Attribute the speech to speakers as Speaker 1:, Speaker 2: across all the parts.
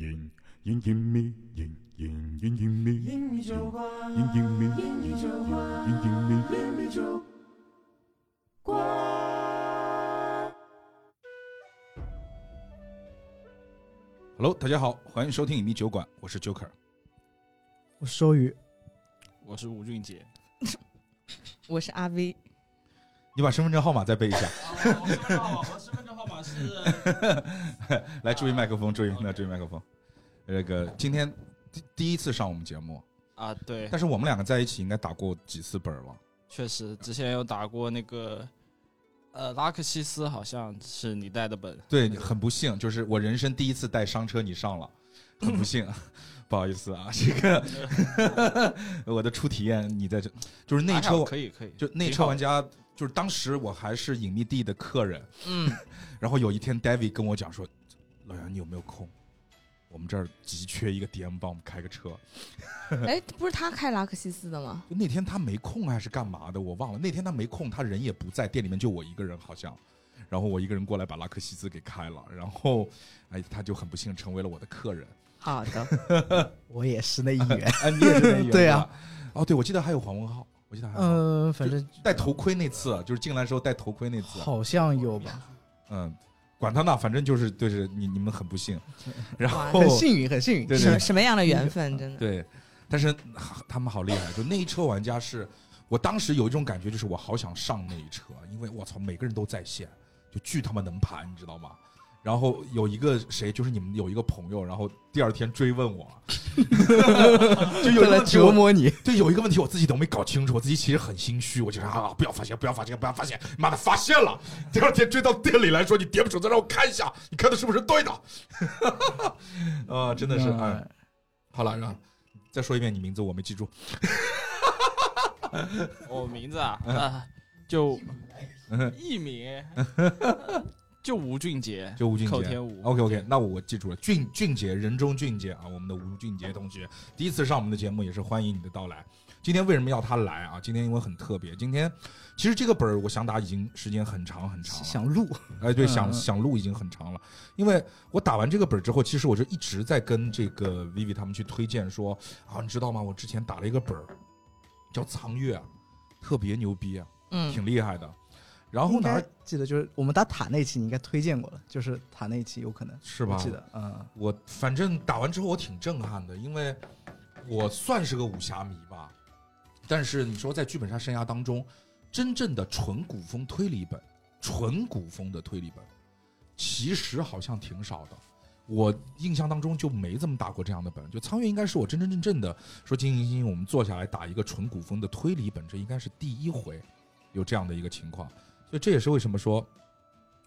Speaker 1: yin yin yin mi yin yin yin yin mi yin
Speaker 2: 英语酒馆，
Speaker 1: yin mi yin
Speaker 2: 英语酒馆，
Speaker 1: yin mi
Speaker 2: 英语酒馆。
Speaker 3: Hello，大家好，欢迎收听影迷酒馆，我是 Joker。
Speaker 4: 我是周宇，
Speaker 5: 我是吴俊杰。
Speaker 6: 我是阿 威，
Speaker 3: 你把身份证号码再背 一下，
Speaker 5: 啊，我身份证号码，我身份证号码是
Speaker 3: 来注意麦克风，注意那注意麦克风。那个今天第第一次上我们节目，
Speaker 5: 啊，对，
Speaker 3: 但是我们两个在一起应该打过几次本儿了。
Speaker 5: 确实之前有打过那个，呃，拉克西斯好像是你带的本，
Speaker 3: 对，很不幸，就是我人生第一次带商车，你上了，很不 幸，不好意思啊，这个我的初体验你在这，就是内
Speaker 5: 还好
Speaker 3: 车
Speaker 5: 哎可以可以，
Speaker 3: 就内车玩家，就是当时我还是隐秘地的客人，
Speaker 5: 嗯，
Speaker 3: 然后有一天，David 跟我讲说：“老杨，你有没有空？我们这儿急缺一个 DM，帮我们开个车。
Speaker 6: 哎，不是他开拉克西斯的吗”？
Speaker 3: 就那天他没空啊还是干嘛的，我忘了。那天他没空，他人也不在，店里面就我一个人好像。然后我一个人过来把拉克西兹给开了，然后，哎，他就很不幸成为了我的客 人。
Speaker 6: 好的，
Speaker 4: 我也是 那一员。
Speaker 3: 哎，你也是那一员
Speaker 4: 对啊
Speaker 3: 吧，哦，对，我记得还有黄文浩，我记得还有黄文浩、
Speaker 4: 嗯，反正
Speaker 3: 戴头盔那次，啊就是进来的时候戴头盔那次。啊
Speaker 4: 好像有吧，
Speaker 3: 嗯，管他呢，反正就是对是你你们很不幸，然
Speaker 6: 哇
Speaker 3: 后
Speaker 4: 很幸运，很幸运。
Speaker 3: 对对
Speaker 6: 什么什么样的缘分，真的。
Speaker 3: 对，但是啊他们好厉害，就那一车玩家是，我当时有一种感觉，就是我好想上那一车，因为我操，每个人都在线，就巨他妈能盘，你知道吗？然后有一个谁，就是你们有一个朋友，然后第二天追问我，就有一
Speaker 4: 为
Speaker 3: 个
Speaker 4: 了
Speaker 3: 问题我
Speaker 4: 折磨 你，
Speaker 3: 对，有一个问题我自己都没搞清楚，我自己其实很心虚，我就是啊，不要发现，不要发现，不要发现，妈的发现了！第二天追到店里来说，你点不手再让我看一下，你看的是不是对的？ 啊，真的是，哎，
Speaker 4: 嗯
Speaker 3: 好了，让再说一遍你名字，我没记住。
Speaker 5: 我名字
Speaker 3: 嗯
Speaker 5: 啊，啊就 艺名，就吴俊杰，
Speaker 3: 就吴俊
Speaker 5: 寇
Speaker 3: 杰哦
Speaker 5: 天吴。
Speaker 3: OK OK，那我记住了，俊俊杰，人中俊杰啊，我们的吴俊杰同学，第一次上我们的节目，也是欢迎你的到来。今天为什么要他来啊？今天因为很特别，今天其实这个本儿我想打已经时间很长很长了，
Speaker 4: 想录，
Speaker 3: 哎，对，
Speaker 4: 嗯
Speaker 3: 想
Speaker 4: 嗯
Speaker 3: 想录已经很长了，因为我打完这个本儿之后，其实我就一直在跟这个 Vivi 他们去推荐说啊，你知道吗？我之前打了一个本儿叫《苍月》，特别牛逼啊，
Speaker 6: 嗯，
Speaker 3: 挺厉害的。然后
Speaker 4: 应该
Speaker 3: 呢，
Speaker 4: 记得就是我们打塔那期，你应该推荐过了，就是塔那期有可能
Speaker 3: 是吧
Speaker 4: 我？记得，嗯，
Speaker 3: 我反正打完之后我挺震撼的，因为我算是个武侠迷吧，但是你说在剧本杀生涯当中，真正的纯古风推理本，纯古风的推理本，其实好像挺少的。我印象当中就没怎么打过这样的本，就苍月应该是我真真正正的说，金行金，我们坐下来打一个纯古风的推理本，这应该是第一回有这样的一个情况，所以这也是为什么说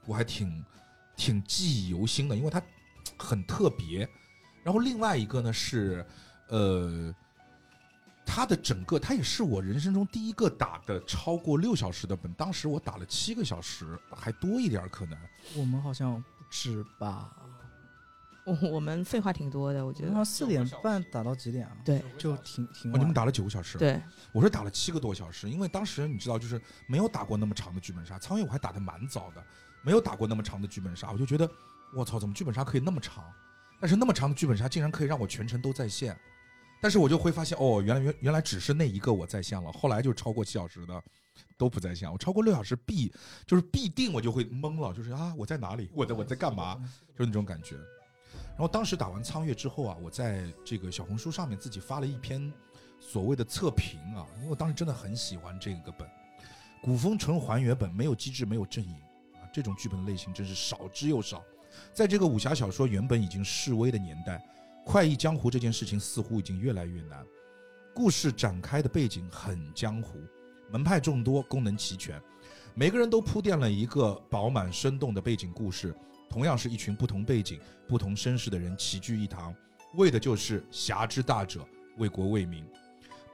Speaker 3: 我还挺挺记忆犹新的，因为它很特别。然后另外一个呢是，呃，它的整个它也是我人生中第一个打的超过六小时的本，当时我打了七个小时，还多一点儿可能。
Speaker 4: 我们好像不止吧，
Speaker 6: 我我们废话挺多的，我觉
Speaker 3: 嗯
Speaker 4: 好
Speaker 6: 得。
Speaker 4: 像四点半打到几点啊？
Speaker 6: 对，
Speaker 4: 就挺挺
Speaker 3: 哦，你们
Speaker 4: 晚。
Speaker 3: 打了九个小时，
Speaker 6: 对，
Speaker 3: 我是打了七个多小时，因为当时你知道，就是没有打过那么长的剧本杀，苍蝇我还打的蛮早的，没有打过那么长的剧本杀，我就觉得我操，怎么剧本杀可以那么长？但是那么长的剧本杀竟然可以让我全程都在线，但是我就会发现哦，原来原原来只是那一个我在线了，后来就超过七小时的都不在线，我超过六小时必就是必定我就会懵了，就是啊我在哪里？我在我在干嘛？就是那种感觉。然后当时打完苍月之后啊，我在这个小红书上面自己发了一篇所谓的测评啊，因为我当时真的很喜欢这个本，古风纯还原本，没有机制，没有阵营啊，这种剧本类型真是少之又少。在这个武侠小说原本已经式微的年代，快意江湖这件事情似乎已经越来越难。故事展开的背景很江湖，门派众多，功能齐全，每个人都铺垫了一个饱满生动的背景故事。同样是一群不同背景、不同身世的人齐聚一堂，为的就是侠之大者，为国为民。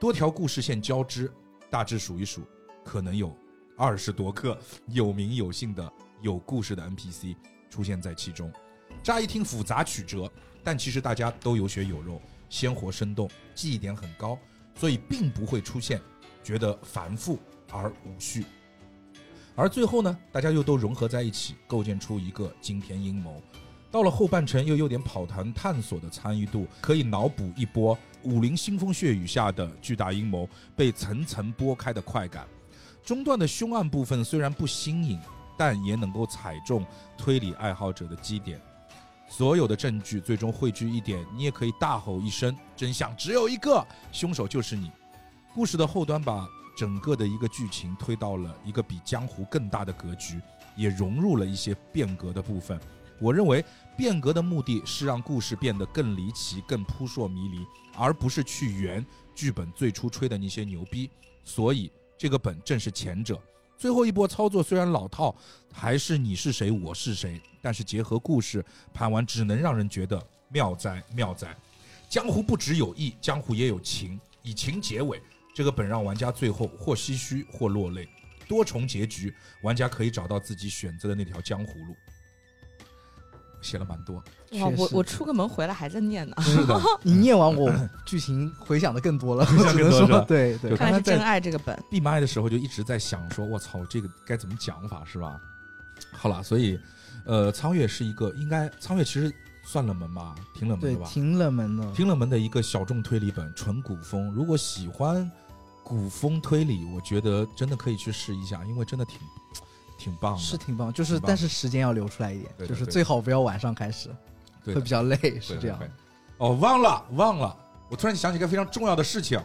Speaker 3: 多条故事线交织，大致数一数，可能有二十多个有名有姓的有故事的 NPC 出现在其中。乍一听复杂曲折，但其实大家都有血有肉，鲜活生动，记忆点很高，所以并不会出现觉得繁复而无序。而最后呢，大家又都融合在一起，构建出一个惊天阴谋。到了后半程又有点跑团探索的参与度，可以脑补一波武林腥风血雨下的巨大阴谋被层层剥开的快感。中段的凶案部分虽然不新颖，但也能够踩中推理爱好者的基点。所有的证据最终汇聚一点，你也可以大吼一声：“真相只有一个，凶手就是你！”故事的后端把整个的一个剧情推到了一个比江湖更大的格局，也融入了一些变革的部分。我认为变革的目的是让故事变得更离奇、更扑朔迷离，而不是去圆剧本最初吹的那些牛逼。所以这个本正是前者。最后一波操作虽然老套，还是你是谁我是谁，但是结合故事盘完，只能让人觉得妙哉妙哉。江湖不只有义，江湖也有情，以情结尾，这个本让玩家最后或唏嘘或落泪。多重结局，玩家可以找到自己选择的那条江湖路。写了蛮多，
Speaker 6: 哇，
Speaker 4: 确
Speaker 6: 我
Speaker 4: 实
Speaker 6: 我出个门回来还在念 呢，
Speaker 3: 是的，
Speaker 4: 你念完我剧情回想的更多了，
Speaker 3: 嗯 回想
Speaker 4: 只
Speaker 3: 更
Speaker 4: 能
Speaker 3: 多是吧
Speaker 4: 说对
Speaker 3: 就
Speaker 4: 对，
Speaker 6: 看来是真爱这个本。
Speaker 3: 闭麦的时候就一直在想说，我操，这个该怎么讲法是吧？好了，所以，呃，苍月是一个应该苍月其实算冷门吧，挺冷门
Speaker 4: 对
Speaker 3: 的吧，
Speaker 4: 挺冷门的。
Speaker 3: 挺冷门的一个小众推理本，纯古风。如果喜欢古风推理，我觉得真的可以去试一下，因为真的挺挺棒的，
Speaker 4: 是挺棒，就是
Speaker 3: 挺棒
Speaker 4: 但是时间要留出来一点
Speaker 3: 对，对
Speaker 4: 就是
Speaker 3: 对
Speaker 4: 最好不要晚上开始，
Speaker 3: 对
Speaker 4: 会
Speaker 3: 的
Speaker 4: 比较累，
Speaker 3: 对
Speaker 4: 是
Speaker 3: 的
Speaker 4: 这样
Speaker 3: 对。的哦，忘了忘了，我突然想起一个非常重要的事情，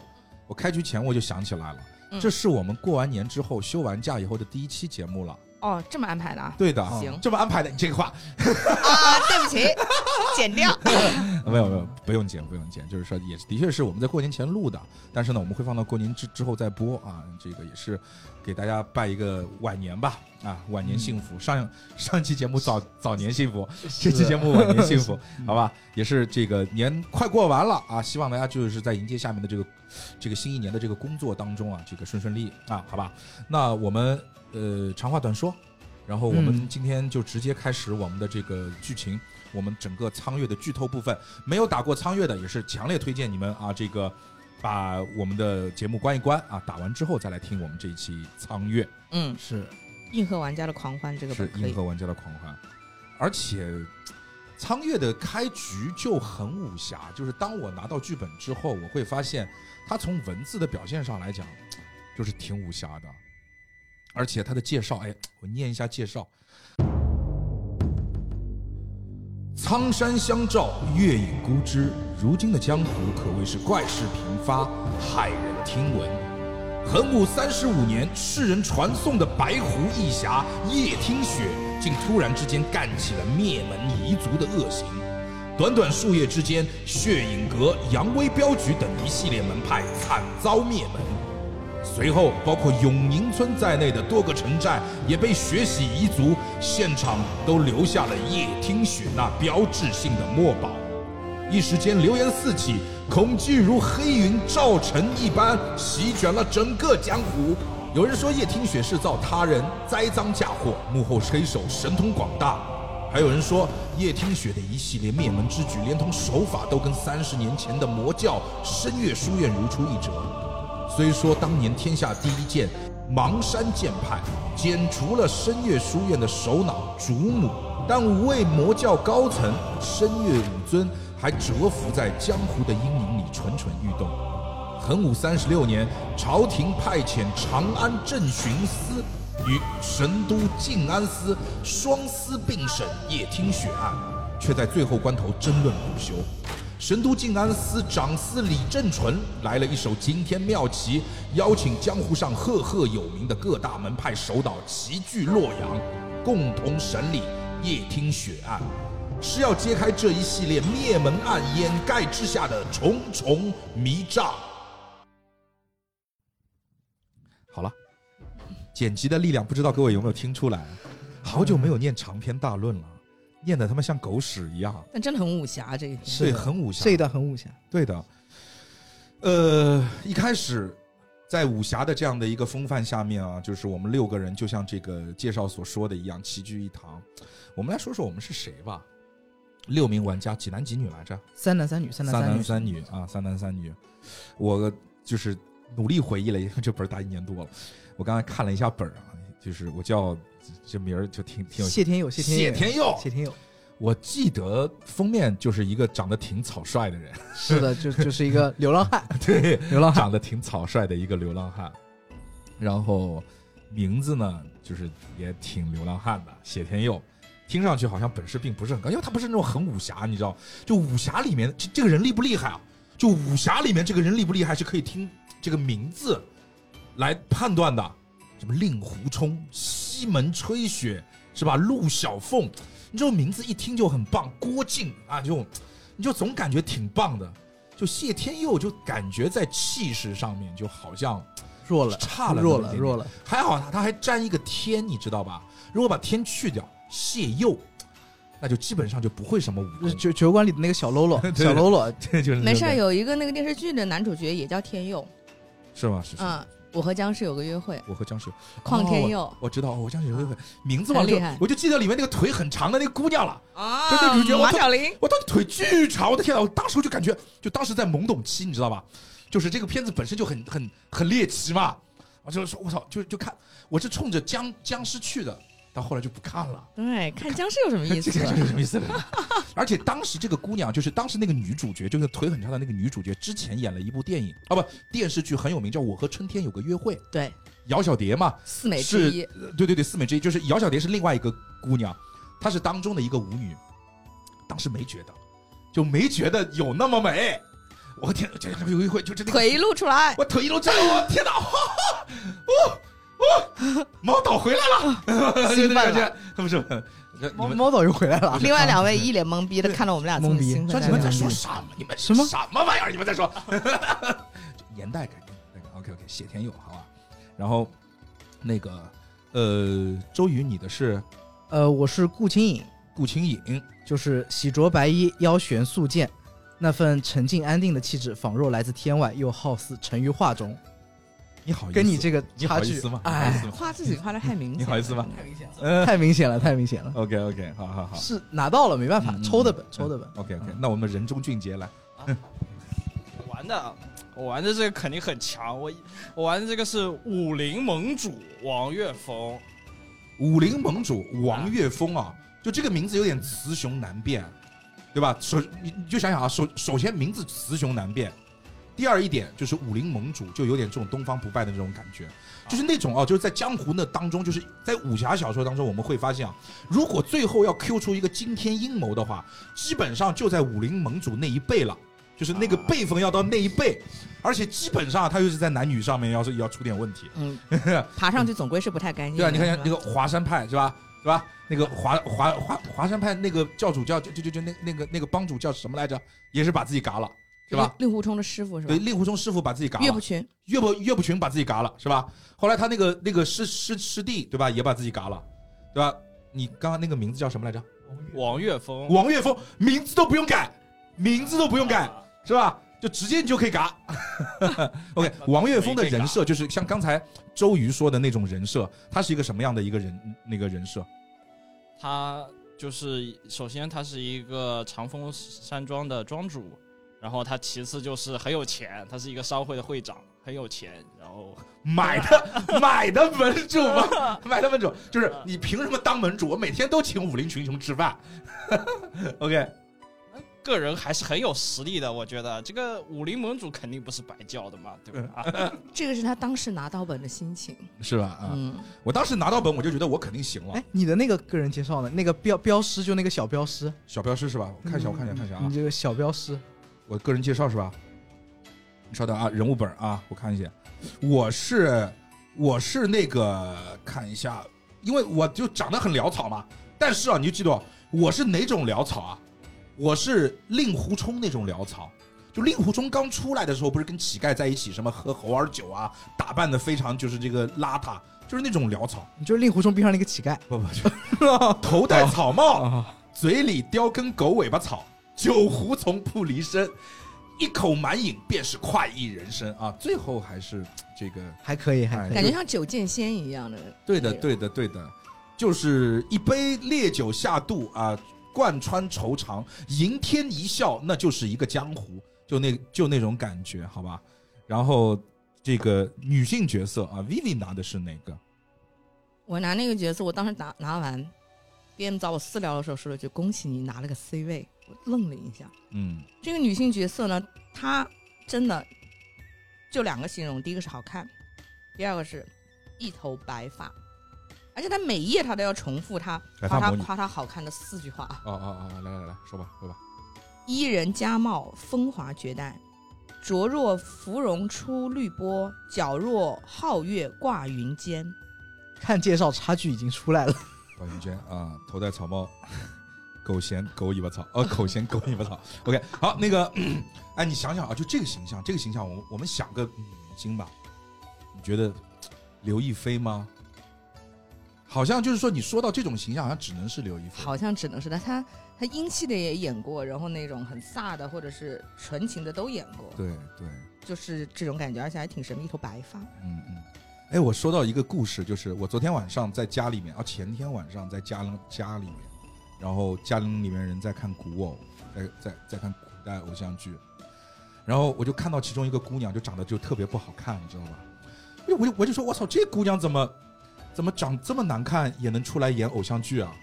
Speaker 3: 我开局前我就想起来了，
Speaker 6: 嗯
Speaker 3: 这是我们过完年之后休完假以后的第一期节目了。
Speaker 6: 哦，这么安排的啊？
Speaker 3: 对的，
Speaker 6: 行
Speaker 3: 这么安排的。你这个话
Speaker 6: 啊，对不起， 剪掉。
Speaker 3: 没有没有，不用剪不用剪，就是说也是的确是我们在过年前录的，但是呢，我们会放到过年之之后再播啊。这个也是给大家拜一个晚年吧，啊，晚年幸福。上上期节目早早年幸福，这期节目晚年幸福，好吧？也是这个年快过完了啊，希望大家就是在迎接下面的这个这个新一年的这个工作当中啊，这个顺顺利利啊，好吧？那我们呃长话短说，然后我们
Speaker 4: 嗯
Speaker 3: 今天就直接开始我们的这个剧情。我们整个苍月的剧透部分，没有打过苍月的也是强烈推荐你们啊，这个把我们的节目关一关啊，打完之后再来听我们这一期苍月，
Speaker 6: 嗯，
Speaker 4: 是
Speaker 6: 硬核玩家的狂欢这个
Speaker 3: 是
Speaker 6: 本可
Speaker 3: 银
Speaker 6: 以
Speaker 3: 河。玩家的狂欢，而且苍月的开局就很武侠，就是当我拿到剧本之后，我会发现它从文字的表现上来讲，就是挺武侠的，而且它的介绍，哎，我念一下介绍。苍山相照，月影孤枝。如今的江湖可谓是怪事频发，骇人听闻。恒武三十五年，世人传颂的白狐义侠叶听雪，竟突然之间干起了灭门彝族的恶行。短短数月之间，血影阁、扬威镖局等一系列门派惨遭灭门。随后，包括永宁村在内的多个城寨也被血洗彝族，现场都留下了叶听雪那标志性的墨宝。一时间，流言四起，恐惧如黑云罩尘一般席卷了整个江湖。有人说叶听雪是造他人栽赃嫁祸，幕后黑手神通广大；还有人说叶听雪的一系列灭门之举，连同手法都跟三十年前的魔教深月书院如出一辙。虽说当年天下第一剑芒山剑派剪除了深月书院的首脑主母，但五位魔教高层深月武尊还蛰伏在江湖的阴影里蠢蠢欲动。恒武三十六年，朝廷派遣长安镇巡司与神都静安司双司并审叶听雪案，却在最后关头争论不休。神都静安司长司李振纯来了一首惊天妙棋，邀请江湖上赫赫有名的各大门派首脑齐聚洛阳，共同审理叶听雪案。是要揭开这一系列灭门案掩盖之下的重重迷障。好了，剪辑的力量不知道各位有没有听出来？好久没有念长篇大论了，念的他妈像狗屎一样。
Speaker 6: 但真的很武侠这一点。
Speaker 4: 是
Speaker 3: 对，
Speaker 4: 的
Speaker 3: 很武侠。
Speaker 4: 这一段很武侠，
Speaker 3: 对的，呃，一开始在武侠的这样的一个风范下面啊，就是我们六个人就像这个介绍所说的一样，齐聚一堂。我们来说说我们是谁吧。六名玩家，几男几女来着？
Speaker 4: 三男三女，三男
Speaker 3: 男
Speaker 4: 女，
Speaker 3: 三女啊，三男三女。我就是努力回忆了一下，这 本儿打一年多了。我刚才看了一下本儿啊，就是我叫这名儿就挺挺有
Speaker 4: 谢天佑，谢天
Speaker 3: 谢
Speaker 4: 佑，
Speaker 3: 天佑，
Speaker 4: 谢天佑，
Speaker 3: 我记得封面就是一个长得挺草率的人，
Speaker 4: 是的，就就是 一个流浪汉，
Speaker 3: 对，
Speaker 4: 流浪汉，
Speaker 3: 长得挺草率的一个流浪汉，然后名字呢就是也挺流浪汉的，谢天佑。听上去好像本事并不是很高，因为他不是那种很武侠，你知道，就武侠里面这这个人厉不厉害啊？就武侠里面这个人厉不厉害是可以听这个名字来判断的，什么令狐冲、西门吹雪是吧？陆小凤，你这种名字一听就很棒，郭靖啊，这种你就总感觉挺棒的。就谢天佑就感觉在气势上面就好像
Speaker 4: 弱了，
Speaker 3: 差了那么
Speaker 4: 弱
Speaker 3: 一
Speaker 4: 了，
Speaker 3: 点点
Speaker 4: 弱了，
Speaker 3: 还好他他还沾一个天，你知道吧？如果把天去掉，谢佑，那就基本上就不会什么武功，
Speaker 4: 就是。酒酒馆里的那个小喽啰
Speaker 3: 嗯 对
Speaker 4: 小喽啰，
Speaker 3: 这就是
Speaker 6: 没事儿，有一个那个电视剧的男主角也叫天佑，
Speaker 3: 是吗？是是。
Speaker 6: 嗯，我和僵尸有个约会，
Speaker 3: 我和僵尸，
Speaker 6: 邝天
Speaker 3: 哦
Speaker 6: 佑嗯
Speaker 3: 我我知道，我僵尸有一个名字嘛，
Speaker 6: 很厉
Speaker 3: 就
Speaker 6: 害
Speaker 3: 我就记得里面那个腿很长的那个姑娘了。
Speaker 6: 啊
Speaker 3: 对对主角我
Speaker 6: 马
Speaker 3: 特
Speaker 6: 小玲，
Speaker 3: 我当时腿巨长，我的天呐！我当时我就感觉，就当时在懵懂期，你知道吧？就是这个片子本身就很很很猎奇嘛，我就说我操，就就看，我是冲着僵僵尸去的，但后来就不看了。
Speaker 6: 对，看僵尸有什么意
Speaker 3: 这
Speaker 6: 思？
Speaker 3: 个是什么意思？而且当时这个姑娘，就是当时那个女主角，就是腿很长的那个女主角，之前演了一部电影啊，不电视剧很有名，叫《我和春天有个约会》，
Speaker 6: 对，
Speaker 3: 姚小蝶嘛，
Speaker 6: 四美之一，
Speaker 3: 呃对对对，四美之一就是姚小蝶是另外一个姑娘，她是当中的一个舞女，当时没觉得，就没觉得有那么美。我天，这这有一回就是那个
Speaker 6: 腿一露出来，
Speaker 3: 我腿一路站，我天哪，哦哇哇，猫岛回来 了，就那感觉，他们说，
Speaker 4: 猫
Speaker 3: 你们
Speaker 4: 猫导游回 来了，
Speaker 6: 另外两位一脸懵逼的看到我们俩这么
Speaker 4: 懵逼
Speaker 6: 兴
Speaker 3: 说
Speaker 6: 奋
Speaker 3: 你
Speaker 6: 在
Speaker 3: 们
Speaker 6: 那
Speaker 3: 在
Speaker 6: 儿，
Speaker 3: 说什么？你们
Speaker 4: 什么
Speaker 3: 什么玩意儿？你们在说 年代感？那个 OK OK，谢天佑，好吧。然后那个呃，周瑜，你的是
Speaker 4: 呃，我是顾清影，
Speaker 3: 顾清影，
Speaker 4: 就是喜着白衣，腰悬素剑，那份沉静安定的气质，仿若来自天外，又好似沉于画中。
Speaker 3: 你好意思？
Speaker 4: 跟你这个
Speaker 3: 你
Speaker 4: 差
Speaker 3: 好意
Speaker 4: 距
Speaker 3: 思吗，？
Speaker 4: 哎，
Speaker 3: 你好意思吗
Speaker 6: 夸自己夸的太明显
Speaker 3: 你
Speaker 6: 了，
Speaker 3: 好意思吗
Speaker 6: 太明显了。
Speaker 3: 嗯
Speaker 4: 太明显了，太明显了，
Speaker 3: ，OK OK，好好好
Speaker 4: 是拿到了，没办法
Speaker 3: 啊嗯，
Speaker 4: 抽的本
Speaker 3: 嗯，
Speaker 4: 抽的本。
Speaker 3: ，OK OK，
Speaker 4: 嗯
Speaker 3: 那我们人中俊杰来，
Speaker 5: 我玩的，我玩的这个肯定很强。我我玩的这个是武林盟主王岳峰，
Speaker 3: 武林盟主王岳峰啊，就这个名字有点雌雄难辨，对吧？首你你就想想啊，首首先名字雌雄难辨，第二一点就是武林盟主就有点这种东方不败的那种感觉，就是那种啊，就是在江湖那当中，就是在武侠小说当中，我们会发现啊，如果最后要 Q 出一个惊天阴谋的话，基本上就在武林盟主那一辈了。就是那个辈分要到那一辈，而且基本上啊他就是在男女上面要是要出点问题，
Speaker 6: 嗯，爬上去总归是不太干净
Speaker 3: 对
Speaker 6: 的。
Speaker 3: 啊，你看像
Speaker 6: 是吧
Speaker 3: 那个华山派是吧？是吧？那个华华华华山派那个教主叫就就就就那那个那个帮主叫什么来着？也是把自己嘎了，是吧？？
Speaker 6: 令狐冲的师傅是吧
Speaker 3: 对，？令狐冲师傅把自己嘎
Speaker 6: 岳不
Speaker 3: 了，
Speaker 6: 群，
Speaker 3: 岳不岳不群把自己嘎了，是吧？后来他那个那个师师师弟对吧，也把自己嘎了，对吧？你刚刚那个名字叫什么来着？
Speaker 5: 王岳峰，
Speaker 3: 王岳峰，名字都不用改，名字都不用改，
Speaker 6: 啊
Speaker 3: 是吧？就直接你就可以嘎。OK，王 岳峰的人设就是像刚才周瑜说的那种人设，他是一个什么样的一个人那个人设？
Speaker 5: 他就是首先他是一个长风山庄的庄主，然后他其次就是很有钱，他是一个商会的会长，很有钱，然后
Speaker 3: 买的买的门主吗？买的门主就是你凭什么当门主？我每天都请武林群雄吃饭。OK，
Speaker 5: 个人还是很有实力的。我觉得这个武林盟主肯定不是白叫的嘛，对吧？啊
Speaker 6: 这个是他当时拿到本的心情。
Speaker 3: 是吧？啊，
Speaker 6: 嗯，
Speaker 3: 我当时拿到本我就觉得我肯定行了
Speaker 4: 哎。，你的那个个人介绍呢？那个标标识就那个小标识，
Speaker 3: 小镖师是吧？我看一下，我看一下，看一下啊
Speaker 4: 你！这个小标识，
Speaker 3: 我个人介绍是吧？你稍等啊，人物本啊，我看一下。我是我是那个看一下，因为我就长得很潦草嘛。但是啊，你就记住啊，我是哪种潦草啊？我是令狐冲那种潦草。就令狐冲刚出来的时候，不是跟乞丐在一起，什么喝猴儿酒啊，打扮的非常就是这个邋遢，就是那种潦草。
Speaker 4: 你就是令狐冲边上那个乞丐，
Speaker 3: 不不，就 头戴草帽，
Speaker 4: 啊，
Speaker 3: 嘴里叼根狗尾巴草，酒壶从不离身，一口满饮便是快意人生啊！最后还是这个，
Speaker 4: 还可以，还可
Speaker 3: 哎
Speaker 4: 以。
Speaker 6: 感觉像九剑仙一样的。
Speaker 3: 对的，
Speaker 6: 对的
Speaker 3: 对的，对的，就是一杯烈酒下肚啊，贯穿愁肠，迎天一笑，那就是一个江湖，就那就那种感觉，好吧？然后这个女性角色啊，Vivi 拿的是哪个？
Speaker 6: 我拿那个角色，我当时拿拿完， DM 找我私聊的时候说了句“恭喜你拿了个 C 位”，我愣了一下。
Speaker 3: 嗯
Speaker 6: 这个女性角色呢，她真的就两个形容，第一个是好看，第二个是一头白发，而且她每一页她都要重复她
Speaker 3: 白发
Speaker 6: 夸她
Speaker 3: 魔女
Speaker 6: 夸她好看的四句话：啊
Speaker 3: 哦哦哦，来来来，说吧说吧，
Speaker 6: 伊人佳貌，风华绝代；灼若芙蓉出绿波，皎若皓月挂云间。
Speaker 4: 看介绍，差距已经出来了。
Speaker 3: 赵云娟啊，头戴草帽， 狗衔狗尾巴草，呃，口衔狗尾巴草。OK，好，那个， 哎，你想想啊，就这个形象，这个形象，我们我们想个女明星吧，你觉得刘亦菲吗？好像就是说，你说到这种形象，好像只能是刘亦菲。
Speaker 6: 好像只能是她，她她英气的也演过，然后那种很飒的或者是纯情的都演过，
Speaker 3: 对对，
Speaker 6: 就是这种感觉，而且还挺神秘，一头白发。
Speaker 3: 嗯嗯。哎，我说到一个故事，就是我昨天晚上在家里面，啊，前天晚上在家家里面，然后家里面人在看古偶，在在在看古代偶像剧，然后我就看到其中一个姑娘就长得就特别不好看，你知道吧？我就我就我就说，我操，这姑娘怎么怎么长这么难看，也能出来演偶像剧啊？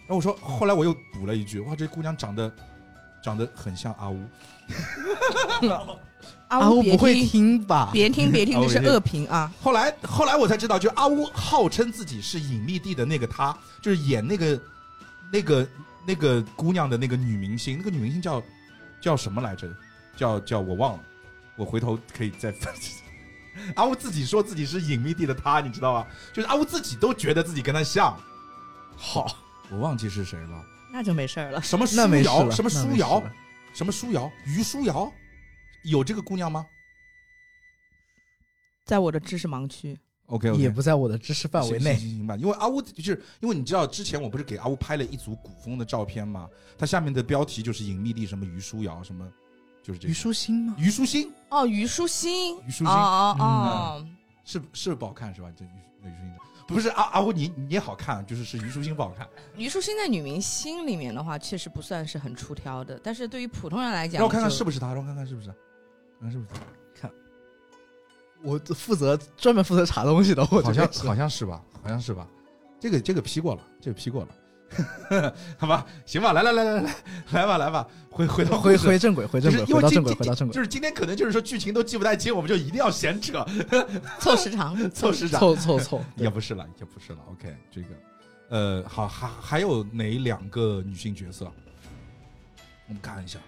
Speaker 3: 然后我说，后来我又补了一句，哇，这姑娘长得长得很像阿乌，
Speaker 4: 阿
Speaker 6: 呜
Speaker 4: 乌
Speaker 6: 别
Speaker 4: 不会
Speaker 6: 听
Speaker 4: 听吧？
Speaker 6: 别听，别听，
Speaker 3: 啊
Speaker 6: 这
Speaker 3: 我
Speaker 6: 是
Speaker 3: 理解
Speaker 6: 恶评 啊！
Speaker 3: 后来后来我才知道，就阿乌号称自己是隐秘地的那个他，就是演那个那个那个姑娘的那个女明星，那个女明星叫叫什么来着？叫叫我忘了，我回头可以再 分析。阿乌自己说自己是隐秘地的他，你知道吧？就是阿乌自己都觉得自己跟他像。好，我忘记是谁了，
Speaker 6: 那就没事儿了。
Speaker 3: 什么
Speaker 4: 那
Speaker 3: 舒
Speaker 4: 没事
Speaker 3: 瑶，
Speaker 4: 了，
Speaker 3: 什么
Speaker 4: 那没
Speaker 3: 舒
Speaker 4: 事
Speaker 3: 瑶
Speaker 4: 了，
Speaker 3: 什么舒瑶，于舒瑶，有这个姑娘吗
Speaker 6: 在我的知识盲区，
Speaker 3: ？OK，,
Speaker 4: 也不在我的知识范围内
Speaker 3: 行。行行吧，因为阿乌就是因为你知道之前我不是给阿乌拍了一组古风的照片嘛，它下面的标题就是隐秘地什么于书瑶什么，就是这
Speaker 4: 虞
Speaker 3: 个
Speaker 4: 书欣吗？
Speaker 3: 于书欣
Speaker 6: 哦，虞书欣，
Speaker 3: 虞书欣
Speaker 6: 哦哦哦，
Speaker 3: 是是不好看是吧？这于于书欣不是阿阿乌你你也好看，就是是于书欣不好看。
Speaker 6: 虞书欣在女明星里面的话，确实不算是很出挑的，但是对于普通人来讲，
Speaker 3: 让我看看是
Speaker 6: 不
Speaker 3: 不是他，让我看看是不是她，看看是不是她
Speaker 4: 我负责专门负责查东西的，我
Speaker 3: 好
Speaker 4: 这
Speaker 3: 像
Speaker 4: 边是
Speaker 3: 好像是吧，好像是吧。这个这个批过了，这个批过了， 好吧，行吧，来来来来来来吧来吧，回回到
Speaker 4: 回
Speaker 3: 故事
Speaker 4: 回正轨，回
Speaker 3: 就
Speaker 4: 正
Speaker 3: 是
Speaker 4: 轨，
Speaker 3: 因
Speaker 4: 回
Speaker 3: 为
Speaker 4: 到
Speaker 3: 今
Speaker 4: 正轨，
Speaker 3: 今
Speaker 4: 回到正轨，
Speaker 3: 就是今天可能就是说剧情都记不太清，我们就一定要闲扯
Speaker 6: 凑时长，
Speaker 3: 凑时长，
Speaker 4: 凑凑凑，
Speaker 3: 也不是了，也不是了。OK，这个，呃，好，还还有哪两个女性角色？我们看一下，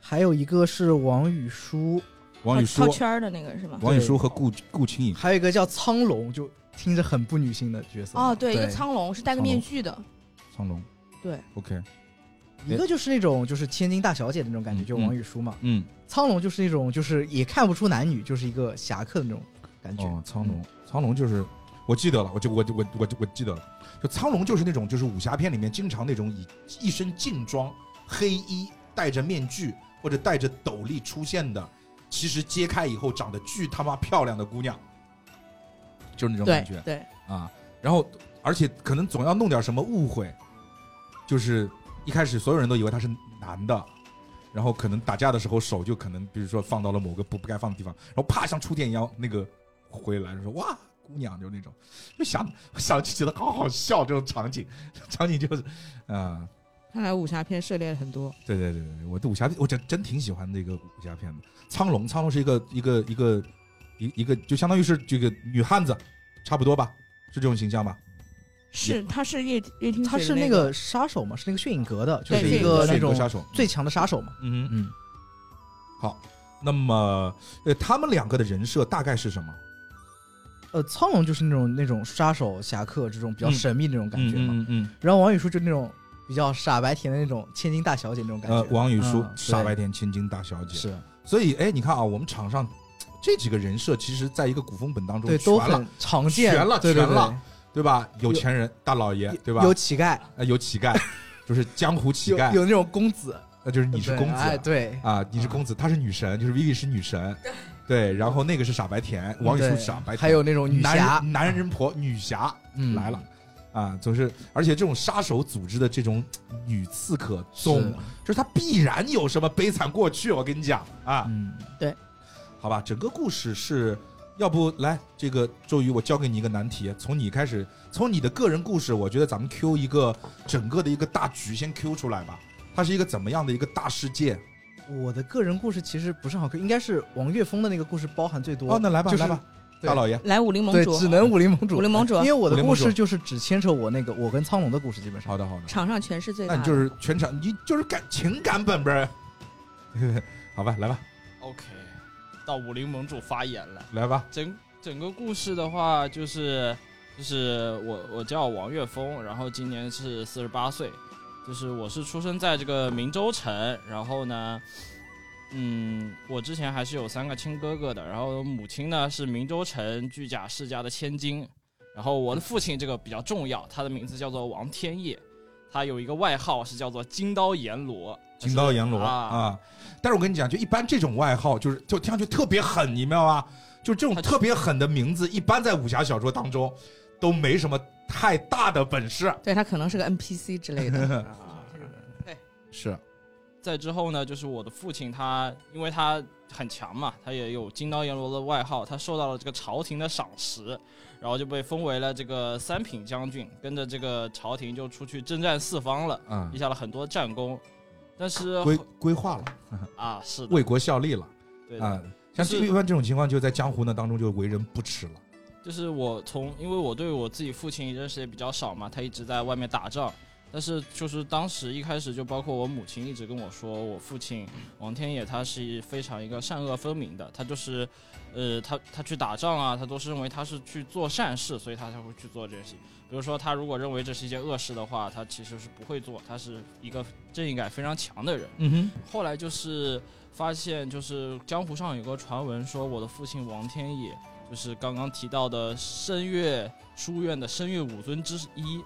Speaker 4: 还有一个是王语舒，
Speaker 3: 王语
Speaker 6: 套
Speaker 3: 姝，
Speaker 6: 圈儿的那个是吗？
Speaker 3: 王语姝和顾顾青影。
Speaker 4: 还有一个叫苍龙，就听着很不女性的角色。
Speaker 6: 哦，对，一个
Speaker 4: 对
Speaker 6: 苍龙是戴个
Speaker 3: 苍龙
Speaker 6: 面具的，
Speaker 3: 苍龙。
Speaker 6: 对
Speaker 3: ，OK，
Speaker 4: 一个就是那种就是千金大小姐的那种感觉，
Speaker 3: 嗯
Speaker 4: 就王语舒嘛。
Speaker 3: 嗯，
Speaker 4: 苍龙就是那种就是也看不出男女，就是一个侠客的那种感觉。嗯
Speaker 3: 哦，苍龙，苍龙就是我记得了，我就我就我我我记得了，就苍龙就是那种就是武侠片里面经常那种以一身劲装、黑衣、戴着面具或者戴着斗笠出现的，其实揭开以后长得巨他妈漂亮的姑娘，就是那种
Speaker 6: 对
Speaker 3: 感觉
Speaker 6: 对，
Speaker 3: 啊。然后而且可能总要弄点什么误会，就是一开始所有人都以为他是男的。然后可能打架的时候手就可能，比如说放到了某个不不该放的地方，然后啪像触电一样，那个回来就说哇，姑娘就那种，就想想就觉得好好笑这种场景， 场景就是，啊、
Speaker 6: 看来武侠片涉猎了很多。
Speaker 3: 对对对对，我对武侠片我真真挺喜欢那个武侠片的。苍龙，苍龙是一个一个一个一一个，就相当于是这个女汉子，差不多吧，是这种形象吧？
Speaker 6: 是，他是叶叶听雪的，
Speaker 4: 他是那个杀手嘛，是那个血影阁的，就
Speaker 6: 对
Speaker 4: 是
Speaker 6: 血
Speaker 4: 一
Speaker 6: 影
Speaker 4: 个
Speaker 6: 阁
Speaker 4: 那
Speaker 3: 选择
Speaker 4: 种
Speaker 3: 杀手，
Speaker 4: 最强的杀手嘛。
Speaker 3: 嗯嗯
Speaker 4: 嗯，
Speaker 3: 好。那么，呃，他们两个的人设大概是什么？
Speaker 4: 呃，苍龙就是那种那种杀手侠客这种比较
Speaker 3: 嗯
Speaker 4: 神秘那种感觉嘛。
Speaker 3: 嗯嗯，
Speaker 4: 然后王语舒就那种比较傻白甜的那种千金大小姐那种感觉。
Speaker 3: 呃，王语姝
Speaker 4: 嗯
Speaker 3: 傻白
Speaker 4: 对
Speaker 3: 甜千金大小姐，
Speaker 4: 是
Speaker 3: 所以，哎，你看啊，我们场上这几个人设，其实在一个古风本当中
Speaker 4: 对
Speaker 3: 全
Speaker 4: 都
Speaker 3: 了，
Speaker 4: 很常见，
Speaker 3: 全了
Speaker 4: 对对
Speaker 3: 全了
Speaker 4: 对
Speaker 3: 对吧？有钱人、大老爷，对吧？
Speaker 4: 有乞丐，
Speaker 3: 呃有乞 丐，就是江湖乞
Speaker 4: 有
Speaker 3: 丐，
Speaker 4: 有那种公子，
Speaker 3: 那就是你是
Speaker 4: 对
Speaker 3: 公
Speaker 4: 哎，
Speaker 3: 子
Speaker 4: 对，
Speaker 3: 啊，你是公子，她是女神，就是 Vivi 是女神，对，然后那个是傻白甜，王语姝
Speaker 4: 对
Speaker 3: 是傻白甜，
Speaker 4: 还有那种女
Speaker 3: 男
Speaker 4: 侠
Speaker 3: 人男人婆女侠
Speaker 4: 嗯
Speaker 3: 来了。啊，总是，而且这种杀手组织的这种女刺客，总
Speaker 4: 是
Speaker 3: 就是她必然有什么悲惨过去，我跟你讲啊，
Speaker 4: 嗯，
Speaker 3: 好吧，整个故事是要不来这个周瑜，我交给你一个难题，从你开始，从你的个人故事，我觉得咱们 Q 一个整个的一个大局先 Q 出来吧。它是一个怎么样的一个大世界？
Speaker 4: 我的个人故事其实不是好看，应该是王岳峰的那个故事包含最多。
Speaker 3: 哦，那来吧，
Speaker 4: 就是
Speaker 3: 来吧，
Speaker 4: 对
Speaker 3: 大老爷，
Speaker 6: 来武林盟
Speaker 4: 对，
Speaker 6: 主
Speaker 4: 只，能武林盟主。
Speaker 6: 武林盟主啊
Speaker 4: 因为我
Speaker 3: 啊
Speaker 4: 的
Speaker 3: 武林
Speaker 4: 故
Speaker 3: 盟主
Speaker 4: 事就是只牵扯我那个我跟苍龙的故事，基本上。
Speaker 3: 好的好的，
Speaker 6: 场上权势最
Speaker 3: 那你
Speaker 6: 大的，
Speaker 3: 就是全场，你就是感情感本本儿， 好吧，来吧，
Speaker 5: OK，到武林盟主发言了。
Speaker 3: 来吧，
Speaker 5: 整整个故事的话，就是就是我我叫王岳峰，然后今年是四十八岁，就是我是出生在这个明州城，然后呢，嗯，我之前还是有三个亲哥哥的，然后母亲呢是明州城巨贾世家的千金，然后我的父亲这个比较重要，他的名字叫做王天业，他有一个外号是叫做金刀阎罗，
Speaker 3: 金刀阎罗
Speaker 5: 就是啊，
Speaker 3: 啊。但是我跟你讲，就一般这种外号，就是就听上去特别狠，你明白吗？就这种
Speaker 5: 他
Speaker 3: 特别狠的名字，一般在武侠小说当中都没什么太大的本事。
Speaker 6: 对他可能是个 NPC 之类的，
Speaker 5: 啊
Speaker 3: 是，
Speaker 5: 再之后呢，就是我的父亲他，因为他很强嘛，他也有金刀阎罗的外号，他受到了这个朝廷的赏识，然后就被封为了这个三品将军，跟着这个朝廷就出去征战四方了，
Speaker 3: 嗯
Speaker 5: 立，下了很多战功。但是
Speaker 3: 规规划了，
Speaker 5: 啊，是的，
Speaker 3: 为国效力了
Speaker 5: 对的，
Speaker 3: 啊。像
Speaker 5: 就是
Speaker 3: 这一般这种情况，就在江湖呢当中就为人不齿了。
Speaker 5: 就是我从，因为我对我自己父亲认识也比较少嘛，他一直在外面打仗。但是就是当时一开始就包括我母亲一直跟我说，我父亲王天野他是非常一个善恶分明的，他就是，呃，他他去打仗啊，他都是认为他是去做善事，所以他才会去做这些事情。比如说他如果认为这是一件恶事的话，他其实是不会做，他是一个正义感非常强的人。
Speaker 3: 嗯
Speaker 5: 后来就是发现，就是江湖上有个传闻说，我的父亲王天野就是刚刚提到的声乐书院的声乐五尊之一，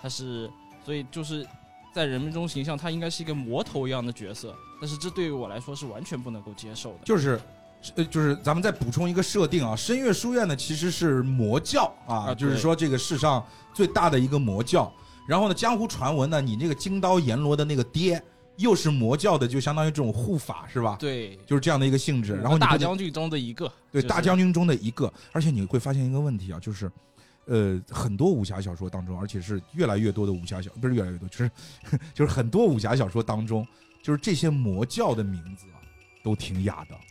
Speaker 5: 他是所以就是在人们中形象，他应该是一个魔头一样的角色，但是这对于我来说是完全不能够接受的。
Speaker 3: 就是。呃，就是咱们再补充一个设定啊，深月书院呢其实是魔教啊，
Speaker 5: 啊
Speaker 3: 就是
Speaker 5: 对
Speaker 3: 说这个世上最大的一个魔教。然后呢，江湖传闻呢，你这个金刀阎罗的那个爹又是魔教的，就相当于这种护法是吧？
Speaker 5: 对，
Speaker 3: 就是这样的一个性质。然后你
Speaker 5: 大
Speaker 3: 不能
Speaker 5: 将军中的一 个，
Speaker 3: 对、
Speaker 5: 就是
Speaker 3: 大将军中的一个，而且你会发现一个问题啊，就是，呃，很多武侠小说当中，而且是越来越多的武侠小不是越来越多，就是 就是很多武侠小说当中，就是这些魔教的名字啊，都挺雅的，
Speaker 5: 嗯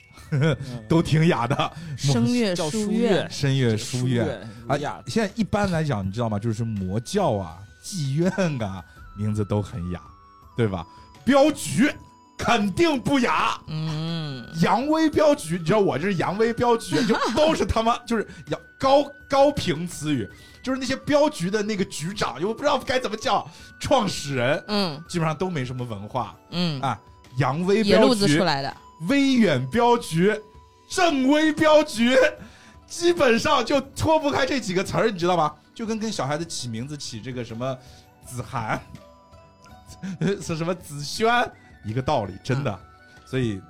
Speaker 3: 都挺雅 的。
Speaker 6: 声乐
Speaker 5: 叫
Speaker 6: 书
Speaker 5: 书
Speaker 6: 院，
Speaker 3: 深夜书院
Speaker 5: 儒
Speaker 3: 啊
Speaker 5: 雅，
Speaker 3: 现在一般来讲，你知道吗？就是魔教啊、妓院啊，名字都很雅，对吧？镖局肯定不雅。
Speaker 6: 嗯，
Speaker 3: 扬威镖局，你知道我这是扬威镖局， 就都是他妈就是扬高高频词语，就是那些镖局的那个局长，又不知道该怎么叫，创始人
Speaker 6: 嗯
Speaker 3: 基本上都没什么文化。
Speaker 6: 嗯，
Speaker 3: 啊扬威
Speaker 6: 野
Speaker 3: 镖
Speaker 6: 路子
Speaker 3: 局
Speaker 6: 出、来的，
Speaker 3: 威远镖局、正威镖局，基本上就脱不开这几个词儿，你知道吧？就跟跟小孩子起名字起这个什么子涵， 是什么子轩一个道理，真的。所以，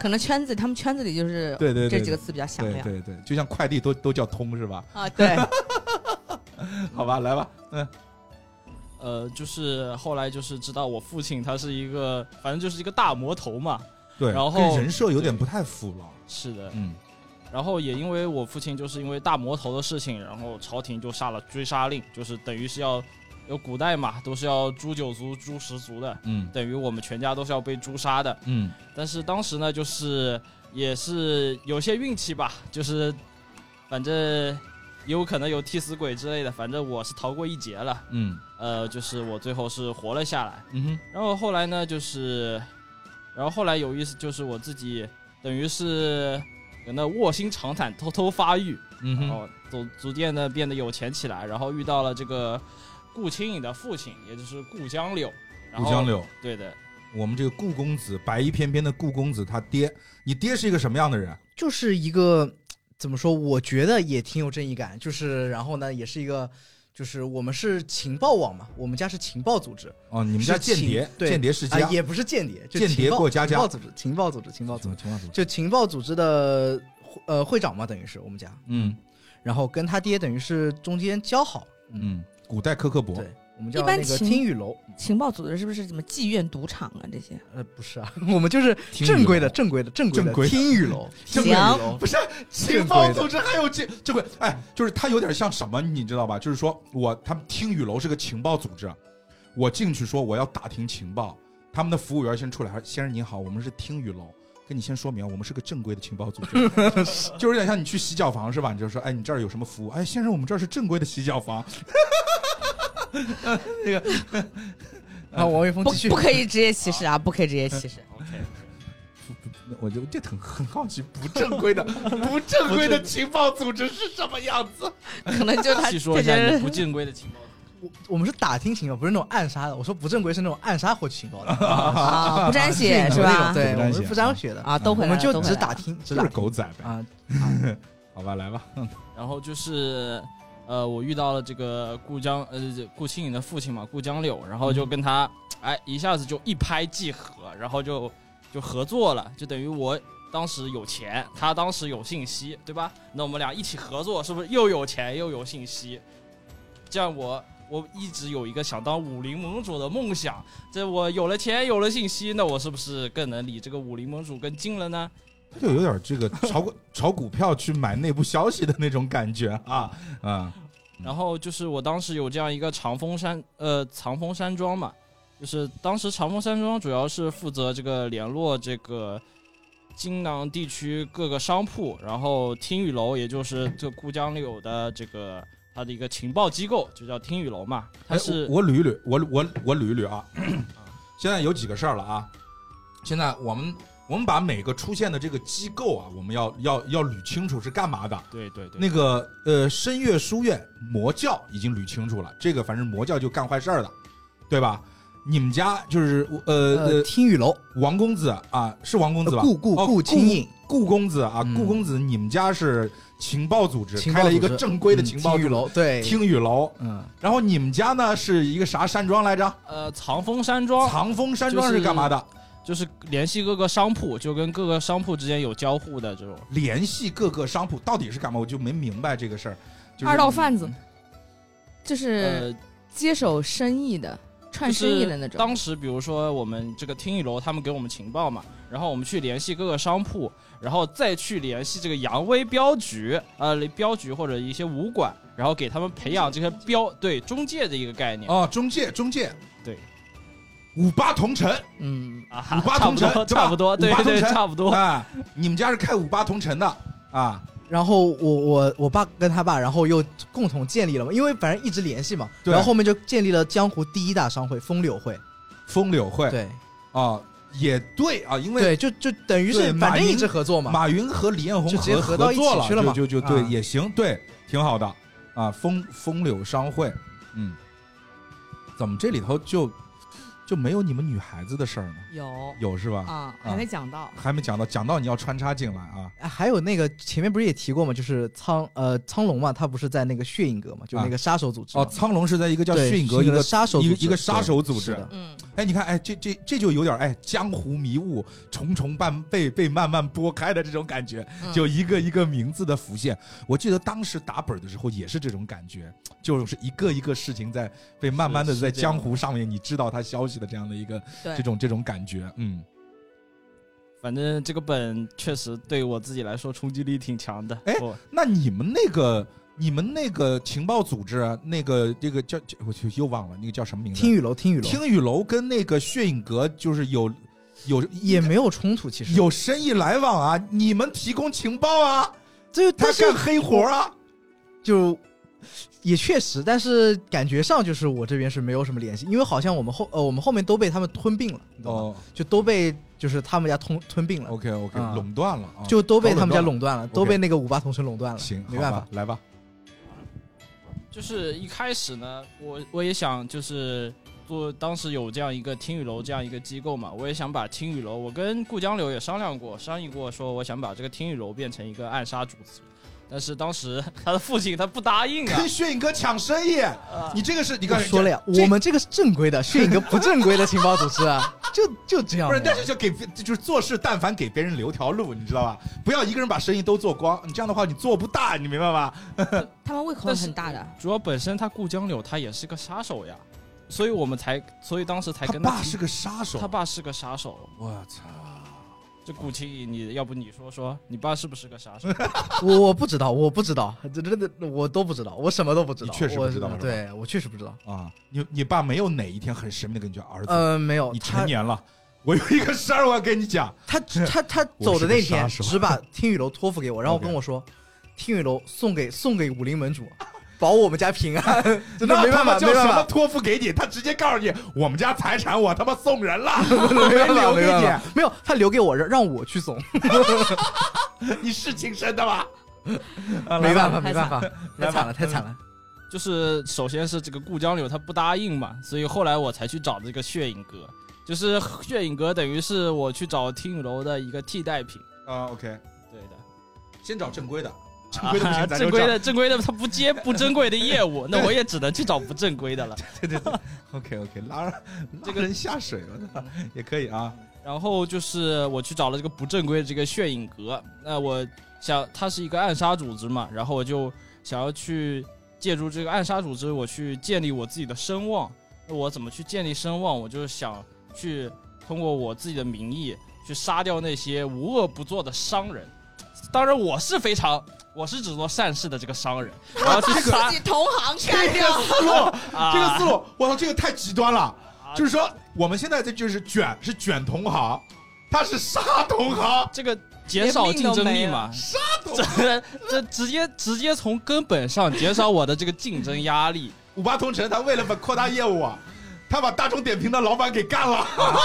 Speaker 6: 可能圈子他们圈子里就是
Speaker 3: 对对对，
Speaker 6: 这几
Speaker 3: 对
Speaker 6: 个词比较响
Speaker 3: 对
Speaker 6: 亮
Speaker 3: 对对，就像快递都都叫通是吧？
Speaker 6: 啊，对，
Speaker 3: 好吧，来吧，嗯，
Speaker 5: 呃，就是后来就是知道我父亲他是一个，反正就是一个大魔头嘛，
Speaker 3: 对
Speaker 5: 然后
Speaker 3: 跟人设有点不太符了，
Speaker 5: 是的，
Speaker 3: 嗯，
Speaker 5: 然后也因为我父亲就是因为大魔头的事情，然后朝廷就下了追杀令，就是等于是要有古代嘛，都是要诛九族、诛十族的，
Speaker 3: 嗯
Speaker 5: 等于我们全家都是要被诛杀的。
Speaker 3: 嗯，
Speaker 5: 但是当时呢，就是也是有些运气吧，就是反正也有可能有替死鬼之类的，反正我是逃过一劫了。
Speaker 3: 嗯
Speaker 5: 呃，就是我最后是活了下来。
Speaker 3: 嗯哼，
Speaker 5: 然后后来呢，就是，然后后来有意思，就是我自己等于是有那卧薪尝胆，偷偷发育，
Speaker 3: 嗯
Speaker 5: 然，后逐逐渐的变得有钱起来，然后遇到了这个顾清影的父亲，也就是顾江柳。然
Speaker 3: 顾
Speaker 5: 后
Speaker 3: 江，柳，
Speaker 5: 对的，
Speaker 3: 我们这个顾公子，白衣翩翩的顾公子，他爹，你爹是一个什么样的人？
Speaker 4: 就是一个怎么说？我觉得也挺有正义感，就是然后呢，也是一个。就是我们是情报网嘛，我们家是情报组织
Speaker 3: 哦，你们家
Speaker 4: 是
Speaker 3: 间
Speaker 4: 情
Speaker 3: 谍，
Speaker 4: 对
Speaker 3: 间谍世
Speaker 4: 啊、
Speaker 3: 家，
Speaker 4: 也不是间谍，就
Speaker 3: 间谍
Speaker 4: 情报
Speaker 3: 过家家
Speaker 4: 情报组织，情报组织，情报
Speaker 3: 怎
Speaker 4: 组织
Speaker 3: 么，情况怎么？
Speaker 4: 就情报组织的呃会长嘛，等于是我们家，
Speaker 3: 嗯
Speaker 4: 然后跟他爹等于是中间交好，
Speaker 3: 嗯，古代柯克勃，
Speaker 4: 对，我们叫
Speaker 6: 一般
Speaker 4: 那个
Speaker 6: 情
Speaker 4: 听雨楼。
Speaker 6: 情报组织是不是什么妓院、赌场啊这些？
Speaker 4: 呃，不是啊， 我们就是
Speaker 3: 听雨
Speaker 4: 正规的、
Speaker 3: 楼
Speaker 4: 正规的、正规
Speaker 3: 正
Speaker 4: 的
Speaker 3: 规的
Speaker 4: 听雨楼。
Speaker 6: 行
Speaker 4: 听雨楼
Speaker 3: 不是情报组织还有这这个，哎，就是他有点像什么，你知道吧？就是说我他们听雨楼是个情报组织，啊我进去说我要打听情报，他们的服务员先出来，先生您好，我们是听雨楼。跟你先说明，我们是个正规的情报组 织，就是有点像你去洗脚房是吧？你就说，哎，你这儿有什么服务？哎，先生，我们这儿是正规的洗脚房，
Speaker 4: 啊，王岳峰
Speaker 6: 不
Speaker 4: 继续
Speaker 6: 不。可以职业歧视啊！不可以职业歧视。
Speaker 5: OK，
Speaker 3: 我就这很很好奇，不正规 的不正规的情报组织是什么样子？
Speaker 6: 可能就他
Speaker 5: 细说
Speaker 6: 他
Speaker 5: 一下
Speaker 6: 觉
Speaker 5: 你
Speaker 6: 得
Speaker 5: 的不正规的情报。
Speaker 4: 我我们是打听情报，不是那种暗杀的。我说不正规是那种暗杀获取 情报的，
Speaker 6: 啊不沾血
Speaker 4: 那种
Speaker 6: 是吧？
Speaker 4: 对，
Speaker 3: 不
Speaker 4: 我
Speaker 3: 沾
Speaker 4: 们
Speaker 3: 血
Speaker 4: 是不沾血的，
Speaker 6: 啊，都回
Speaker 4: 我们
Speaker 6: 来了，
Speaker 4: 就
Speaker 6: 都回
Speaker 4: 只
Speaker 6: 来了
Speaker 4: 打听，只
Speaker 3: 就是
Speaker 4: 打
Speaker 3: 狗仔呗，
Speaker 4: 啊，
Speaker 3: 好吧，来吧，
Speaker 5: 然后就是，呃，我遇到了这个顾江，呃，顾青颖的父亲嘛，顾江柳，然后就跟他，哎，一下子就一拍即合，然后就哎就合作了，就等于我当时有钱，他当时有信息，对吧？那我们俩一起合作，是不是又有钱又有信息？这样我我一直有一个想当武林盟主的梦想，这我有了钱有了信息，那我是不是更能离这个武林盟主更近了呢？
Speaker 3: 就有点这个炒股炒股票去买内部消息的那种感觉啊啊！
Speaker 5: 然后就是我当时有这样一个长风山，呃，长风山庄嘛，就是当时长风山庄主要是负责这个联络这个京囊地区各个商铺，然后听雨楼，也就是这个顾江柳的这个它的一个情报机构，就叫听雨楼嘛，它
Speaker 3: 哎
Speaker 5: 是、
Speaker 3: 我我捋一捋，我我我捋一捋啊！ 现在有几个事儿了啊？现在我们我们把每个出现的这个机构啊，我们要要要捋清楚是干嘛的。
Speaker 5: 对对对，
Speaker 3: 那个呃，深月书院魔教已经捋清楚了，这个反正魔教就干坏事儿的，对吧？你们家就是呃
Speaker 4: 呃，
Speaker 3: 呃，
Speaker 4: 听雨楼，
Speaker 3: 王公子啊，是王公子吧？
Speaker 4: 顾顾
Speaker 3: 哦
Speaker 4: 顾清影，
Speaker 3: 顾公子啊，
Speaker 4: 嗯
Speaker 3: 顾公子，你们家是情报组织，
Speaker 4: 情报
Speaker 3: 开了一
Speaker 4: 组
Speaker 3: 个
Speaker 4: 织
Speaker 3: 正规的
Speaker 4: 嗯
Speaker 3: 情报
Speaker 4: 听
Speaker 3: 组
Speaker 4: 雨楼，对，
Speaker 3: 听雨楼。
Speaker 4: 嗯，
Speaker 3: 然后你们家呢是一个啥山庄来着？
Speaker 5: 呃，长风山庄
Speaker 3: 藏风山庄是干嘛的？
Speaker 5: 就是联系各个商铺，就跟各个商铺之间有交互的这种。
Speaker 3: 联系各个商铺到底是干嘛？我就没明白这个事儿。就是
Speaker 6: 二道贩子，就是
Speaker 5: 呃，
Speaker 6: 接手生意的、串
Speaker 5: 就是
Speaker 6: 生意的那种。
Speaker 5: 当时比如说我们这个听雨楼，他们给我们情报嘛，然后我们去联系各个商铺，然后再去联系这个扬威镖局，呃，镖局或者一些武馆，然后给他们培养这些镖对中介的一个概念。
Speaker 3: 哦，中介中介，
Speaker 5: 对，
Speaker 3: 五八同城，
Speaker 6: 嗯，
Speaker 5: 啊，
Speaker 3: 五八
Speaker 5: 差
Speaker 3: 同
Speaker 5: 不
Speaker 3: 城对吧
Speaker 5: 多，差不多，对
Speaker 3: 五八同
Speaker 5: 对，
Speaker 3: 城
Speaker 5: 差不多。
Speaker 3: 啊，你们家是开五八同城的啊？
Speaker 4: 然后我我我爸跟他爸，然后又共同建立了嘛，因为反正一直联系嘛，
Speaker 3: 对
Speaker 4: 然后后面就建立了江湖第一大商会风柳会，
Speaker 3: 风柳会
Speaker 4: 对
Speaker 3: 啊，也对啊，因为
Speaker 4: 对，就就等于
Speaker 3: 对
Speaker 4: 是
Speaker 3: 马
Speaker 4: 反正一
Speaker 3: 云
Speaker 4: 直合作嘛，
Speaker 3: 马云和李彦宏
Speaker 4: 就直接
Speaker 3: 合
Speaker 4: 合到一起
Speaker 3: 作了，
Speaker 4: 去了嘛
Speaker 3: 就就就对、
Speaker 4: 啊
Speaker 3: 也行，对，挺好的啊。风风柳商会，嗯，怎么这里头就就没有你们女孩子的事儿呢？
Speaker 6: 有
Speaker 3: 有是吧？
Speaker 6: 啊，还没讲到。
Speaker 3: 还没讲到，讲到你要穿插进来啊。
Speaker 4: 啊还有那个前面不是也提过嘛，就是苍呃苍龙嘛，他不是在那个血影阁嘛，就那个杀手组织嘛
Speaker 3: 哦，苍龙是在一个叫
Speaker 4: 对
Speaker 3: 血影阁一
Speaker 4: 是
Speaker 3: 个
Speaker 4: 杀手
Speaker 3: 一个
Speaker 4: 组织
Speaker 3: 一个杀手组织
Speaker 4: 对是的
Speaker 6: 嗯，
Speaker 3: 哎，你看，哎，这这这就有点哎江湖迷雾重重半被被慢慢拨开的这种感觉，
Speaker 6: 嗯
Speaker 3: 就一个一个名字的浮现。我记得当时打本儿的时候也是这种感觉，就是一个一个事情在被慢慢的
Speaker 5: 是是
Speaker 3: 在
Speaker 5: 这样
Speaker 3: 江湖上面你知道他消息的这样的一个
Speaker 6: 对
Speaker 3: 这种这种感觉，嗯。
Speaker 5: 反正这个本确实对我自己来说冲击力挺强的。
Speaker 3: 哎
Speaker 5: 我
Speaker 3: 那你们那个你们那个情报组织啊那个这个叫叫我就又忘了那个叫什么名字？
Speaker 4: 听雨楼听雨楼
Speaker 3: 听雨楼跟那个血影阁就是有有
Speaker 4: 也没有冲突，其实
Speaker 3: 有生意来往啊，你们提供情报啊，
Speaker 4: 就
Speaker 3: 他
Speaker 4: 但是
Speaker 3: 干黑活啊，
Speaker 4: 就也确实，但是感觉上就是我这边是没有什么联系，因为好像我们后呃我们后面都被他们吞并了，你懂
Speaker 3: 哦
Speaker 4: 吗？就都被就是他们家吞吞并了，
Speaker 3: ，OK OK，
Speaker 4: 啊
Speaker 3: 垄断了啊，
Speaker 4: 就都被他们家
Speaker 3: 搞
Speaker 4: 垄断了，都被那个五八同城垄断了，
Speaker 3: 哦行，
Speaker 4: 没
Speaker 3: 好
Speaker 4: 办
Speaker 3: 吧
Speaker 4: 法，
Speaker 3: 来吧，
Speaker 5: 就是一开始呢，我我也想就是做，当时有这样一个听雨楼这样一个机构嘛，我也想把听雨楼，我跟顾江柳也商量过，商议过说我想把这个听雨楼变成一个暗杀组织，但是当时 他的父亲他不答应 啊
Speaker 3: 跟，血影哥抢生意，你这个是你
Speaker 4: 我
Speaker 3: 刚才
Speaker 4: 说了呀，
Speaker 3: 这
Speaker 4: 我们这个是正规的，是一个不正规的情报组织 啊，就就这样
Speaker 3: 不
Speaker 4: 的
Speaker 3: 是
Speaker 4: 呀。，
Speaker 3: 但是就给就是做事，但凡给别人留条路，你知道吧？不要一个人把生意都做光，你这样的话你做不大，你明白吧？
Speaker 6: 他们胃口
Speaker 5: 但是
Speaker 6: 很大的，
Speaker 5: 主要本身他顾江柳他也是个杀手呀，所以我们才，所以当时才
Speaker 3: 他
Speaker 5: 跟
Speaker 3: 爸
Speaker 5: 提
Speaker 3: 是个杀手，
Speaker 5: 他，爸是个杀手。
Speaker 3: 我操，
Speaker 5: 这古奇，你要不你说说，你爸是不是个杀手？
Speaker 4: 我我不知道，我不知道，这真的我都不知道，我什么都不知道，
Speaker 3: 你确实不知道
Speaker 4: 我
Speaker 3: 是吧
Speaker 4: 对我确实不知道。
Speaker 3: 啊！你你爸没有哪一天很神秘的跟你讲，儿子，
Speaker 4: 呃，没有，
Speaker 3: 你
Speaker 4: 他
Speaker 3: 成年了，我有一个事 儿我要跟你讲。
Speaker 4: 他他他
Speaker 3: 我
Speaker 4: 走
Speaker 3: 是
Speaker 4: 的
Speaker 3: 个
Speaker 4: 那
Speaker 3: 杀
Speaker 4: 天，
Speaker 3: 手啊
Speaker 4: 只把听雨楼托付给我，然后
Speaker 3: OK
Speaker 4: 跟我说，听雨楼送给送给武林盟主，保我们家平安。 真的没
Speaker 3: 那他
Speaker 4: 办法，
Speaker 3: 妈叫
Speaker 4: 没办
Speaker 3: 什么
Speaker 4: 法，
Speaker 3: 托付给你？他直接告诉你，我们家财产我他妈送人了， 我
Speaker 4: 没
Speaker 3: 没
Speaker 4: 办法，
Speaker 3: 留
Speaker 4: 没办
Speaker 3: 给啊
Speaker 4: 法，没有，他留给我，让让我去送，
Speaker 3: 你，你是亲生的吧？
Speaker 4: 没办法，
Speaker 6: 太
Speaker 4: 没办法，太
Speaker 3: 啊来吧嗯
Speaker 4: 惨了，太惨了。
Speaker 5: 就是首先是这个顾江柳他不答应嘛，所以后来我才去找这个血影阁，就是血影阁等于是我去找听雨楼的一个替代品。
Speaker 3: 啊，OK，
Speaker 5: 对的，
Speaker 3: 先找正规的，正规的不
Speaker 5: 啊
Speaker 3: 行，咱就
Speaker 5: 正规的正规的他不接不正规的业务，那我也只能去找不正规的了。
Speaker 3: 找，对对对，OK OK，拉 拉
Speaker 5: 这
Speaker 3: 这
Speaker 5: 个
Speaker 3: 个人下水了，我操
Speaker 6: 嗯
Speaker 3: 也可以啊。
Speaker 5: 然后就是我去找了这个不正规的这个血影阁，那我想它是一个暗杀组织嘛，然后我就想要去借助这个暗杀组织，我去建立我自己的声望。那我怎么去建立声望？我就是想去通过我自己的名义去杀掉那些无恶不作的商人。当然，我是非常，我是只做善事的这个商人，我要去杀
Speaker 6: 自己同行干
Speaker 3: 这个
Speaker 6: 掉，
Speaker 3: 思路，
Speaker 5: 啊
Speaker 3: 这个思路，我操，这个太极端了。
Speaker 6: 啊
Speaker 3: 就是说，我们现在这就是卷，是卷同行，他是杀同行，
Speaker 5: 这个减少竞争力嘛，杀
Speaker 3: 都
Speaker 5: 这这直接直接从根本上减少我的这个竞争压力。
Speaker 3: 五八同城，他为了把扩大业务啊，他把大众点评的老板给干了，
Speaker 6: 啊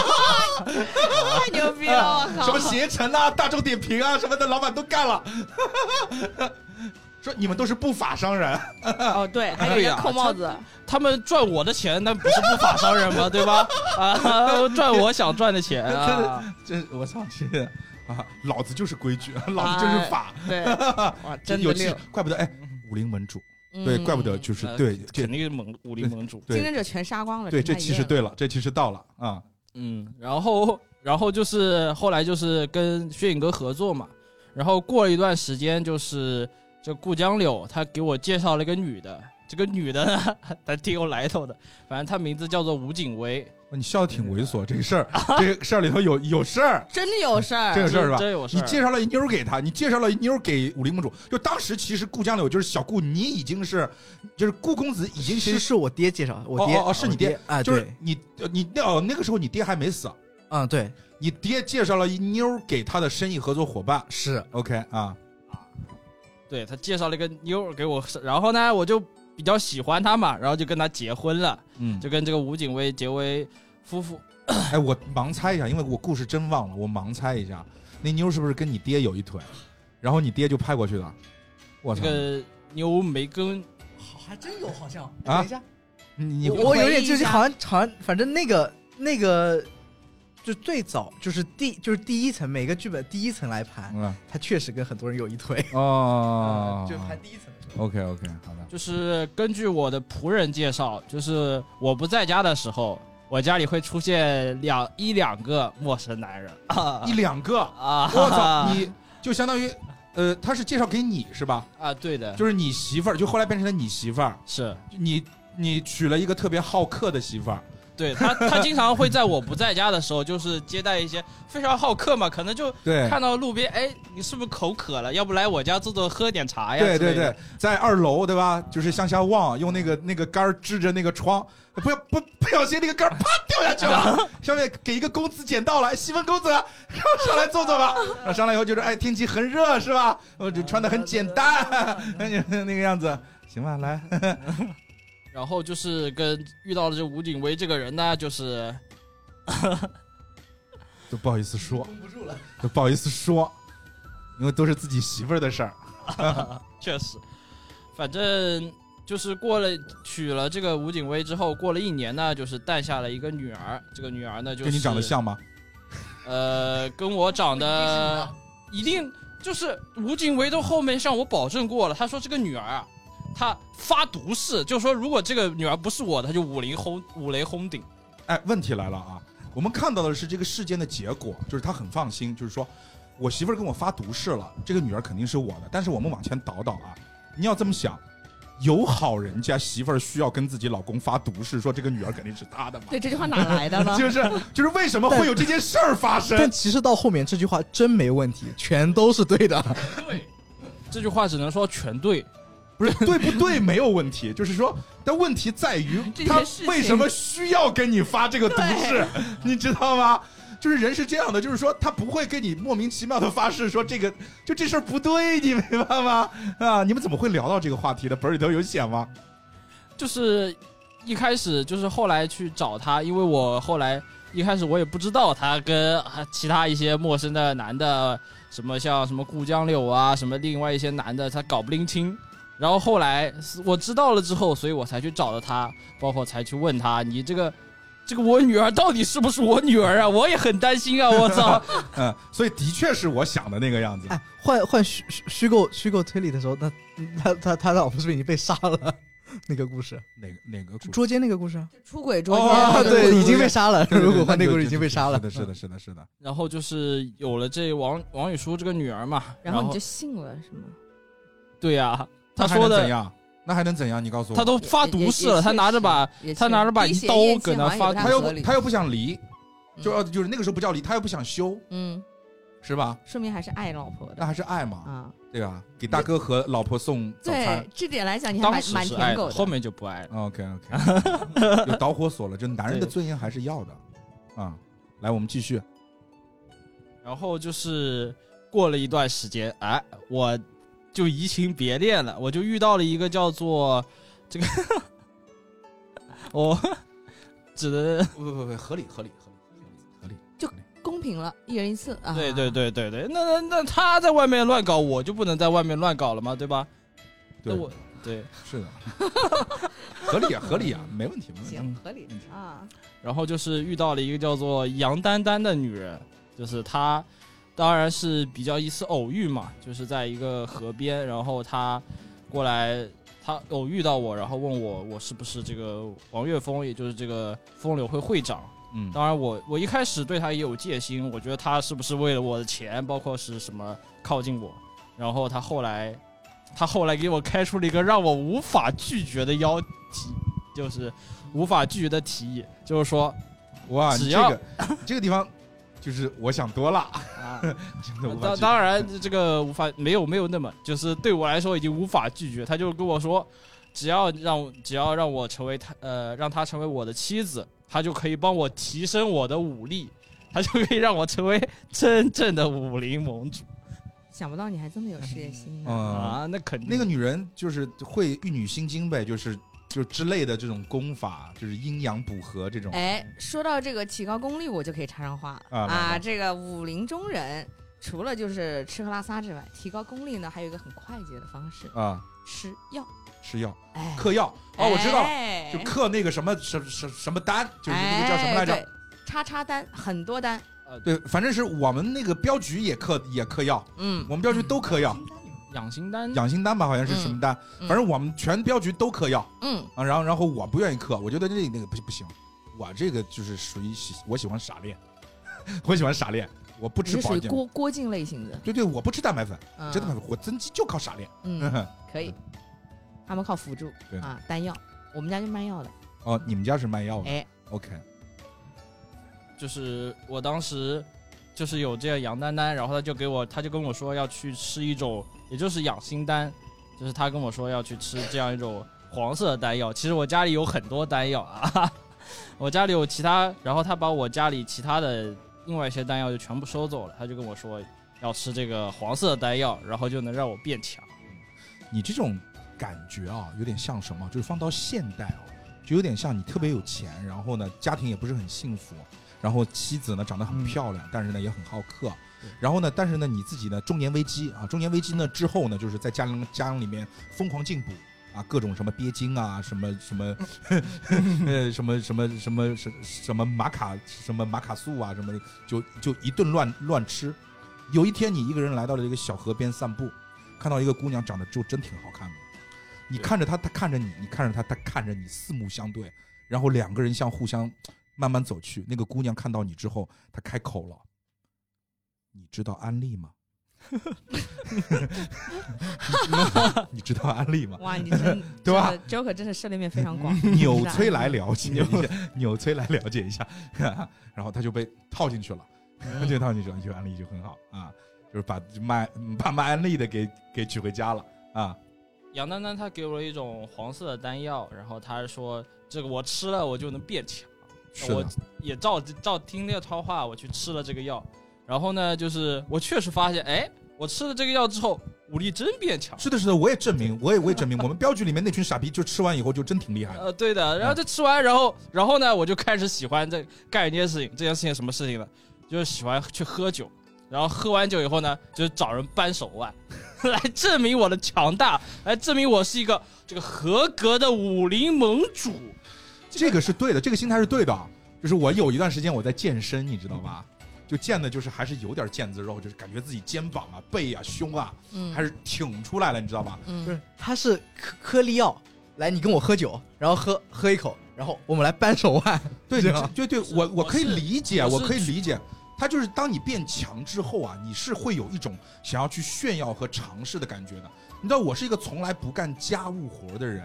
Speaker 6: 太牛逼了！我
Speaker 3: 什么
Speaker 6: 靠，
Speaker 3: 携程啊、大众点评啊什么的，老板都干了。 说你们都是不法商人，
Speaker 6: 哦对，还有一
Speaker 5: 哎
Speaker 6: 个
Speaker 5: 呀
Speaker 6: 扣帽子，
Speaker 5: 他们赚我的钱，那不是不法商人 吗？对吧？啊，赚我想赚的钱啊！
Speaker 3: 这我操，这啊，老子就是规矩，老子就是法，
Speaker 6: 对，哇，
Speaker 3: 这
Speaker 6: 哎真的
Speaker 3: 有气
Speaker 6: 六，，
Speaker 3: 怪不得哎，武林盟主，
Speaker 4: 嗯
Speaker 3: 对，怪不得就
Speaker 6: 就
Speaker 3: 是
Speaker 5: 呃
Speaker 3: 对这
Speaker 5: 肯定是盟武林盟主。
Speaker 6: 竞
Speaker 3: 对
Speaker 6: 争嗯者全杀光了，
Speaker 3: 对，
Speaker 6: 真
Speaker 3: 这
Speaker 6: 太
Speaker 3: 期
Speaker 6: 厌
Speaker 3: 是
Speaker 6: 了，
Speaker 3: 对了，这期是到了啊，
Speaker 5: 嗯，然后然后就是后来就是跟薛影哥合作嘛，然后过了一段时间，就是这顾江柳他给我介绍了一个女的，这个女的呢， 她挺有来头的，反正她名字叫做吴景薇，
Speaker 3: 你笑的挺猥琐，这个事 儿，这个事儿里头有有事儿，
Speaker 6: 真的有事
Speaker 3: 这
Speaker 6: 儿
Speaker 3: 个，事儿是吧？
Speaker 5: 真有事
Speaker 3: 你
Speaker 5: 儿。
Speaker 3: 介绍了一妞儿给他，你介绍了一妞儿给武林盟主。就当时其实顾江柳就是小顾，你已经是，就是顾公子已经其实
Speaker 4: 是
Speaker 3: 是
Speaker 4: 是我爹介绍，我爹
Speaker 3: 哦哦哦是你爹
Speaker 4: 我啊，
Speaker 3: 就是
Speaker 4: 对，
Speaker 3: 你呃你那哦那个时候你爹还没死，
Speaker 4: 嗯对，
Speaker 3: 你爹介绍了一妞儿给他的生意合作伙伴。
Speaker 4: 是
Speaker 3: OK 啊，
Speaker 5: 对他介绍了一个妞儿给我，然后呢，我就比较喜欢她嘛，然后就跟她结婚了，
Speaker 3: 嗯，
Speaker 5: 就跟这个吴景薇结为夫妇。
Speaker 3: 哎，我盲猜一下，因为我故事真忘了，我盲猜一下，那妞儿是不是跟你爹有一腿，然后你爹就派过去的？我
Speaker 5: 这
Speaker 3: 操，
Speaker 5: 个妞没跟
Speaker 4: 还真有好像，
Speaker 3: 啊
Speaker 4: 一下，
Speaker 3: 你你
Speaker 6: 我
Speaker 4: 我有
Speaker 6: 回
Speaker 4: 点
Speaker 6: 忆
Speaker 4: 就是
Speaker 6: 一下
Speaker 4: 好像好像，反正那个那个就最早就是第就是第一层每个剧本第一层来盘，
Speaker 3: 嗯
Speaker 4: 他确实跟很多人有一腿
Speaker 5: 呃
Speaker 3: 哦
Speaker 4: 就盘第一层的时候。
Speaker 3: ，OK OK，好的，
Speaker 5: 就是根据我的仆人介绍，就是我不在家的时候，我家里会出现两一两个陌生男人啊
Speaker 3: 一两 个。
Speaker 5: 啊！
Speaker 3: 我操，你就相当于，呃，他是介绍给你是吧？
Speaker 5: 啊，对的，
Speaker 3: 就是你媳妇儿，就后来变成了你媳妇儿，
Speaker 5: 是
Speaker 3: 就你你娶了一个特别好客的媳妇儿，
Speaker 5: 对他，他经常会在我不在家的时候，就是接待一些非常好客嘛，可能就
Speaker 3: 对
Speaker 5: 看到路边，哎，你是不是口渴了？要不来我家坐坐，喝点哎茶呀？
Speaker 3: 对
Speaker 5: 之类
Speaker 3: 对
Speaker 5: 的
Speaker 3: 对，，在二楼对吧？就是向下望，用那个那个杆儿支着那个窗，不要不不小心那个杆儿啪掉下去了，上面给一个公子捡到了，哎西门公子，上来坐坐吧。然后上来以后就是，哎，天气很热是吧？我就穿的很简单，那个样子，行吧，来，
Speaker 5: 然后就是跟遇到了这吴景薇这个人呢，就是
Speaker 3: 都不好意思说， 不住了，都不好意思说，因为都是自己媳妇儿的事儿。
Speaker 5: 确实，反正就是过了娶了这个吴景薇之后，过了一年呢，就是诞下了一个女儿。这个女儿呢，就是
Speaker 3: 跟你长得，像吗？
Speaker 5: 呃，跟我长得一定就是吴景薇都后面向我保证过了，她说这个女儿啊，她发毒誓，就说如果这个女儿不是我的，她就五雷轰五雷轰顶。
Speaker 3: 哎，问题来了啊！我们看到的是这个事件的结果，就是他很放心，就是说我媳妇儿跟我发毒誓了，这个女儿肯定是我的。但是我们往前倒倒啊，你要这么想，有好人家媳妇儿需要跟自己老公发毒誓，说这个女儿肯定是他的嘛？
Speaker 6: 对，这句话哪来的 呢？
Speaker 3: 就是就是为什么会有这件事儿发生？
Speaker 4: 但其实到后面这句话真没问题，全都是对的。
Speaker 5: 这句话只能说全对，
Speaker 3: 不是对不对没有问题，就是说，但问题在于
Speaker 6: 这件
Speaker 3: 他
Speaker 6: 事情
Speaker 3: 为什么需要跟你发这个毒誓，你知道吗？就是人是这样的，就是说他不会跟你莫名其妙的发誓说这个就这事儿不对，你明白吗？啊，你们怎么会聊到这个话题的？本儿里头有写吗？
Speaker 5: 就是一开始就是后来去找他，因为我后来一开始我也不知道他跟啊其他一些陌生的男的，什么像什么顾江柳啊，什么另外一些男的，他搞不拎清。然后后来是我知道了之后，所以我才去找了他，包括才去问他，你这个这个我女儿到底是不是我女儿啊？我也很担心啊！我操，
Speaker 3: 嗯，所以的确是我想的那个样子。
Speaker 4: 哎，换换虚虚虚构虚构推理的时候，那他他他老婆是不是已经被杀了？那个故事，
Speaker 3: 哪个哪个故事？
Speaker 4: 捉奸那个故事啊，
Speaker 6: 出轨捉奸、
Speaker 3: 哦
Speaker 4: 啊，
Speaker 3: 对
Speaker 4: 对，
Speaker 3: 对
Speaker 4: 已经被杀了。
Speaker 3: 对对对
Speaker 4: 如果换
Speaker 3: 对
Speaker 4: 那个故
Speaker 3: 对
Speaker 4: 事，已经被杀了。
Speaker 3: 是的，是的，是的，是的。
Speaker 5: 然后就是有了这王王宇舒这个女儿嘛，
Speaker 6: 然
Speaker 5: 然
Speaker 6: 后你就信了是吗？
Speaker 5: 对呀、他
Speaker 3: 那还能
Speaker 5: 说
Speaker 3: 怎
Speaker 5: 的
Speaker 3: 样？那还能怎样？你告诉我，
Speaker 5: 他都发毒誓了，
Speaker 6: 也
Speaker 5: 他拿着把，
Speaker 6: 也
Speaker 5: 他拿着把
Speaker 6: 滴血
Speaker 5: 刀
Speaker 6: 验
Speaker 5: 搁
Speaker 6: 亲
Speaker 5: 那
Speaker 6: 好像也
Speaker 5: 发
Speaker 6: 不太
Speaker 3: 他又
Speaker 6: 合
Speaker 3: 不
Speaker 6: 理
Speaker 3: 他又不想离，就
Speaker 6: 嗯
Speaker 3: 呃就是那个时候不叫离，他又不想休，
Speaker 6: 嗯，
Speaker 3: 是吧？
Speaker 6: 说明还是爱老婆
Speaker 3: 那
Speaker 6: 的
Speaker 3: 还是爱嘛，
Speaker 6: 啊。
Speaker 3: 对吧？给大哥和老婆送早餐
Speaker 6: 对。，这点来讲你还
Speaker 5: 当
Speaker 6: 蛮
Speaker 5: 时
Speaker 6: 蛮
Speaker 5: 是爱
Speaker 6: 舔狗
Speaker 5: 的，后面就不爱了。
Speaker 3: OK OK，有 导火索了，就男人的尊严还是要的啊。来，我们继续。
Speaker 5: 然后就是过了一段时间，哎，我就移情别恋了，我就遇到了一个叫做这个，我只能
Speaker 3: 不不不不，合理合理合理合理。
Speaker 6: 公平了，一人一次啊。
Speaker 5: 对对，对对对，那那那他在外面乱搞，我就不能在外面乱搞了吗？对吧？
Speaker 3: 对，
Speaker 5: 那我对，
Speaker 3: 是的，合理啊，合理啊，没问题，没问题。
Speaker 6: 行，合理
Speaker 3: 嗯
Speaker 6: 啊。
Speaker 5: 然后就是遇到了一个叫做杨丹丹的女人，就是她，当然是比较一次偶遇嘛，就是在一个河边，然后她过来，她偶遇到我，然后问我我是不是这个王岳峰，也就是这个风流会会长。
Speaker 3: 嗯，
Speaker 5: 当然我我一开始对她也有戒心，我觉得她是不是为了我的钱，包括是什么靠近我，然后她后来，她后来给我开出了一个让我无法拒绝的邀提，就是无法拒绝的提议，就是说。
Speaker 3: 哇，你
Speaker 5: 只
Speaker 3: 这
Speaker 5: 要
Speaker 3: 个这个地方，就是 我想多了，
Speaker 5: 啊，
Speaker 3: 真的无法
Speaker 5: 当
Speaker 3: 拒绝
Speaker 5: 当然这个无法没有没有那么，就是对我来说已经无法拒绝。他就跟我说，只要让只要让我成为他呃让他成为我的妻子，他就可以帮我提升我的武力，他就可以让我成为真正的武林盟主
Speaker 6: 想不到你还这么有事业心呢。
Speaker 3: 嗯，
Speaker 5: 啊！那肯定
Speaker 3: 那个女人就是会玉女心经呗，就是就之类的这种功法，就是阴阳补合这种。
Speaker 6: 哎，说到这个提高功力，我就可以插上话
Speaker 3: 啊来吧
Speaker 6: 这个武林中人除了就是吃喝拉撒之外，提高功力呢，还有一个很快捷的方式，
Speaker 3: 啊，
Speaker 6: 吃药。
Speaker 3: 吃药
Speaker 6: 哎，
Speaker 3: 嗑药哦，我知道了，
Speaker 6: 哎
Speaker 3: 就嗑那个什么什什什么丹，就是那个叫什么来
Speaker 6: 哎
Speaker 3: 着？
Speaker 6: 对叉叉丹，很多丹，
Speaker 3: 对，反正是我们那个镖局也嗑也嗑药，
Speaker 6: 嗯
Speaker 3: 我，们镖局都嗑药，
Speaker 5: 养心丹
Speaker 3: 养心丹吧，好像是什么丹，
Speaker 6: 嗯
Speaker 3: 反正我们全镖局都嗑药
Speaker 6: 嗯，
Speaker 3: 啊。然后然后我不愿意嗑，我觉得这那个不不行，我这个就是属于喜我喜欢傻练， 我喜欢傻练，我不
Speaker 6: 你
Speaker 3: 吃
Speaker 6: 是属
Speaker 3: 保
Speaker 6: 于
Speaker 3: 健。
Speaker 6: 郭郭靖类型的，
Speaker 3: 对对，我不吃蛋白粉，
Speaker 6: 嗯
Speaker 3: 真的蛋白粉，我增肌就靠傻练。
Speaker 6: 嗯，可以，他们靠辅助
Speaker 3: 对的
Speaker 6: 啊，丹药，我们家就卖药的，
Speaker 3: 哦，你们家是卖药的、
Speaker 6: 哎，
Speaker 3: o k
Speaker 5: 就是我当时就是有这个杨丹丹，然后他就给我，他就跟我说要去吃一种，也就是养心丹，就是他跟我说要去吃这样一种黄色的丹药。其实我家里有很多丹药啊， 我家里有其他，然后他把我家里其他的另外一些丹药就全部收走了，他就跟我说要吃这个黄色的丹药，然后就能让我变强。
Speaker 3: 你这种感觉啊，有点像什么？就是放到现代哦，就有点像你特别有钱，然后呢，家庭也不是很幸福，然后妻子呢长得很
Speaker 4: 嗯
Speaker 3: 漂亮，但是呢也很好客
Speaker 5: 对。
Speaker 3: 然后呢，但是呢，你自己呢，中年危机啊，中年危机呢之后呢，就是在家里家里面疯狂进补啊，各种什么鳖精啊，什么什么，呃，什么什么什么什什么玛卡什么玛卡素啊，什么就就一顿乱乱吃。有一天，你一个人来到了一个小河边散步，看到一个姑娘长得就真挺好看的，你看着她，她看着你，你看着她，她看着你，四目相对，然后两个人像互相慢慢走去。那个姑娘看到你之后，她开口了：“你知道安利吗？” 你知道 安利吗？
Speaker 6: 哇， 你真
Speaker 3: 对吧
Speaker 6: 真的？Joker 真的涉猎面非 常广，
Speaker 3: 纽崔莱了解一下，纽崔莱了解一下，然后他就被套进去了，就套进去了，就安利就很好啊，就是把卖把卖安利的给给娶回家了啊，
Speaker 5: 杨丹丹她给我了一种黄色的丹药，然后她说这个我吃了我就能变强，
Speaker 3: 是的
Speaker 5: 我也照照听廖超话，我去吃了这个药，然后呢，就是我确实发现，哎，我吃了这个药之后，武力真变强。
Speaker 3: 是的，是的，我也证明，我也我也证明，我们镖局里面那群傻逼就吃完以后就真挺厉害的，
Speaker 5: 呃，对的，然后就吃完，然后，然后呢，我就开始喜欢这干一件事情，这件事情什么事情呢？就是喜欢去喝酒，然后喝完酒以后呢，就是找人扳手腕， 来证明我的强大，来证明我是一个这个合格的武林盟主。
Speaker 3: 这个是对的，这个心态是对的，就是我有一段时间我在健身，你知道吧？就健的就是还是有点腱子肉，就是感觉自己肩膀啊、背啊、胸啊
Speaker 6: 嗯
Speaker 3: 还是挺出来了，你知道吧？
Speaker 4: 不
Speaker 6: 嗯，
Speaker 4: 是，它是颗颗粒药，来你跟我喝酒，然后喝喝一口，然后我们来扳手腕，
Speaker 3: 对，
Speaker 4: 这
Speaker 3: 你
Speaker 4: 样
Speaker 3: 对对，
Speaker 5: 是啊
Speaker 3: 我我
Speaker 5: 我
Speaker 3: 可以
Speaker 5: 是
Speaker 3: 理解，啊
Speaker 5: 我
Speaker 3: 我
Speaker 5: 是
Speaker 3: 可以理解。他就是当你变强之后啊，你是会有一种想要去炫耀和尝试的感觉的。你知道，我是一个从来不干家务活的人，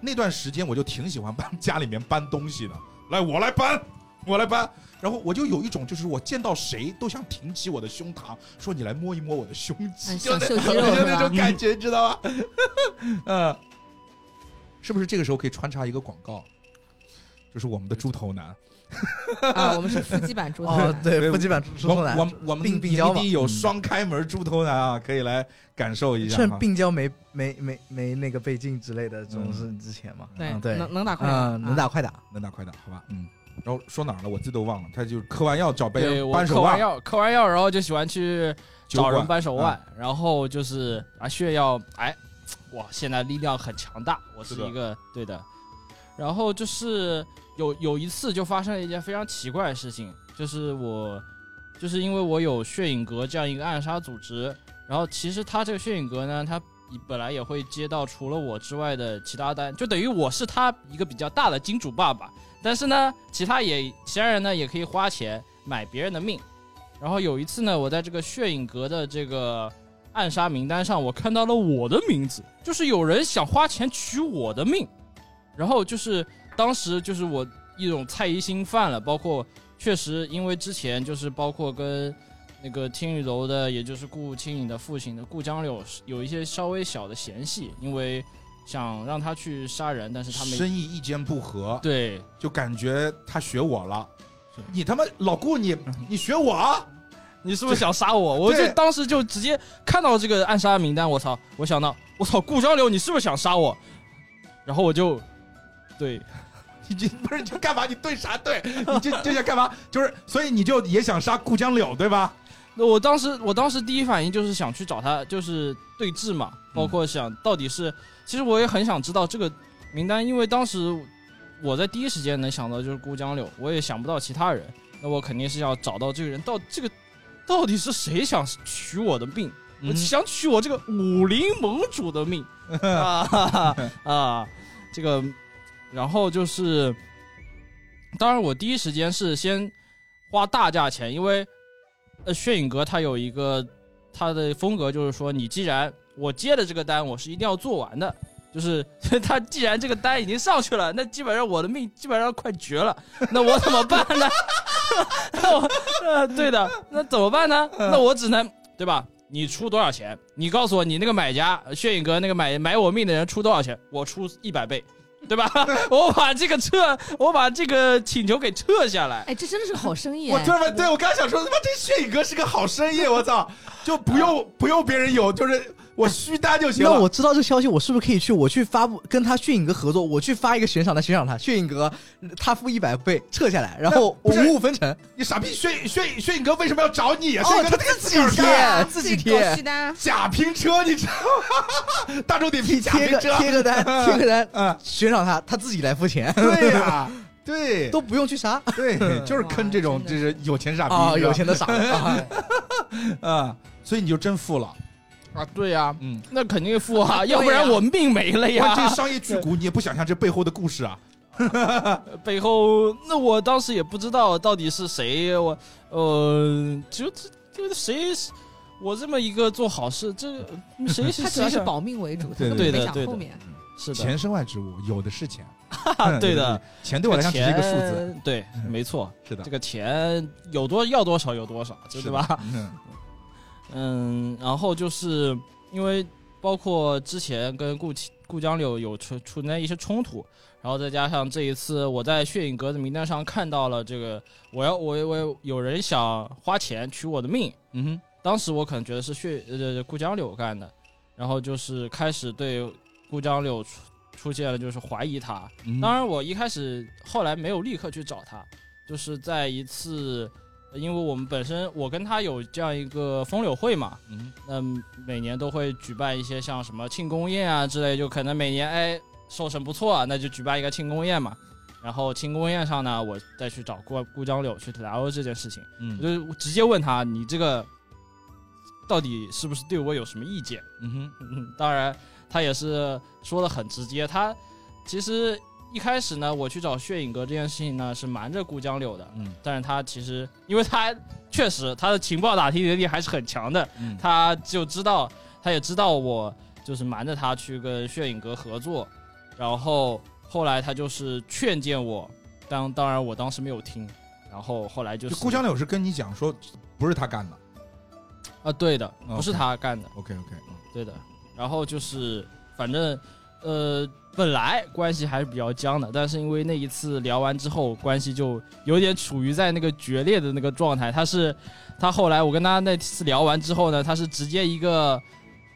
Speaker 3: 那段时间我就挺喜欢搬家里面搬东西的。来，我来搬，我来搬。然后我就有一种，就是我见到谁都想挺起我的胸膛，说你来摸一摸我的胸肌，
Speaker 6: 嗯
Speaker 3: 就
Speaker 6: 想
Speaker 3: 那
Speaker 6: 秀肌
Speaker 3: 就
Speaker 6: 肉是
Speaker 3: 那
Speaker 6: 吧
Speaker 3: 种感觉，知道吗？ 嗯，是不是这个时候可以穿插一个广告？就是我们的猪头男，
Speaker 6: 啊，我们是腹肌版 猪头
Speaker 4: 哦
Speaker 6: 男，，
Speaker 4: 对，腹肌版猪
Speaker 3: 我
Speaker 4: 头男，
Speaker 3: 我我们
Speaker 4: 病病
Speaker 3: 一
Speaker 4: 娇嘛
Speaker 3: 定有双开门猪头男啊，可以来感受一下
Speaker 4: 趁
Speaker 3: 哈。
Speaker 4: 病娇没没没没那个被禁之类的这种
Speaker 3: 嗯
Speaker 4: 事之前嘛，
Speaker 6: 对
Speaker 4: 嗯对，
Speaker 6: 能能打快
Speaker 4: 嗯，能打
Speaker 6: 啊
Speaker 4: 快打，
Speaker 3: 能打快打，好吧，嗯。然后说哪儿了？我自己都忘了。他就嗑完药找
Speaker 5: 对
Speaker 3: 被
Speaker 5: 我
Speaker 3: 扳
Speaker 5: 嗑
Speaker 3: 手
Speaker 5: 完
Speaker 3: 腕，
Speaker 5: 药，嗑完药，然后就喜欢去
Speaker 3: 酒
Speaker 5: 找人
Speaker 3: 馆嗯
Speaker 5: 扳手腕，然后就是啊炫耀，哎，我现在力量很强大，我是
Speaker 3: 是的
Speaker 5: 一个对的。然后就是有有一次就发生了一件非常奇怪的事情，就是我就是因为我有血影阁这样一个暗杀组织，然后其实他这个血影阁呢，他本来也会接到除了我之外的其他单，就等于我是他一个比较大的金主爸爸。但是呢，其他也其他人呢也可以花钱买别人的命。然后有一次呢，我在这个血影阁的这个暗杀名单上，我看到了我的名字，就是有人想花钱取我的命。然后就是当时就是我一种猜疑心犯了，包括确实因为之前就是包括跟那个听雨楼的，也就是顾青影的父亲的顾江柳有一些稍微小的嫌隙，因为想让他去杀人，但是他没
Speaker 3: 生意意见不合，
Speaker 5: 对
Speaker 3: 就感觉他学我了
Speaker 5: 是。
Speaker 3: 你他妈老顾你
Speaker 5: 嗯
Speaker 3: 你学我啊？
Speaker 5: 你是不是想杀我？我就
Speaker 3: 对
Speaker 5: 当时就直接看到这个暗杀的名单，我操！我想到，我操，顾江流，你是不是想杀我？然后我就，对，
Speaker 3: 你这不是你这干嘛？你对啥对？你这这想干嘛？就是所以你就也想杀顾江柳对吧？
Speaker 5: 那我当时，我当时第一反应就是想去找他，就是对峙嘛，包括想到底是，其实我也很想知道这个名单，因为当时我在第一时间能想到就是顾江柳，我也想不到其他人，那我肯定是要找到这个人，到这个到底是谁想取我的命？
Speaker 3: 嗯
Speaker 5: 我想取我这个武林盟主的命啊啊！这个，然后就是，当然我第一时间是先花大价钱，因为呃，血影阁它有一个它的风格，就是说你既然我接了这个单，我是一定要做完的。就是 他既然这个单已经上去了，那基本上我的命基本上快绝了，那我怎么办呢？ 那我呃，对的，那怎么办呢？那我只能对吧？你出多少钱？你告诉我，你那个买家呃血影阁那个买买我命的人出多少钱？我出一百倍，对吧？ 我把这个撤，我把这个请求给撤下来。
Speaker 6: 哎，这真的是好生意
Speaker 3: 我
Speaker 6: 哎
Speaker 3: 突，然发对我刚想说他妈这血影哥是个好生意，我操，就不用不用别人有，就是我虚单就行
Speaker 4: 那
Speaker 3: 了。
Speaker 4: 我知道这消息，我是不是可以去我去发布跟他血影哥合作，我去发一个悬赏他悬赏他，血影哥嗯他付一百倍撤下来，然后
Speaker 3: 不
Speaker 4: 我
Speaker 3: 是哎
Speaker 4: 五五分成。
Speaker 3: 你傻逼，薛薛薛影哥为什么要找你？薛
Speaker 4: 哦
Speaker 3: 影哥
Speaker 4: 他
Speaker 3: 自
Speaker 4: 自
Speaker 3: 己
Speaker 4: 己
Speaker 3: 干
Speaker 4: 贴
Speaker 6: 啊
Speaker 4: 自己贴
Speaker 6: 搞虚单，
Speaker 3: 假拼车，你知道吗？ 大众点评假
Speaker 4: 贴
Speaker 3: 拼
Speaker 4: 个
Speaker 3: 车，
Speaker 4: 贴个单，贴个单，
Speaker 3: 啊，
Speaker 4: 悬赏他，他自己来付钱，
Speaker 3: 对呀，对，
Speaker 4: 都不用去杀
Speaker 3: 对，就是坑这种
Speaker 6: 哇
Speaker 3: 就
Speaker 6: 真
Speaker 3: 是
Speaker 6: 的
Speaker 3: 有钱傻逼，
Speaker 4: 啊，
Speaker 3: 是吧
Speaker 4: 有钱的傻子啊
Speaker 3: 啊，所以你就真富了，
Speaker 5: 啊，对呀、
Speaker 3: 嗯。
Speaker 5: 那肯定付啊，
Speaker 6: 对呀
Speaker 5: 要不然我命没了
Speaker 3: 哇，这
Speaker 5: 呀。
Speaker 3: 商业巨骨，你也不想象这背后的故事啊！
Speaker 5: 背后，那我当时也不知道到底是谁，我呃，就就谁，我这么一个做好事，这谁谁
Speaker 6: 他主要
Speaker 5: 谁
Speaker 6: 是
Speaker 5: 想
Speaker 6: 保命为主，他
Speaker 3: 对
Speaker 6: 根本
Speaker 3: 对
Speaker 6: 没
Speaker 5: 的
Speaker 6: 想
Speaker 5: 对
Speaker 6: 后
Speaker 5: 的
Speaker 6: 面。
Speaker 5: 是的，
Speaker 3: 钱身外之物，有的是钱。
Speaker 5: 对
Speaker 3: 有是
Speaker 5: 的
Speaker 3: 钱，钱对我来讲只是一个数字。
Speaker 5: 钱，对，
Speaker 3: 嗯
Speaker 5: 没错，
Speaker 3: 是的
Speaker 5: 这，个钱有多要多少有多少，就是
Speaker 3: 的
Speaker 5: 吧？？
Speaker 3: 嗯，
Speaker 5: 嗯，然后就是因为包括之前跟顾其顾江柳有出出那一些冲突，然后再加上这一次我在血影阁的名单上看到了这个，我要我我有人想花钱取我的命，嗯哼，当时我可能觉得是血呃顾江柳干的，然后就是开始对顾江柳出出现了就是怀疑他，
Speaker 3: 嗯
Speaker 5: 当然，我一开始后来没有立刻去找他，就是在一次，呃因为我们本身我跟他有这样一个风柳会嘛，
Speaker 3: 嗯
Speaker 5: 那每年都会举办一些像什么庆功宴啊之类，就可能每年哎收成不错、啊，那就举办一个庆功宴嘛。然后庆功宴上呢，我再去找顾顾张柳去聊这件事情，我
Speaker 3: 嗯
Speaker 5: 就直接问他，你这个到底是不是对我有什么意见？
Speaker 3: 嗯哼
Speaker 5: 嗯，当然，他也是说的很直接。他其实一开始呢，我去找血影阁这件事情呢，是瞒着顾江柳的。
Speaker 3: 嗯
Speaker 5: 但是他其实，因为他确实他的情报打听能力还是很强的，
Speaker 3: 嗯，
Speaker 5: 他就知道，他也知道我就是瞒着他去跟血影阁合作。然后后来他就是劝谏我，当当然我当时没有听。然后后来就
Speaker 3: 就是顾江柳是跟你讲说不是他干的。
Speaker 5: 啊，对的，
Speaker 3: OK
Speaker 5: 不是他干的。
Speaker 3: OK OK，
Speaker 5: 对的。然后就是，反正，呃，本来关系还是比较僵的，但是因为那一次聊完之后，关系就有点处于在那个决裂的那个状态。他是，他后来我跟他那次聊完之后呢，他是直接一个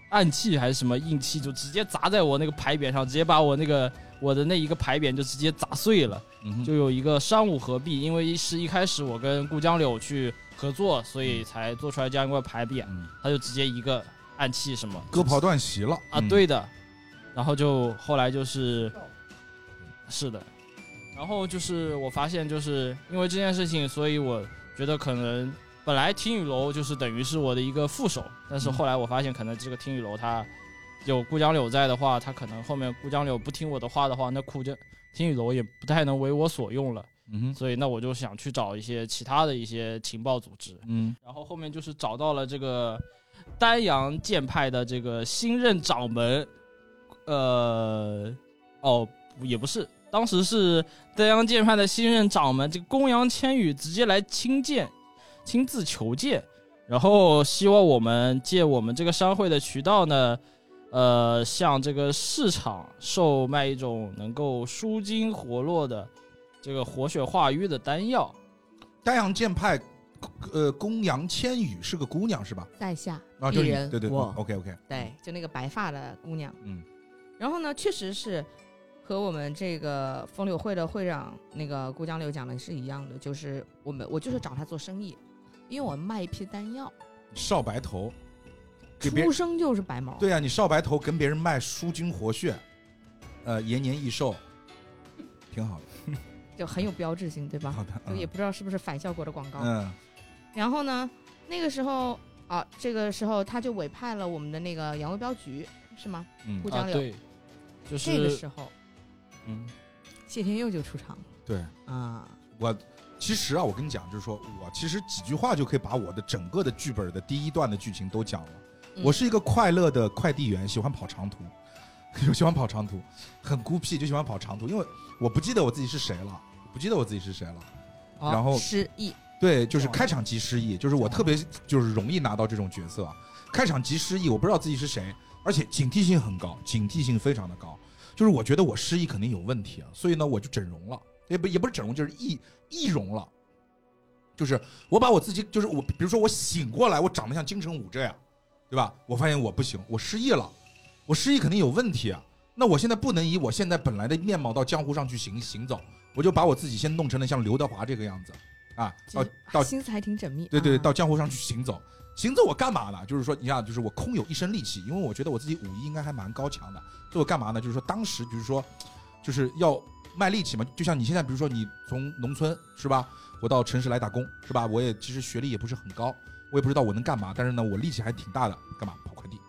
Speaker 5: 暗器还是什么硬器，就直接砸在我那个牌匾上，直接把我那个我的那一个牌匾就直接砸碎了。
Speaker 3: 嗯
Speaker 5: 就有一个商务合璧，因为是一开始我跟顾江柳去合作，所以才做出来这样一块牌匾。
Speaker 3: 嗯
Speaker 5: 他就直接一个暗器什么
Speaker 3: 割袍断席了嗯
Speaker 5: 啊，对的，然后就后来就是，是的，然后就是我发现就是因为这件事情，所以我觉得可能本来听雨楼就是等于是我的一个副手，但是后来我发现可能这个听雨楼他有顾江柳在的话，他可能后面顾江柳不听我的话的话，那顾江听雨楼也不太能为我所用了，
Speaker 3: 嗯哼
Speaker 5: 所以那我就想去找一些其他的一些情报组织，
Speaker 3: 嗯
Speaker 5: 然后后面就是找到了这个丹阳剑派的这个新任掌门，呃，哦，也不是，当时是丹阳剑派的新任掌门这个公羊千羽直接来亲见，亲自求见，然后希望我们借我们这个商会的渠道呢。呃，向这个市场售卖一种能够舒筋活络的这个活血化瘀的丹药，
Speaker 3: 丹阳剑派，呃，公羊千羽是个姑娘是吧？
Speaker 6: 在下
Speaker 3: 啊，就
Speaker 6: 鄙
Speaker 3: 是你
Speaker 6: 人，
Speaker 3: 对对对
Speaker 4: 哇
Speaker 3: ，OK OK，
Speaker 6: 对，就那个白发的姑娘。
Speaker 3: 嗯
Speaker 6: 然后呢，确实是和我们这个风柳会的会长那个顾江柳讲的是一样的，就是我们我就是找他做生意，因为我卖一批丹药，
Speaker 3: 少白头，给别
Speaker 6: 出生就是白毛，
Speaker 3: 对啊，你少白头跟别人卖舒筋活血，呃，延年益寿，挺好的，
Speaker 6: 就很有标志性，对吧？
Speaker 3: 好的，
Speaker 6: 就也
Speaker 3: 嗯
Speaker 6: 不知道是不是反效果的广告。
Speaker 3: 嗯
Speaker 6: 然后呢，那个时候啊，这个时候他就委派了我们的那个杨卫镖局，是吗？顾
Speaker 3: 嗯，
Speaker 5: 啊
Speaker 6: 江，柳。
Speaker 5: 对，就是
Speaker 6: 这个时候，
Speaker 5: 嗯，
Speaker 6: 谢天佑就出场
Speaker 3: 对
Speaker 6: 了啊。
Speaker 3: 我。其实啊，我跟你讲，就是说我其实几句话就可以把我的整个的剧本的第一段的剧情都讲了。
Speaker 6: 嗯
Speaker 3: 我是一个快乐的快递员，喜欢跑长途， 就喜欢跑长途，很孤僻，就喜欢跑长途，因为我不记得我自己是谁了，不记得我自己是谁了。
Speaker 6: 哦
Speaker 3: 然后
Speaker 6: 失忆，
Speaker 3: 对，就是开场即失忆，就是我特别就是容易拿到这种角色，啊开场即失忆，我不知道自己是谁，而且警惕性很高，警惕性非常的高，就是我觉得我失忆肯定有问题啊，所以呢我就整容了，也不也不是整容，就是易易容了，就是我把我自己就是我，比如说我醒过来，我长得像金城武这样，对吧？我发现我不行，我失忆了，我失忆肯定有问题啊，那我现在不能以我现在本来的面貌到江湖上去行行走，我就把我自己先弄成了像刘德华这个样子。啊，
Speaker 6: 就
Speaker 3: 到
Speaker 6: 是
Speaker 3: 到
Speaker 6: 心思还挺缜密。
Speaker 3: 对对，
Speaker 6: 啊
Speaker 3: 到江湖上去行走。行走我干嘛呢？就是说，你看，就是我空有一身力气，因为我觉得我自己武艺应该还蛮高强的，所以我干嘛呢？就是说，当时就是说，就是要卖力气嘛。就像你现在，比如说你从农村是吧，我到城市来打工是吧？我也其实学历也不是很高，我也不知道我能干嘛，但是呢，我力气还挺大的。干嘛跑快递？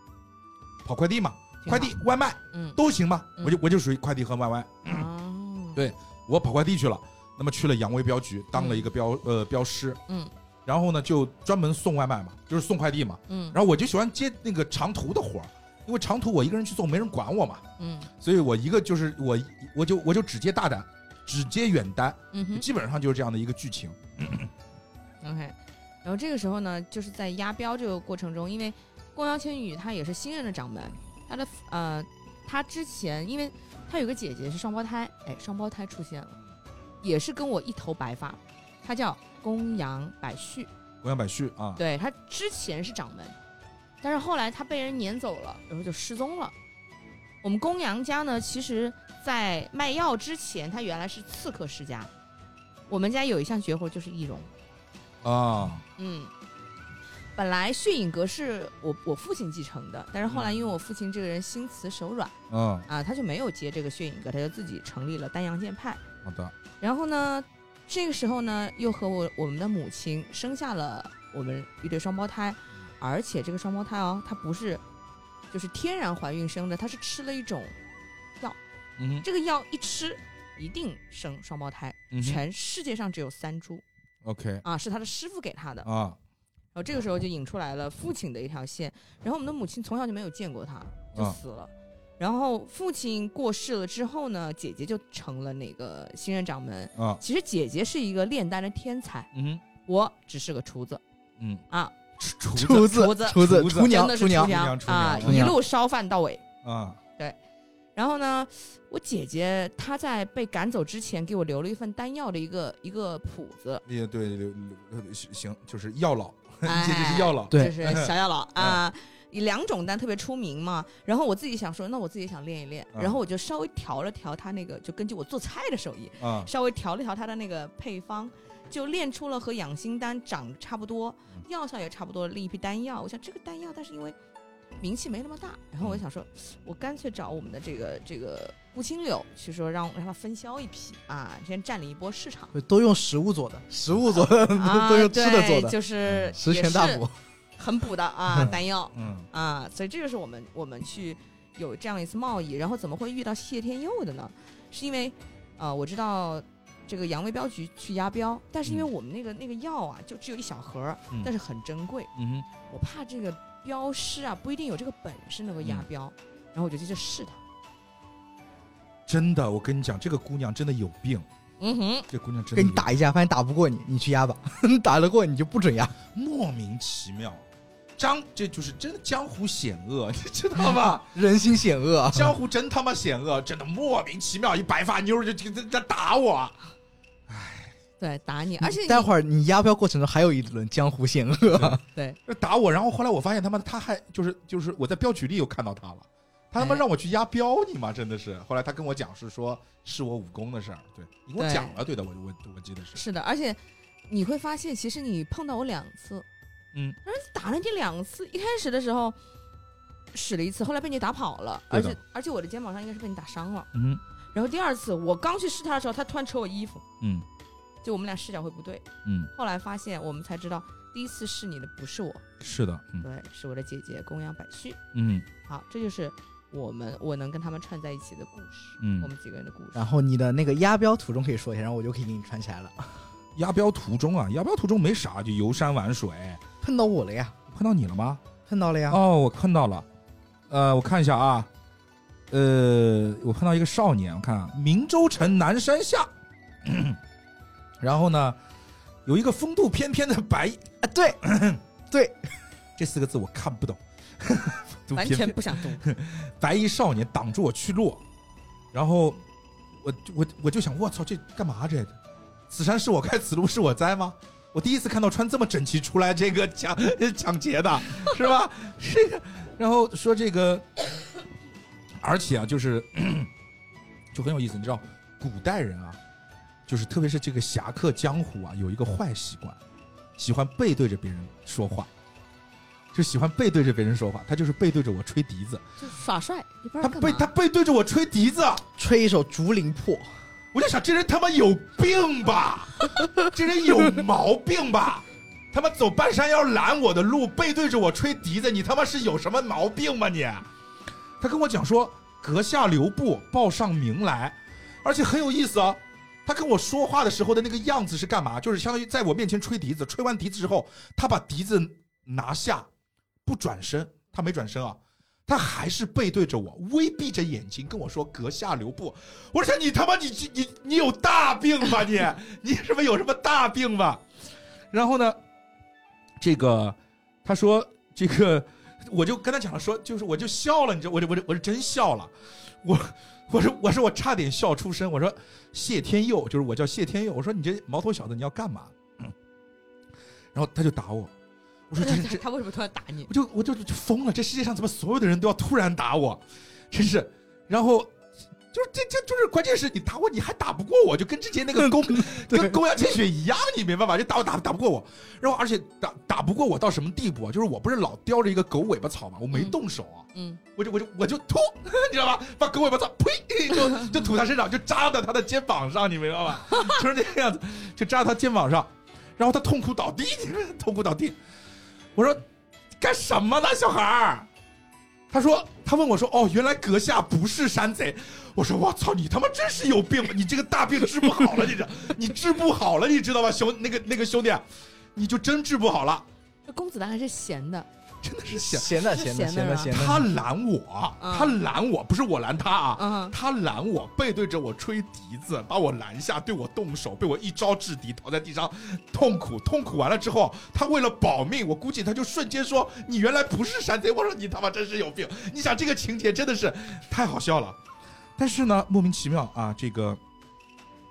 Speaker 3: 跑快递嘛，
Speaker 6: 挺好
Speaker 3: 快递、外卖
Speaker 6: 嗯
Speaker 3: 都行嘛。
Speaker 6: 嗯
Speaker 3: 我就我就属于快递和外卖，
Speaker 6: 哦
Speaker 3: 对我跑快递去了，那么去了扬威镖局当了一个镖、呃镖师，
Speaker 6: 嗯，
Speaker 3: 然后呢就专门送外卖嘛，就是送快递嘛。
Speaker 6: 嗯
Speaker 3: 然后我就喜欢接那个长途的活儿，因为长途我一个人去送没人管我嘛，
Speaker 6: 嗯
Speaker 3: 所以我一个就是我我就我就只接大单，只接远单，
Speaker 6: 嗯哼
Speaker 3: 基本上就是这样的一个剧情。
Speaker 6: ，OK。然后这个时候呢，就是在押镖这个过程中，因为宫瑶千羽她也是新任的掌门，她的呃，她之前因为她有个姐姐是双胞胎，哎，双胞胎出现了，也是跟我一头白发，她叫宫阳百旭。
Speaker 3: 我想百旭啊，
Speaker 6: 对他之前是掌门，但是后来他被人撵走了，然后就失踪了。我们公羊家呢，其实在卖药之前，他原来是刺客世家。我们家有一项绝活就是易容，
Speaker 3: 啊，
Speaker 6: 嗯，本来血影阁是我我父亲继承的，但是后来因为我父亲这个人心慈手软
Speaker 3: 嗯，
Speaker 6: 啊，他就没有接这个血影阁，他就自己成立了丹阳剑派。
Speaker 3: 好的，
Speaker 6: 然后呢，这个时候呢，又和我我们的母亲生下了我们一对双胞胎，而且这个双胞胎哦，它不是就是天然怀孕生的，它是吃了一种
Speaker 3: 嗯
Speaker 6: 这个药一吃一定生双胞胎，
Speaker 3: 哼，
Speaker 6: 全世界上只有三株
Speaker 3: OK
Speaker 6: 啊，是他的师傅给他的。然
Speaker 3: 啊，
Speaker 6: 后这个时候就引出来了父亲的一条线，然后我们的母亲从小就没有见过他，就
Speaker 3: 啊
Speaker 6: 死了。然后父亲过世了之后呢，姐姐就成了那个新任掌门。
Speaker 3: 啊，
Speaker 6: 其实姐姐是一个炼丹的天才，
Speaker 3: 嗯
Speaker 6: 我只是个厨子
Speaker 3: 嗯，
Speaker 6: 啊，
Speaker 3: 厨
Speaker 4: 厨子
Speaker 6: 厨子
Speaker 4: 厨子
Speaker 3: 厨子
Speaker 4: 厨
Speaker 6: 真
Speaker 4: 娘
Speaker 6: 的是
Speaker 4: 厨
Speaker 6: 厨
Speaker 3: 厨
Speaker 4: 娘，
Speaker 3: 娘
Speaker 6: 娘啊，
Speaker 3: 厨
Speaker 4: 娘
Speaker 6: 一路烧饭到尾。
Speaker 3: 啊，，
Speaker 6: 然后呢，我姐姐她在被赶走之前给我留了一份丹药的一个一个谱子
Speaker 3: 也对，对对行，就是药老，
Speaker 6: 哎
Speaker 3: 这就是药老，
Speaker 4: 对。
Speaker 6: 就是小药老啊。有两种丹特别出名嘛，然后我自己想说，那我自己想练一练，
Speaker 3: 嗯
Speaker 6: 然后我就稍微调了调她那个，就根据我做菜的手艺，
Speaker 3: 啊，
Speaker 6: 稍微调了调它的那个配方，就炼出了和养心丹长差不多
Speaker 3: 嗯，
Speaker 6: 药效也差不多的一批丹药。我想这个丹药，但是因为名气没那么大，然后我就想说，我干脆找我们的这个这个顾青柳去说让让他分销一批啊，先占领一波市场
Speaker 4: 都用食物做的，食物做的 都
Speaker 6: 啊，
Speaker 4: 都
Speaker 6: 对，
Speaker 4: 用吃的做的，嗯
Speaker 6: 就是
Speaker 4: 十全大补，
Speaker 6: 很补 的啊，丹药
Speaker 3: 嗯
Speaker 6: 啊，所以这就是我们我们去有这样一次贸易，然后怎么会遇到谢天佑的呢？是因为呃，我知道这个杨卫镖局去押镖，但是因为
Speaker 3: 嗯
Speaker 6: 我们那个那个药啊，就只有一小盒儿，
Speaker 3: 嗯
Speaker 6: 但是很珍贵，
Speaker 3: 嗯
Speaker 6: 我怕这个镖师啊不一定有这个本事能够押
Speaker 3: 嗯
Speaker 6: 镖，然后我就去试他。
Speaker 3: 哼，真的，我跟你讲，这个姑娘真的有病，
Speaker 6: 嗯哼，
Speaker 3: 这姑娘真的
Speaker 4: 跟你
Speaker 3: 有
Speaker 4: 打一架，发现打不过你，你去压吧， 打得过你就不准压。
Speaker 3: 莫名其妙。江，这就是真的江湖险恶， 你知道吧？
Speaker 4: 人心险恶啊！
Speaker 3: 江湖真他妈险恶，真的莫名其妙，一白发妞儿就就就就打我，
Speaker 6: 对，打
Speaker 3: 嗯
Speaker 6: 你，而且
Speaker 4: 待
Speaker 6: 你
Speaker 4: 会儿你押镖过程中还有一轮江湖险恶，
Speaker 6: 对
Speaker 3: 就打我。然后后来我发现他妈的他还就是就是我在镖局里有看到他了，他他妈
Speaker 6: 哎
Speaker 3: 让我去押镖你妈真的是。后来他跟我讲是说是我武功的事儿，对你跟我
Speaker 6: 对
Speaker 3: 讲了，对的，我我我记得是，
Speaker 6: 是的，而且你会发现，其实你碰到我两次，
Speaker 3: 嗯，
Speaker 6: 而且打了你两次，一开始的时候使了一次，后来被你打跑了，
Speaker 3: 对
Speaker 6: 而
Speaker 3: 的
Speaker 6: 且而且我的肩膀上应该是被你打伤了。
Speaker 3: 嗯
Speaker 6: 然后第二次我刚去试他的时候，他突然扯我衣服，
Speaker 3: 嗯
Speaker 6: 就我们俩视角会不对。
Speaker 3: 嗯，
Speaker 6: 后来发现我们才知道，第一次试你的不是我，
Speaker 3: 是的，嗯
Speaker 6: 对，是我的姐姐公羊百旭。
Speaker 3: 嗯
Speaker 6: 好，这就是我们我能跟他们串在一起的故事，我
Speaker 3: 嗯。
Speaker 6: 们几个人的故事。
Speaker 4: 然后你的那个押镖途中可以说一下，然后我就可以给你串起来了。
Speaker 3: 押镖途中啊，押镖途中没啥，就游山玩水。
Speaker 4: 碰到我了呀，
Speaker 3: 碰到你了吗？
Speaker 4: 碰到了呀，
Speaker 3: 哦，我看到了，呃，我看一下啊，呃，我碰到一个少年，我看啊，明州城南山下， 然后呢，有一个风度翩翩的白，
Speaker 4: 啊对，
Speaker 3: 这四个字我看不懂， 风度
Speaker 6: 完
Speaker 3: 翩
Speaker 6: 全
Speaker 3: 翩
Speaker 6: 不想 动，
Speaker 3: 白衣少年挡住我去路，然后我我我就想，我操，这干嘛这？此山是我开，此路是我栽吗？我第一次看到穿这么整齐出来这个抢 抢劫的，是吧？ 这个，然后说这个，而且啊，就是 就很有意思，你知道，古代人啊，就是特别是这个侠客江湖啊，有一个坏习惯，喜欢背对着别人说话，就喜欢背对着别人说话，他就是背对着我吹笛子。
Speaker 6: 就耍帅，你不
Speaker 3: 他
Speaker 6: 知道干嘛
Speaker 3: 背他 背对着我吹笛子，
Speaker 4: 吹一首《竹林破》，
Speaker 3: 我就想这人他妈有病吧，这人 有毛病吧，他妈走半山腰拦我的路，背对着我吹笛子，你他妈是有什么毛病吗你？他跟我讲说，阁下留步，报上名来，而且很有意思啊。他跟我说话的时候的那个样子是干嘛？就是相当于在我面前吹笛子，吹完笛子之后，他把笛子拿下，不转身，他没转身啊，他还是背对着我，微闭着眼睛跟我说“阁下留步”。我说你他妈你你你你有大病吧你？ 你是不是有什么大病吧？然后呢，这个他说这个，我就跟他讲了说，就是我就笑了，你知道，我就我就我是真笑了，我我说我说我差点笑出声，我说谢天佑，就是我叫谢天佑，我说你这毛头小子你要干嘛？嗯然后他就打我，我说这这
Speaker 6: 他为什么突然打你？
Speaker 3: 我就我就就疯了，这世界上怎么所有的人都要突然打我，真是。然后就是这这就是关键是你打我，你还打不过我，就跟之前那 个公跟公羊见血一样，你没办法，就打我打打不过我。然后而且打打不过我到什么地步啊？就是我不是老叼着一个狗尾巴草嘛，我没
Speaker 6: 嗯
Speaker 3: 动手啊，
Speaker 6: 嗯，
Speaker 3: 我就我就我就吐， 你知道吧？把狗尾巴草呸，就就吐他身上，就扎到他的肩膀上，你明白吧？ 就是这个样子，就扎到他肩膀上，然后他痛苦倒地， 痛苦倒地。我说干什么呢，小孩儿？他说，他问我说，哦，原来阁下不是山贼。我说，我操，你他妈真是有病吧？你这个大病治不好了，你这你治不好了，你知道吧，兄那个那个兄弟，啊你就真治不好了，
Speaker 6: 这公子丹还是闲的，
Speaker 3: 真的是想
Speaker 4: 闲的
Speaker 6: 是
Speaker 4: 闲的
Speaker 6: 闲的
Speaker 4: 闲的
Speaker 6: 啊是吧
Speaker 4: 闲的，
Speaker 3: 他拦我，
Speaker 6: 嗯
Speaker 3: 他拦我，不是我拦他啊，
Speaker 6: 嗯，
Speaker 3: 他拦我，背对着我吹笛子，把我拦下，对我动手，被我一招制敌，倒在地上，痛苦，痛苦完了之后，他为了保命，我估计他就瞬间说：“你原来不是山贼。”我说：“你他妈真是有病！”你想这个情节真的是太好笑了，但是呢，莫名其妙啊，这个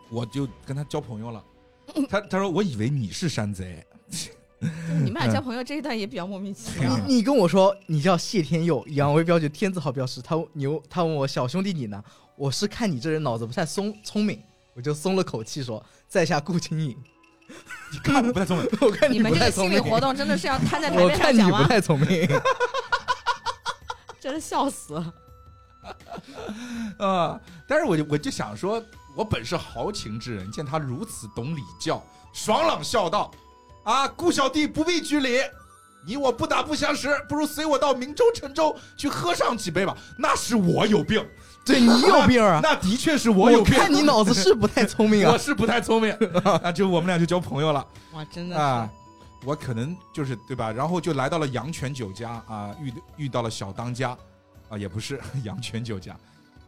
Speaker 3: 我就跟他交朋友了。他他说：“我以为你是山 贼。
Speaker 4: 嗯
Speaker 6: 就是你们俩交朋友这一段也比较莫名其妙。
Speaker 4: 你你跟我说你叫谢天佑，杨威标就天字号标识。他你又他问我小兄弟你呢？我是看你这人脑子不太松聪明，我就松了口气说，在下顾青影。
Speaker 3: 你看我不太聪明，
Speaker 4: 我看
Speaker 6: 你
Speaker 4: 不
Speaker 6: 们这
Speaker 4: 太
Speaker 6: 个
Speaker 4: 聪
Speaker 6: 心
Speaker 4: 明
Speaker 6: 理，活动真的是要摊在台
Speaker 4: 我
Speaker 6: 面
Speaker 4: 看
Speaker 6: 上
Speaker 4: 你
Speaker 6: 讲
Speaker 4: 不
Speaker 6: 吗？
Speaker 4: 太聪明。
Speaker 6: 真的笑死了。
Speaker 3: 啊，但是我就我就想说，我本是豪情之人，见他如此懂礼教，爽朗笑道：“啊，顾小弟不必拘礼，你我不打不相识，不如随我到明州陈州去喝上几杯吧。那是我有病，
Speaker 4: 对你有 病啊！
Speaker 3: 那的确是我有病。
Speaker 4: 看你脑子是不太聪明
Speaker 3: 我
Speaker 4: 啊。
Speaker 3: 是不太聪明，啊，就我们俩就交朋友了。”
Speaker 6: 哇，真
Speaker 3: 啊，我可能就是对吧？然后就来到了阳泉酒家啊，遇遇到了小当家，啊，也不是阳泉酒家，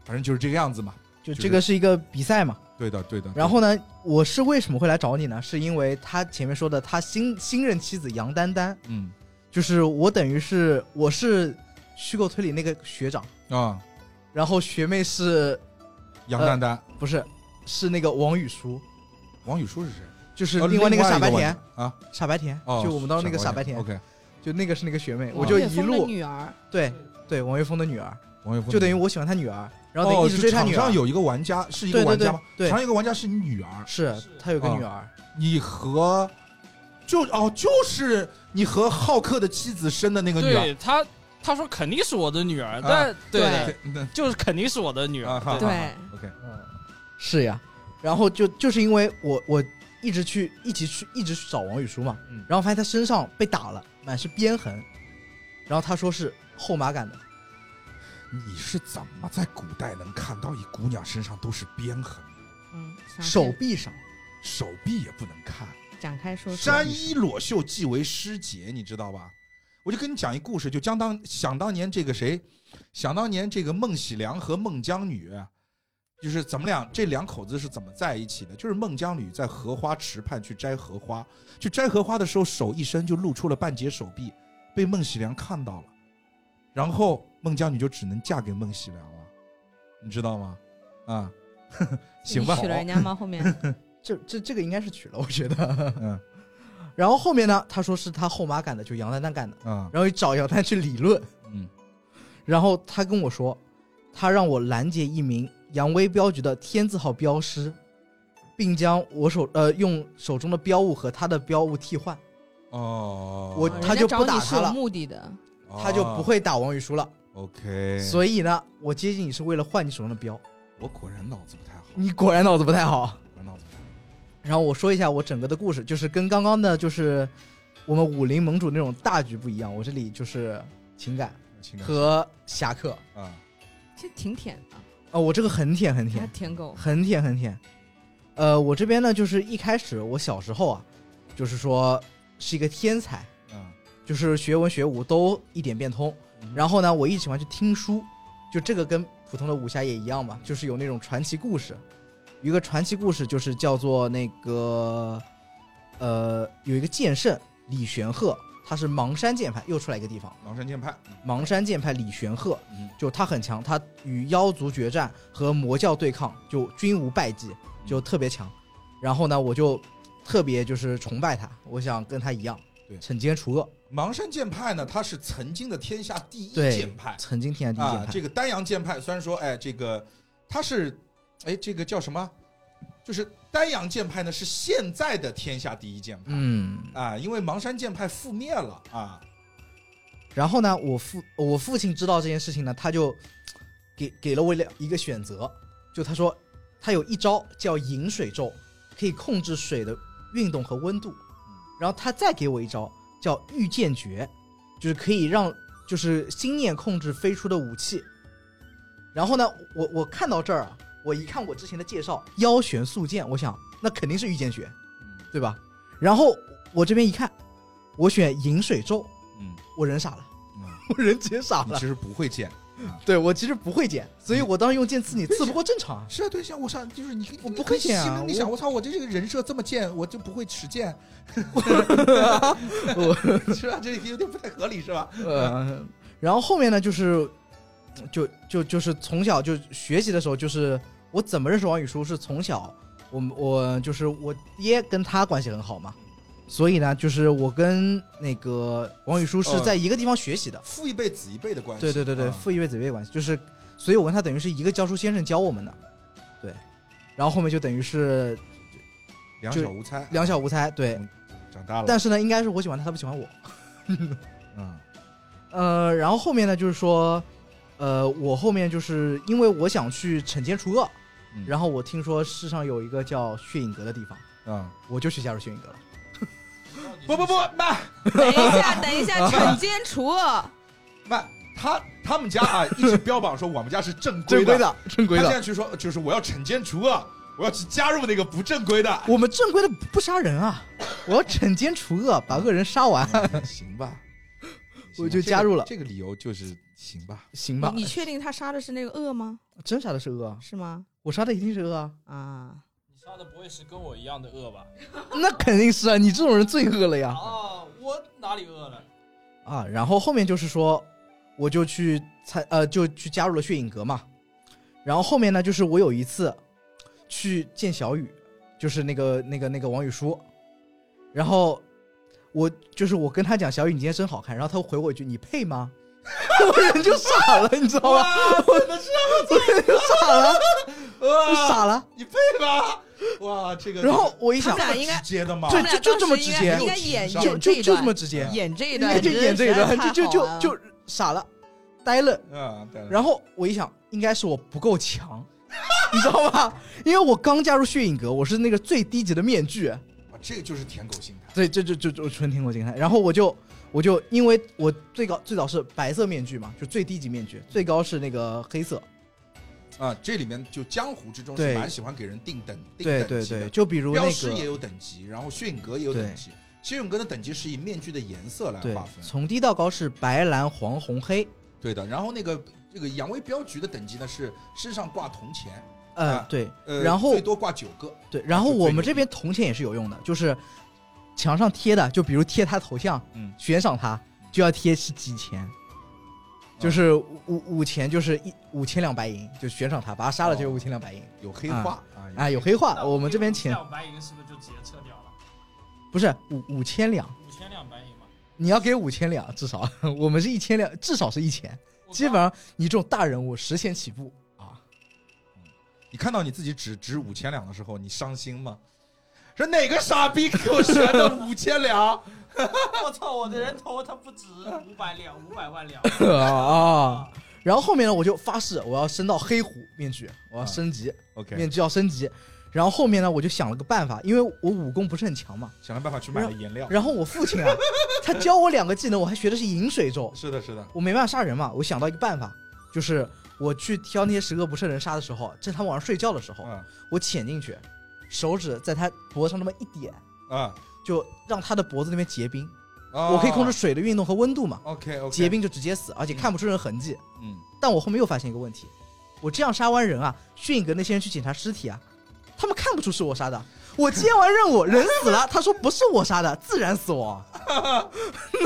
Speaker 3: 反正就是这个样子嘛。
Speaker 4: 就这个是一个比赛嘛。
Speaker 3: 对的，对的。
Speaker 4: 然后呢，我是为什么会来找你呢？是因为他前面说的，他新新任妻子杨丹丹，
Speaker 3: 嗯
Speaker 4: 就是我等于是我是虚构推理那个学长，
Speaker 3: 啊，
Speaker 4: 然后学妹是
Speaker 3: 杨丹丹、
Speaker 4: 不是，是那个王宇舒，
Speaker 3: 王宇舒是谁？
Speaker 4: 就是
Speaker 3: 哦
Speaker 4: 另外那
Speaker 3: 个
Speaker 4: 傻白
Speaker 3: 玩
Speaker 4: 甜，
Speaker 3: 家啊，
Speaker 4: 傻白甜，
Speaker 3: 哦，
Speaker 4: 就我们当时那个傻白甜，
Speaker 3: OK，
Speaker 4: 就那个是那个学妹，
Speaker 3: 王
Speaker 4: 我就
Speaker 6: 岳
Speaker 4: 一
Speaker 6: 峰的
Speaker 4: 路啊
Speaker 6: 女儿，
Speaker 4: 对对王岳峰的女儿，
Speaker 3: 王宇峰
Speaker 4: 就等于我喜欢他女儿，然后等于
Speaker 3: 哦，
Speaker 4: 一直
Speaker 3: 就
Speaker 4: 追他
Speaker 3: 场
Speaker 4: 女
Speaker 3: 上
Speaker 4: 儿，
Speaker 3: 有一个玩家是一个
Speaker 4: 对对
Speaker 3: 玩
Speaker 4: 对
Speaker 3: 家吗？
Speaker 4: 对
Speaker 3: 场上有一个玩家是你女儿，
Speaker 4: 是他有个
Speaker 3: 哦
Speaker 4: 女儿，
Speaker 3: 你和就哦就是你和浩克的妻子生的那个女儿。
Speaker 5: 对他，他说肯定是我的女儿，
Speaker 3: 啊
Speaker 5: 但对
Speaker 6: 对
Speaker 5: 的，
Speaker 3: 对那
Speaker 5: 就是肯定是我的女
Speaker 3: 啊
Speaker 5: 儿。
Speaker 3: 好
Speaker 5: 对
Speaker 3: 好
Speaker 6: 对
Speaker 3: 好，OK，
Speaker 4: 嗯，是呀，然后就就是因为我我一直去一起去一直去找王宇舒嘛
Speaker 3: 嗯，
Speaker 4: 然后发现他身上被打了，满是鞭痕，然后他说是后妈干的，
Speaker 3: 你是怎么在古代能看到一姑娘身上都是鞭痕？
Speaker 6: 嗯，想
Speaker 4: 手臂上，
Speaker 3: 手臂也不能看。
Speaker 6: 展开说说。
Speaker 3: 沾衣裸袖即为师姐，你知道吧？我就跟你讲一故事，就将当想当年这个谁，想当年这个孟喜良和孟姜女，就是咱们俩这两口子是怎么在一起的？就是孟姜女在荷花池畔去摘荷花，去摘荷花的时候手一伸就露出了半截手臂，被孟喜良看到了，然后孟姜女就只能嫁给孟喜良了，你知道吗？啊， 行吧
Speaker 6: 你，娶了人家吗？后面
Speaker 4: 这这这个应该是娶了，我觉得。
Speaker 3: 嗯
Speaker 4: 然后后面呢，他说是他后妈干的，就杨丹丹干的。
Speaker 3: 嗯
Speaker 4: 然后去找杨丹去理论，
Speaker 3: 嗯，
Speaker 4: 然后他跟我说，他让我拦截一名扬威镖局的天字号镖师，并将我手呃用手中的镖物和他的镖物替换，
Speaker 3: 哦，
Speaker 4: 我
Speaker 6: 人
Speaker 4: 他
Speaker 6: 家
Speaker 4: 就不
Speaker 6: 找
Speaker 4: 打
Speaker 6: 你
Speaker 4: 他
Speaker 6: 是有
Speaker 4: 了
Speaker 6: 目的的，
Speaker 4: 他就不会打王宇舒了。
Speaker 3: OK，
Speaker 4: 所以呢，我接近你是为了换你手中的镖。
Speaker 3: 我果然脑子不太好，
Speaker 4: 你果然脑子不太好。
Speaker 3: 果然脑子不太好。
Speaker 4: 然后我说一下我整个的故事，就是跟刚刚的就是我们武林盟主那种大局不一样，我这里就是情感
Speaker 3: 情感
Speaker 4: 和侠客。
Speaker 3: 啊，
Speaker 6: 其实挺舔的，
Speaker 4: 哦，我这个很舔很
Speaker 6: 他
Speaker 4: 舔，
Speaker 6: 舔狗。
Speaker 4: 很舔很舔。呃，我这边呢，就是一开始我小时候啊，就是说是一个天才，
Speaker 3: 嗯，
Speaker 4: 就是学文学武都一点变通。然后呢，我一直喜欢去听书，就这个跟普通的武侠也一样嘛，就是有那种传奇故事。有一个传奇故事就是叫做那个，呃，有一个剑圣李玄鹤，他是芒山剑派，又出来一个地方，
Speaker 3: 狼山剑派，嗯
Speaker 4: 芒山剑派李玄鹤，
Speaker 3: 嗯
Speaker 4: 就他很强，他与妖族决战和魔教对抗，就均无败绩，
Speaker 3: 嗯
Speaker 4: 就特别强。然后呢，我就特别就是崇拜他，我想跟他一样，
Speaker 3: 对
Speaker 4: 惩奸除恶，
Speaker 3: 芒山剑派呢，它是曾经的天下第一
Speaker 4: 对
Speaker 3: 剑派
Speaker 4: 曾经天下第一剑
Speaker 3: 啊。
Speaker 4: 派。
Speaker 3: 这个丹阳剑派虽然说，哎，这个它是，哎，这个叫什么？就是丹阳剑派呢，是现在的天下第一剑派、
Speaker 4: 嗯，
Speaker 3: 啊，因为芒山剑派覆灭了啊。
Speaker 4: 然后呢，我父我父亲知道这件事情呢，他就给给了我两一个选择，就他说他有一招叫饮水咒，可以控制水的运动和温度，然后他再给我一招叫御剑诀，就是可以让就是心念控制飞出的武器。然后呢，我我看到这儿啊，我一看我之前的介绍妖玄素剑，我想那肯定是御剑诀，对吧？然后我这边一看，我选饮水咒，
Speaker 3: 嗯
Speaker 4: 我人傻了。
Speaker 3: 嗯，
Speaker 4: 我 人直接傻
Speaker 3: 你
Speaker 4: 了
Speaker 3: 其。实不会剑。
Speaker 4: 对我其实不会剪，所以我当时用剑刺你，
Speaker 3: 你
Speaker 4: 刺不过正常啊。
Speaker 3: 是啊，对，像我上就是你，
Speaker 4: 我
Speaker 3: 你
Speaker 4: 不会
Speaker 3: 心
Speaker 4: 剪啊
Speaker 3: 里想，我操，我这这个人设这么贱，我就不会持剑， 是吧？这有点不太合理，是吧？啊
Speaker 4: 呃，然后后面呢，就是就就就是从小就学习的时候，就是我怎么认识王宇舒，是从小我们我就是我爹跟他关系很好嘛，所以呢，就是我跟那个王宇舒是
Speaker 3: 呃
Speaker 4: 在一个地方学习的。
Speaker 3: 父一辈子一辈的关系。
Speaker 4: 对对对对，
Speaker 3: 啊
Speaker 4: 父一辈子一辈关系，就是，所以我跟他等于是一个教书先生教我们的，对，然后后面就等于是
Speaker 3: 两小无猜，
Speaker 4: 两小无猜，对，
Speaker 3: 嗯长大了，
Speaker 4: 但是呢，应该是我喜欢他，他不喜欢我。
Speaker 3: 嗯
Speaker 4: 呃，然后后面呢，就是说，呃，我后面就是因为我想去惩奸除恶，
Speaker 3: 嗯
Speaker 4: 然后我听说世上有一个叫血影阁的地方，
Speaker 3: 嗯，
Speaker 4: 我就去加入血影阁了。
Speaker 3: 不不不，慢
Speaker 6: 等一下，等 一下，惩奸除恶，
Speaker 3: 慢，他他们家啊一直标榜说我们家是正规的，
Speaker 4: 的，正
Speaker 3: 他现，在去说就是我要惩奸除恶，我要去加入那个不正规 的，
Speaker 4: 我们正规的不杀人啊，我要惩奸除恶，把恶人杀完，
Speaker 3: 嗯行吧？行
Speaker 4: 我
Speaker 3: 吧
Speaker 4: 就加入了
Speaker 3: 这个这个理由就是行吧？
Speaker 4: 行
Speaker 6: 你
Speaker 4: 吧？
Speaker 6: 你确定他杀的是那个恶吗？
Speaker 4: 真杀的是恶啊，
Speaker 6: 是吗？
Speaker 4: 我杀的一定是恶啊，
Speaker 6: 啊，
Speaker 5: 你杀的不会是跟我一样的恶吧？
Speaker 4: 那肯定是啊，你这种人最恶了呀。
Speaker 5: 啊，我哪里恶了？
Speaker 4: 啊，然后后面就是说，我就去参呃，就去加入了血影阁嘛。然后后面呢，就是我有一次去见小雨，就是那个那个那个王宇舒，然后我就是我跟他讲小雨你今天真好看，然后他回我一句你配吗？ 我人就傻了，你知道吗？
Speaker 3: 哇，真的是
Speaker 4: 我人就傻了，就
Speaker 3: 哇，
Speaker 4: 傻了。
Speaker 3: 你配吧？哇，这个
Speaker 4: 然后我一
Speaker 6: 他
Speaker 4: 想
Speaker 6: 们，俩应该
Speaker 3: 直接的嘛，
Speaker 4: 对
Speaker 6: 他们俩
Speaker 4: 就就这么
Speaker 6: 当时
Speaker 4: 直接
Speaker 6: 应该应该演
Speaker 3: 就
Speaker 4: 就
Speaker 6: 演
Speaker 4: 就
Speaker 6: 这
Speaker 4: 就
Speaker 6: 一
Speaker 4: 这么
Speaker 6: 段，
Speaker 4: 直接，
Speaker 6: 演这一
Speaker 4: 就
Speaker 6: 段，
Speaker 4: 就演这一段，就就
Speaker 6: 真的实在太好玩
Speaker 4: 就
Speaker 6: 了
Speaker 4: 就傻了，呆愣。
Speaker 3: 嗯，对了
Speaker 4: 然后我一想，应该是我不够强， 你知道吧？因为我刚加入血影阁，我是那个最低级的面具，
Speaker 3: 哇这个就是舔狗心态，
Speaker 4: 对，这就就就纯听我惊叹。然后我就我就因为我最高最早是白色面具嘛，就最低级面具，最高是那个黑色。
Speaker 3: 啊，这里面就江湖之中
Speaker 4: 对
Speaker 3: 是蛮喜欢给人定等，定
Speaker 4: 对
Speaker 3: 等
Speaker 4: 对
Speaker 3: 级的
Speaker 4: 对，就比如那
Speaker 3: 镖师也
Speaker 4: 个
Speaker 3: 有等级，然后血影阁也有等级。血影阁的等级是以面具的颜色来
Speaker 4: 对
Speaker 3: 划，分，
Speaker 4: 从低到高是白蓝黄红黑，
Speaker 3: 对的。然后那个这个扬威镖局的等级呢是身上挂铜钱，
Speaker 4: 呃
Speaker 3: 啊
Speaker 4: 对
Speaker 3: 呃，
Speaker 4: 然后
Speaker 3: 最多挂九个，
Speaker 4: 对。然后我
Speaker 3: 就最牛
Speaker 4: 们这边铜钱也是有用的，就是墙上贴的，就比如贴他头像，
Speaker 3: 嗯
Speaker 4: 悬赏他就要贴是几钱，就是五五五钱就是一五千两白银，就悬赏他，把他杀了就是
Speaker 3: 哦
Speaker 4: 五千两白银
Speaker 3: 有黑花啊，
Speaker 4: 啊。有黑话，
Speaker 5: 那
Speaker 4: 我们这边钱
Speaker 5: 两白银是不是就直接撤掉了？
Speaker 4: 不是五五千两，
Speaker 5: 五千两白银嘛，
Speaker 4: 你要给五千两至少，我们是一千两，至少是一千。
Speaker 5: 我
Speaker 4: 基本上你这种大人物十千 起步啊，
Speaker 3: 你看到你自己只值五千两的时候，你伤心吗？说哪个傻逼给我悬的五千 两？
Speaker 5: 靠我操，我的人头它不值五百两，五百万两。
Speaker 4: 啊啊！然后后面呢，我就发誓我要升到黑虎面具，我要升级、
Speaker 3: OK，
Speaker 4: 面具要升级。然后后面呢，我就想了个办法，因为我武功不是很强嘛，
Speaker 3: 想了办法去买了颜料。
Speaker 4: 然后我父亲啊，他教我两个技能，我还学的是饮水咒，
Speaker 3: 是的，是的，
Speaker 4: 我没办法杀人嘛，我想到一个办法，就是我去挑那些十恶不赦人杀的时候，趁他们晚上睡觉的时候，
Speaker 3: 嗯，
Speaker 4: 我潜进去，手指在他脖子上那么一点，
Speaker 3: 啊，
Speaker 4: 就让他的脖子那边结冰。
Speaker 3: 啊
Speaker 4: 我可以控制。水的运动和温度嘛，
Speaker 3: OK OK，
Speaker 4: 结，冰就直接死，而且看不出任何痕迹。
Speaker 3: 哦嗯，
Speaker 4: 但我后面又发现一个问题，我这样杀完人啊，迅影阁那些人去检查尸体啊，他们看不出是我杀的。我接完任务，人死 了，他说不是我杀的，自然死亡，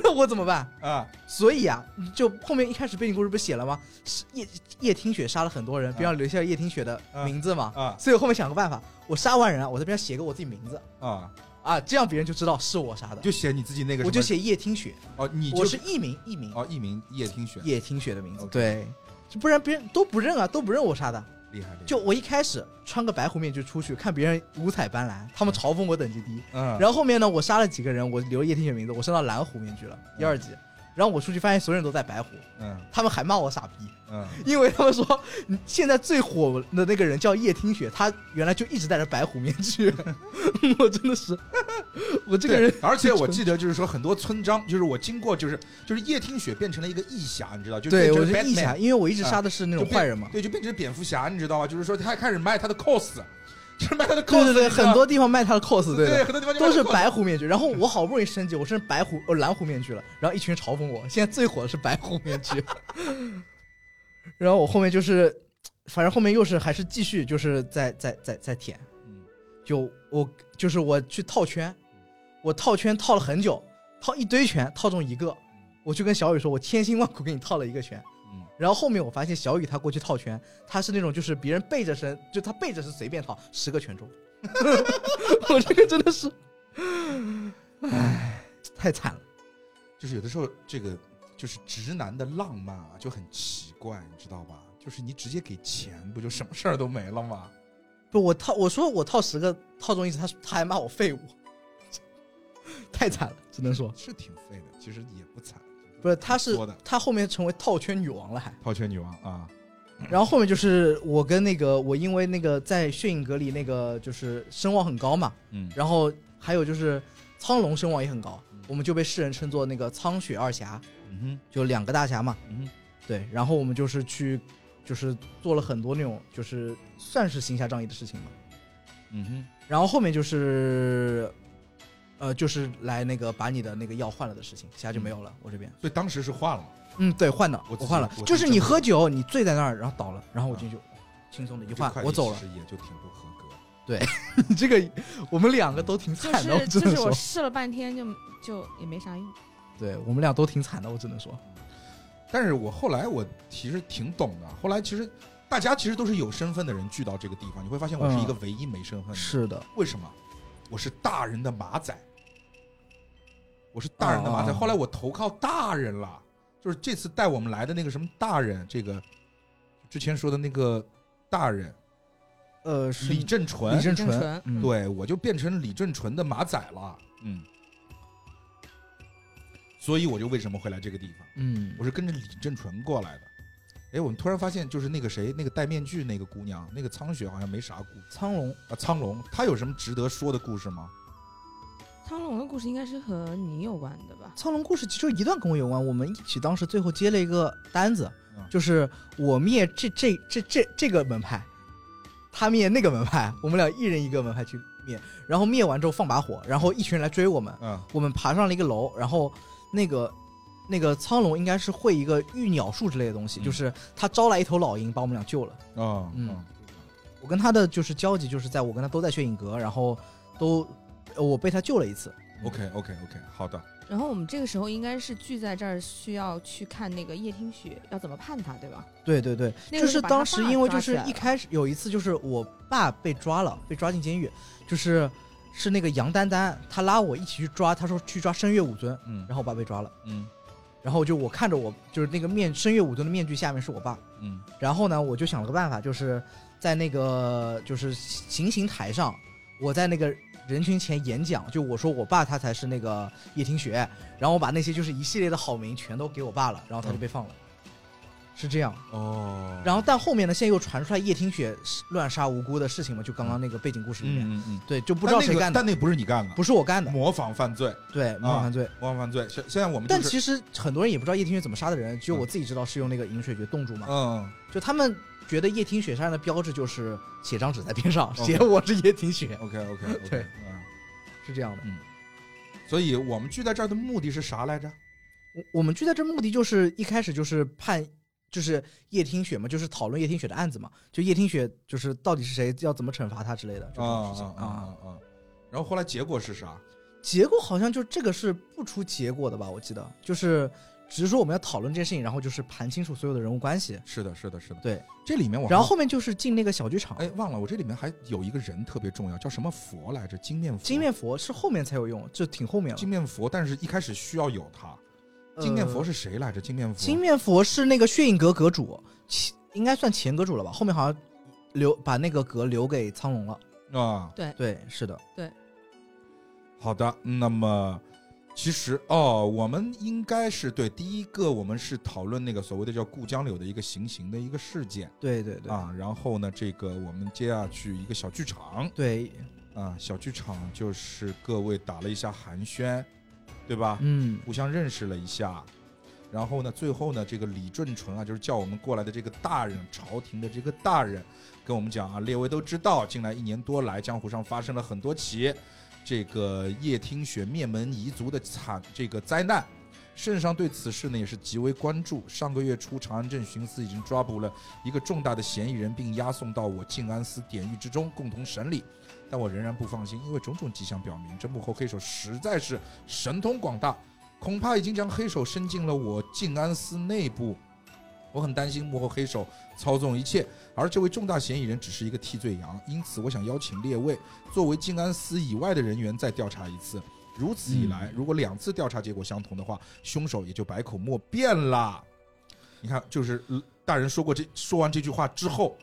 Speaker 4: 那我怎么办？
Speaker 3: 啊，
Speaker 4: 所以啊，就后面一开始背景故事不是写了吗？是叶叶听雪杀了很多人，
Speaker 3: 啊
Speaker 4: 不要留下叶听雪的名字嘛。
Speaker 3: 啊
Speaker 4: 所以我后面想个办法，我杀完人啊，我这边写个我自己名字
Speaker 3: 啊，
Speaker 4: 啊，这样别人就知道是我杀的
Speaker 3: 你。就写你自己那个什么，
Speaker 4: 我就写叶听雪，
Speaker 3: 哦，你就
Speaker 4: 我是艺名，艺名，
Speaker 3: 哦，艺名叶听雪，
Speaker 4: 叶听雪的名字。
Speaker 3: OK
Speaker 4: 对，就不然别人都不认啊，都不认我杀的。
Speaker 3: 厉害厉害，
Speaker 4: 就我一开始穿个白狐面具出去，看别人五彩斑斓，他们嘲讽我等级低。
Speaker 3: 嗯，
Speaker 4: 然后后面呢，我杀了几个人，我留了叶听雪名字，我升到蓝狐面具了，一二级。然后我出去发现所有人都在白狐，
Speaker 3: 嗯
Speaker 4: 他们还骂我傻逼，
Speaker 3: 嗯
Speaker 4: 因为他们说你现在最火的那个人叫叶听雪，他原来就一直戴着白狐面具。 我真的是， 我 这个人
Speaker 3: 对而且我记得就是说很多村章，就是我经过就是就是叶听雪变成了一个义侠，你知道，就
Speaker 4: 对
Speaker 3: 变成
Speaker 4: 我是异
Speaker 3: Batman 嗯
Speaker 4: 侠，因为我一直杀的是那种
Speaker 3: 就变
Speaker 4: 坏人嘛。
Speaker 3: 对，就变成蝙蝠侠，你知道吗？就是说他开始卖他的 cos，就是卖他的 cos，
Speaker 4: 对对对，
Speaker 3: 你知道
Speaker 4: 很多地方卖他的 cos，对的
Speaker 3: 对，很多地方就卖
Speaker 4: 都是
Speaker 3: 他的 cos
Speaker 4: 白狐面具，然后我好不容易升级，我升白狐哦蓝狐面具了，然后一群人嘲讽我， 现在最火的是白狐面具， 然后我后面就是，反正后面又是还是继续就是在在在在舔，
Speaker 3: 嗯
Speaker 4: 就我就是我去套圈，我套圈套了很久，套一堆圈，套中一个，我就跟小雨说，我千辛万苦给你套了一个圈，
Speaker 3: 嗯
Speaker 4: 然后后面我发现小雨他过去套圈，他是那种就是别人背着身，就他背着身随便套十个全中， 我这个真的是，唉，太惨了。
Speaker 3: 就是有的时候这个就是直男的浪漫啊，就很奇怪，你知道吧？就是你直接给钱，不就什么事儿都没了吗？
Speaker 4: 不，我套我说我套十个套中一次，他他还骂我废物，太惨了，只能说
Speaker 3: 是挺废的，其实也不惨。就是
Speaker 4: 不是，他是
Speaker 3: 说的
Speaker 4: 他后面成为套圈女王了还。
Speaker 3: 套圈女王啊，
Speaker 4: 然后后面就是我跟那个我因为那个在血影阁里那个就是声望很高嘛，
Speaker 3: 嗯
Speaker 4: 然后还有就是苍龙声望也很高，我们就被世人称作那个苍雪二侠，
Speaker 3: 嗯
Speaker 4: 就两个大侠嘛。
Speaker 3: 哼嗯哼
Speaker 4: 对，然后我们就是去，就是做了很多那种就是算是行侠仗义的事情嘛。
Speaker 3: 嗯哼，
Speaker 4: 然后后面就是，呃，就是来那个把你的那个药换了的事情，其他就没有了。我这边，
Speaker 3: 所以当时是换了，
Speaker 4: 嗯，对，换的，
Speaker 3: 嗯我
Speaker 4: 我
Speaker 3: 自己
Speaker 4: 换了
Speaker 3: 我自，己
Speaker 4: 就是
Speaker 3: 真
Speaker 4: 你
Speaker 3: 的
Speaker 4: 喝酒，你醉在那儿，然后倒了，然后我进去。轻松的一
Speaker 3: 这
Speaker 4: 换
Speaker 3: 块，
Speaker 4: 我 走了
Speaker 3: 其。实也啊就挺不合格。
Speaker 4: 你这个，我们两个都挺
Speaker 6: 就
Speaker 4: 惨的，
Speaker 6: 是
Speaker 4: 我只
Speaker 6: 就
Speaker 4: 能
Speaker 6: 是我
Speaker 4: 说，
Speaker 6: 试了半天就就也没啥用。
Speaker 4: 对我们俩都挺惨的，我只能说。
Speaker 3: 但是我后来我其实挺懂的，后来其实大家其实都是有身份的人聚到这个地方，你会发现
Speaker 4: 嗯
Speaker 3: 我是一个唯一没身份的人。
Speaker 4: 是的，
Speaker 3: 为什么？我是大人的马仔，我是大人的马仔。
Speaker 4: 哦
Speaker 3: 后来我投靠大人了，就是这次带我们来的那个什么大人，这个之前说的那个大人
Speaker 4: 呃，是
Speaker 3: 李振纯
Speaker 4: 李，正
Speaker 6: 正
Speaker 4: 纯
Speaker 6: 纯，
Speaker 4: 嗯，
Speaker 3: 对我就变成李振纯的马仔了。嗯，所以我就为什么会来这个地方？
Speaker 4: 嗯
Speaker 3: 我，是跟着李振纯过来的。哎，我们突然发现，就是那个谁，那个戴面具那个姑娘，那个苍雪好像没啥故
Speaker 4: 苍龙
Speaker 3: 啊。苍龙，她有什么值得说的故事吗？
Speaker 6: 苍龙的故事应该是和你有关的吧？
Speaker 4: 苍龙故事其中一段跟我有关，我们一起当时最后接了一个单子，
Speaker 3: 嗯
Speaker 4: 就是我灭这这这这这个门派，他灭那个门派，我们俩一人一个门派去灭，然后灭完之后放把火，然后一群人来追我们，
Speaker 3: 嗯
Speaker 4: 我们爬上了一个楼，然后那个那个苍龙应该是会一个御鸟术之类的东西，
Speaker 3: 嗯
Speaker 4: 就是他招来一头老鹰把我们俩救了。
Speaker 3: 啊
Speaker 4: 嗯我跟他的就是交集，就是在我跟他都在血影阁，然后都呃我被他救了一次。
Speaker 3: OK OK OK，好的，
Speaker 6: 然后我们这个时候应该是聚在这儿，需要去看那个叶听雪要怎么判他，对吧？
Speaker 4: 对对对，
Speaker 6: 那
Speaker 4: 就
Speaker 6: 个
Speaker 4: 是
Speaker 6: 把
Speaker 4: 当
Speaker 6: 他
Speaker 4: 时
Speaker 6: 爸
Speaker 4: 因为
Speaker 6: 抓
Speaker 4: 就
Speaker 6: 起
Speaker 4: 是
Speaker 6: 来
Speaker 4: 一
Speaker 6: 了
Speaker 4: 开始有一次就是我爸被抓了，被抓进监狱，就是是那个杨丹丹，他拉我一起去抓，他说去抓声乐武尊，
Speaker 3: 嗯
Speaker 4: 然后我爸被抓了，
Speaker 3: 嗯
Speaker 4: 然后就我看着我就是那个面声乐武尊的面具下面是我爸，
Speaker 3: 嗯
Speaker 4: 然后呢我就想了个办法，就是在那个就是行刑台上，我在那个。人群前演讲，就我说我爸他才是那个
Speaker 6: 嗯
Speaker 4: 叶听雪，然后我把那些就是一系列的好名全都给我爸了，然后他就被放了。是这样。
Speaker 3: 哦，
Speaker 4: 然后但后面呢，现在又传出来叶听雪是乱杀无辜的事情嘛，就刚刚那个背景故事里面，
Speaker 3: 嗯嗯嗯，
Speaker 4: 对，就不知道谁干的，
Speaker 3: 但那个但啊那不是你干的，
Speaker 4: 不是我干的，
Speaker 3: 模仿犯罪，
Speaker 4: 对，模仿犯罪。
Speaker 3: 模仿犯罪。现现在我们就
Speaker 4: 但
Speaker 3: 是
Speaker 4: 其实很多人也不知道叶听雪怎么杀的人，只有我自己知道是用那个饮水诀冻住嘛。
Speaker 3: 嗯，
Speaker 4: 就他们觉得叶听雪杀人的标志就是写张纸在边上，
Speaker 3: OK
Speaker 4: 写我是叶听雪，
Speaker 3: OK OK OK，
Speaker 4: 对
Speaker 3: 嗯，
Speaker 4: 是这样的。
Speaker 3: 所以我们聚在这儿的目的是啥来着？
Speaker 4: 我我们聚在这目的就是一开始就是判，就是叶听雪嘛，就是讨论叶听雪的案子嘛，就叶听雪就是到底是谁要怎么惩罚他之类的这种事情
Speaker 3: 啊啊啊！然后后来结果是啥？
Speaker 4: 结果好像就这个是不出结果的吧？我记得就是只是说我们要讨论这件事情，然后就是盘清楚所有的人物关系，
Speaker 3: 是的，是的，是的。
Speaker 4: 对，
Speaker 3: 这里面我
Speaker 4: 然后后面就是进那个小剧场。
Speaker 3: 哎忘了，我这里面还有一个人特别重要，叫什么佛来着？金面佛。
Speaker 4: 金面佛是后面才有用，就挺后面了
Speaker 3: 金。面佛，但是一开始需要有他。金面佛
Speaker 4: 呃
Speaker 3: 是谁来着？金面佛。
Speaker 4: 金面佛是那个血影阁阁主，其应该算前阁主了吧？后面好像留把那个阁留给苍龙了。
Speaker 3: 啊，
Speaker 4: 对，是的，
Speaker 3: 好的，那么其实哦，我们应该是对第一个，我们是讨论那个所谓的叫故江柳的一个行刑的一个事件
Speaker 4: 对对对，
Speaker 3: 啊，然后呢，这个我们接下去一个小剧场
Speaker 4: 对，
Speaker 3: 啊，小剧场就是各位打了一下寒暄，对吧？
Speaker 4: 嗯，
Speaker 3: 互相认识了一下。然后呢，最后呢，这个李润纯啊，就是叫我们过来的这个大人，朝廷的这个大人，跟我们讲啊，列位都知道，近来一年多来，江湖上发生了很多起这个叶听雪灭门彝族的惨这个灾难。圣上对此事呢也是极为关注。上个月初，长安镇巡司已经抓捕了一个重大的嫌疑人，并押送到我静安司典狱之中共同审理。但我仍然不放心，因为种种迹象表明，这幕后黑手实在是神通广大，恐怕已经将黑手伸进了我静安司内部。我很担心幕后黑手操纵一切，而这位重大嫌疑人只是一个替罪羊，因此我想邀请列位作为静安司以外的人员再调查一次。如此一来，如果两次调查结果相同的话，凶手也就百口莫辩啦。你看，就是呃大人说过这说完这句话之后，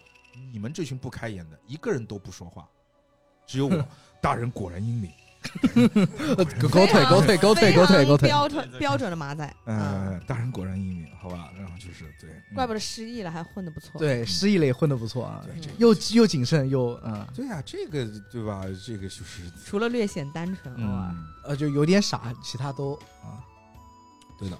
Speaker 3: 你们这群不开眼的，一个人都不说话，只有我。大人果然英明。
Speaker 4: 狗腿狗腿狗腿狗腿狗腿
Speaker 6: 非常标准标准的马仔，嗯，
Speaker 3: 呃，大人果然英明，好吧，然后就是对，嗯
Speaker 6: 怪不得失忆了还混得不错。，
Speaker 4: 对，失忆了也混得不错啊，
Speaker 3: 对这
Speaker 6: 嗯
Speaker 4: 又又谨慎又嗯
Speaker 3: 对啊，这个对吧？这个就是
Speaker 6: 除了略显单纯，哇，
Speaker 3: 嗯，
Speaker 4: 呃就有点傻，其他都啊
Speaker 3: 对的。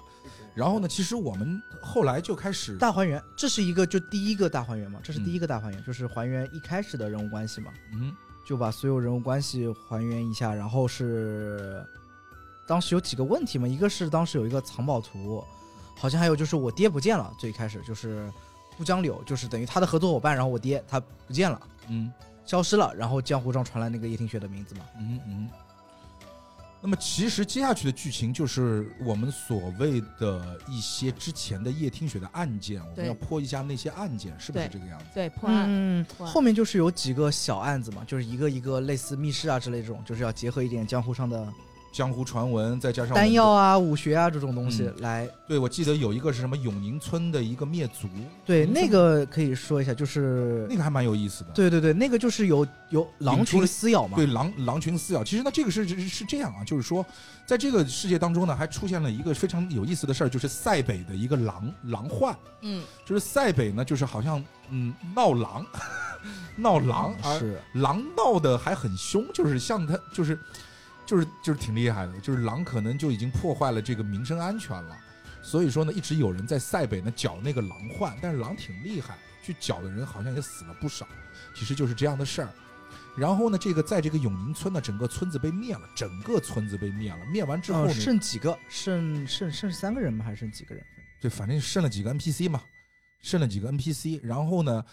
Speaker 3: 然后呢，其实我们后来就开始，
Speaker 4: 大还原，这是一个就第一个大还原嘛，这是
Speaker 3: 嗯
Speaker 4: 第一个大还原，就是还原一开始的人物关系嘛，
Speaker 3: 嗯，
Speaker 4: 就把所有人物关系还原一下，然后是当时有几个问题嘛，一个是当时有一个藏宝图，好像还有就是我爹不见了，最开始就是顾江柳，就是等于他的合作伙伴，然后我爹他不见了，
Speaker 3: 嗯
Speaker 4: 消失了，然后江湖上传来那个叶听雪的名字嘛，
Speaker 3: 嗯嗯。那么其实接下去的剧情就是我们所谓的一些之前的叶听雪的案件，我们
Speaker 6: 对
Speaker 3: 要破一下那些案件，是不是
Speaker 6: 对
Speaker 3: 这个样子？
Speaker 6: 对，破案，
Speaker 4: 嗯，
Speaker 6: 哇
Speaker 4: 后面就是有几个小案子嘛，就是一个一个类似密室啊之类这种，就是要结合一点江湖
Speaker 3: 嗯
Speaker 4: 上的
Speaker 3: 江湖传闻，再加上我们
Speaker 4: 丹
Speaker 3: 的
Speaker 4: 药啊、武学啊这种东西
Speaker 3: 嗯
Speaker 4: 来。
Speaker 3: 对，我记得有一个是什么永宁村的一个灭族，
Speaker 4: 对，
Speaker 3: 嗯
Speaker 4: 那个可以说一下，就是
Speaker 3: 那个还蛮有意思的。
Speaker 4: 对对对，那个就是有有狼
Speaker 3: 领出
Speaker 4: 群
Speaker 3: 了
Speaker 4: 撕咬嘛
Speaker 3: 对，狼狼群撕咬。其实呢，这个是是是这样啊，就是说，在这个世界当中呢，还出现了一个非常有意思的事儿，就是塞北的一个狼狼患，
Speaker 6: 嗯，
Speaker 3: 就是塞北呢，就是好像嗯闹狼， 闹狼，而
Speaker 4: 嗯是
Speaker 3: 狼闹的还很凶，就是像他就是就是就是挺厉害的，就是狼可能就已经破坏了这个民生安全了。所以说呢，一直有人在塞北呢剿那个狼患，但是狼挺厉害，去剿的人好像也死了不少。其实就是这样的事儿。然后呢，这个在这个永宁村呢，整个村子被灭了，整个村子被灭了。灭完之后
Speaker 4: 呃
Speaker 3: 呢，
Speaker 4: 剩几个，剩剩剩三个人吗？还是剩几个人？
Speaker 3: 对，反正剩了几个 NPC 嘛，剩了几个 NPC。然后呢，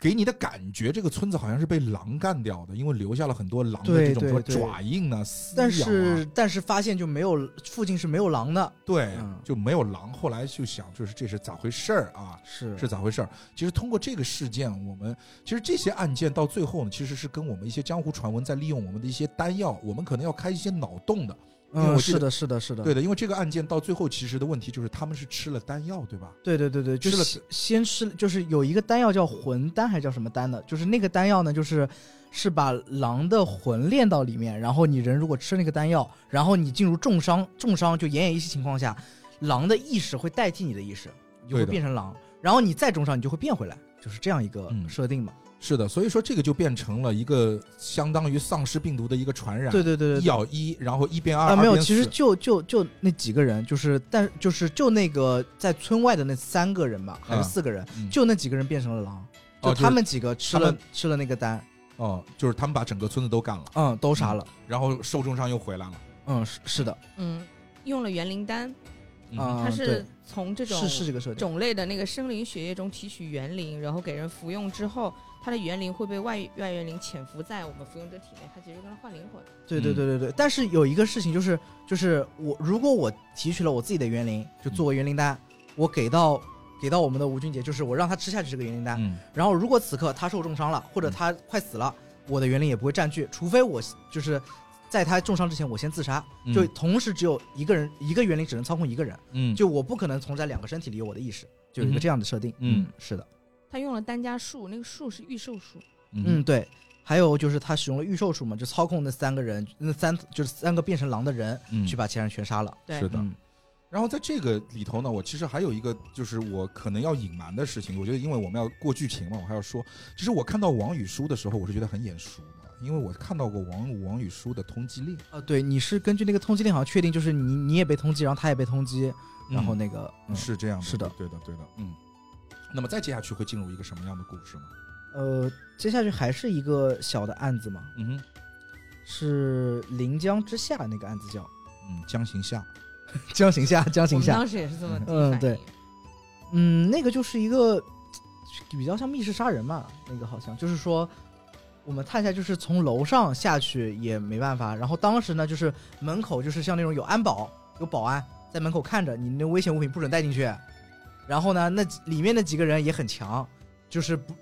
Speaker 3: 给你的感觉，这个村子好像是被狼干掉的，因为留下了很多狼的
Speaker 4: 对
Speaker 3: 这种
Speaker 4: 对
Speaker 3: 说
Speaker 4: 对
Speaker 3: 爪印啊、撕咬
Speaker 4: 但
Speaker 3: 啊。
Speaker 4: 是但是发现就没有附近是没有狼的，
Speaker 3: 对
Speaker 4: 嗯，
Speaker 3: 就没有狼。后来就想，就是这是咋回事儿啊？
Speaker 4: 是
Speaker 3: 是咋回事儿？其实通过这个事件，我们其实这些案件到最后呢，其实是跟我们一些江湖传闻在利用我们的一些丹药，我们可能要开一些脑洞的。因为
Speaker 4: 嗯，
Speaker 3: 我记
Speaker 4: 是
Speaker 3: 得
Speaker 4: 的，是的，是的，
Speaker 3: 对的，因为这个案件到最后其实的问题就是他们是吃了丹药，对吧？
Speaker 4: 对对对对，就
Speaker 3: 吃了
Speaker 4: 是先吃，就是有一个丹药叫魂丹，还是叫什么丹的？就是那个丹药呢，就是是把狼的魂炼到里面，然后你人如果吃那个丹药，然后你进入重伤，重伤就奄奄一息情况下，狼的意识会代替你的意识，你就会
Speaker 3: 对的
Speaker 4: 变成狼。然后你再种上，你就会变回来，就是这样一个
Speaker 3: 嗯
Speaker 4: 设定嘛。
Speaker 3: 是的，所以说这个就变成了一个相当于丧尸病毒的一个传染，
Speaker 4: 对对对对
Speaker 3: 一
Speaker 4: 对。
Speaker 3: 咬一，然后一变二，
Speaker 4: 啊，
Speaker 3: 二
Speaker 4: 没有，
Speaker 3: 变
Speaker 4: 其实
Speaker 3: 四
Speaker 4: 就就就那几个人，就是但就是就那个在村外的那三个人吧，还是
Speaker 3: 嗯
Speaker 4: 四个人，
Speaker 3: 嗯
Speaker 4: 就那几个人变成了狼，
Speaker 3: 哦
Speaker 4: 就
Speaker 3: 就是
Speaker 4: 他们几个吃
Speaker 3: 他
Speaker 4: 了、
Speaker 3: 们
Speaker 4: 吃了那个丹，
Speaker 3: 哦，就是他们把整个村子都干了，
Speaker 4: 嗯，都杀了，
Speaker 3: 然后受重伤又回来了。
Speaker 4: 嗯，是是的，
Speaker 6: 嗯，用了园林丹，
Speaker 3: 嗯
Speaker 4: 啊、
Speaker 6: 它
Speaker 4: 对
Speaker 6: 是从这种
Speaker 4: 是是这个设定，
Speaker 6: 种类的那个生灵血液中提取园林，然后给人服用之后，它的园林会被外外园林潜伏在我们服用者体内，它其实跟它换灵魂。
Speaker 4: 对对
Speaker 3: 嗯
Speaker 4: 对对对。但是有一个事情就是，就是我如果我提取了我自己的园林，就作为园林丹，我给到给到我们的吴俊杰，就是我让他吃下去这个园林丹，
Speaker 3: 嗯
Speaker 4: 然后如果此刻他受重伤了，或者
Speaker 3: 嗯
Speaker 4: 他快死了，我的园林也不会占据，除非我就是在他重伤之前我先自杀，
Speaker 3: 嗯
Speaker 4: 就同时只有一个人一个园林只能操控一个人，
Speaker 3: 嗯
Speaker 4: 就我不可能同时在两个身体里有我的意识，就有
Speaker 3: 嗯
Speaker 4: 一个
Speaker 3: 哼
Speaker 4: 这样的设定。
Speaker 3: 嗯，
Speaker 4: 是的，
Speaker 6: 它用了丹家树，那个树是预售树，
Speaker 4: 嗯
Speaker 3: 嗯
Speaker 4: 对。还有就是他使用了御兽术嘛，就操控那三个人，那三就是三个变成狼的人
Speaker 3: 嗯
Speaker 4: 去把其他人全杀了。
Speaker 6: 对
Speaker 3: 是的。
Speaker 4: 嗯
Speaker 3: 然后在这个里头呢，我其实还有一个就是我可能要隐瞒的事情，我觉得因为我们要过剧情嘛，我还要说，其实我看到王语姝的时候，我是觉得很眼熟的，因为我看到过王王语姝的《通缉令》，
Speaker 4: 呃，对，你是根据那个通缉令好像确定，就是你你也被通缉，然后他也被通缉，然后那个、嗯、
Speaker 3: 是这样的，
Speaker 4: 是的
Speaker 3: 对的，对的，嗯。那么再接下去会进入一个什么样的故事呢？
Speaker 4: 呃，接下去还是一个小的案子嘛，
Speaker 3: 嗯哼，
Speaker 4: 是临江之下那个案子叫
Speaker 3: 嗯，江行下，
Speaker 4: 江行下，江
Speaker 6: 我
Speaker 4: 行
Speaker 6: 们
Speaker 4: 下，
Speaker 6: 当时也是这么
Speaker 4: 嗯
Speaker 6: 反
Speaker 4: 对
Speaker 6: 应
Speaker 4: 嗯，那个就是一个比较像密室杀人嘛，那个好像就是说我们探一下，就是从楼上下去也没办法，然后当时呢就是门口就是像那种有安保有保安在门口看着你那危险物品不准带进去，然后呢那几里面那几个人也很强，就是不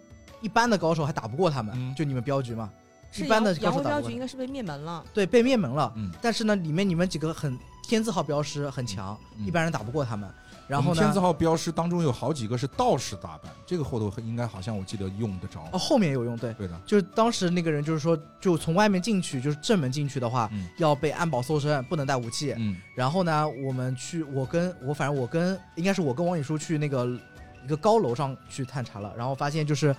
Speaker 4: 一般的高手还打不过他们，
Speaker 3: 嗯
Speaker 4: 就你们镖局嘛，
Speaker 6: 是
Speaker 4: 一般的
Speaker 6: 杨
Speaker 4: 高手
Speaker 6: 杨
Speaker 4: 打
Speaker 6: 标
Speaker 4: 不过
Speaker 6: 局应
Speaker 4: 他
Speaker 6: 该是被灭门了，
Speaker 4: 对，被灭门了。
Speaker 3: 嗯，
Speaker 4: 但是呢，里面你们几个很天字号镖师很强，
Speaker 3: 嗯
Speaker 4: 一般人打不过他们。然后
Speaker 3: 我们天字
Speaker 4: 呢，
Speaker 3: 号标识当中有好几个是道士打扮，这个后头应该好像我记得用得着。
Speaker 4: 哦，后面有用，对，
Speaker 3: 对的，
Speaker 4: 就是当时那个人就是说，就从外面进去，就是正门进去的话，
Speaker 3: 嗯
Speaker 4: 要被安保搜身，不能带武器。
Speaker 3: 嗯
Speaker 4: 然后呢，我们去，我跟我反正我跟应该是我跟王宇舒去那个一个高楼上去探查了，然后发现就是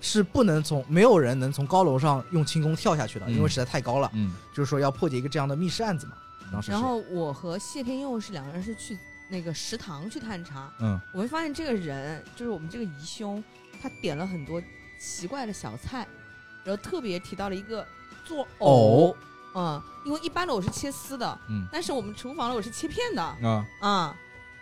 Speaker 4: 是不能从没有人能从高楼上用轻功跳下去的，
Speaker 3: 嗯
Speaker 4: 因为实在太高了。
Speaker 3: 嗯，
Speaker 4: 就是说要破解一个这样的密室案子嘛，当时是
Speaker 6: 然后我和谢天佑是两个人是去那个食堂去探查，
Speaker 3: 嗯
Speaker 6: 我们发现这个人就是我们这个疑凶，他点了很多奇怪的小菜，然后特别提到了一个做藕，
Speaker 4: 哦
Speaker 6: 嗯，因为一般的我是切丝的，
Speaker 3: 嗯
Speaker 6: 但是我们厨房的我是切片的，
Speaker 3: 啊
Speaker 6: 啊、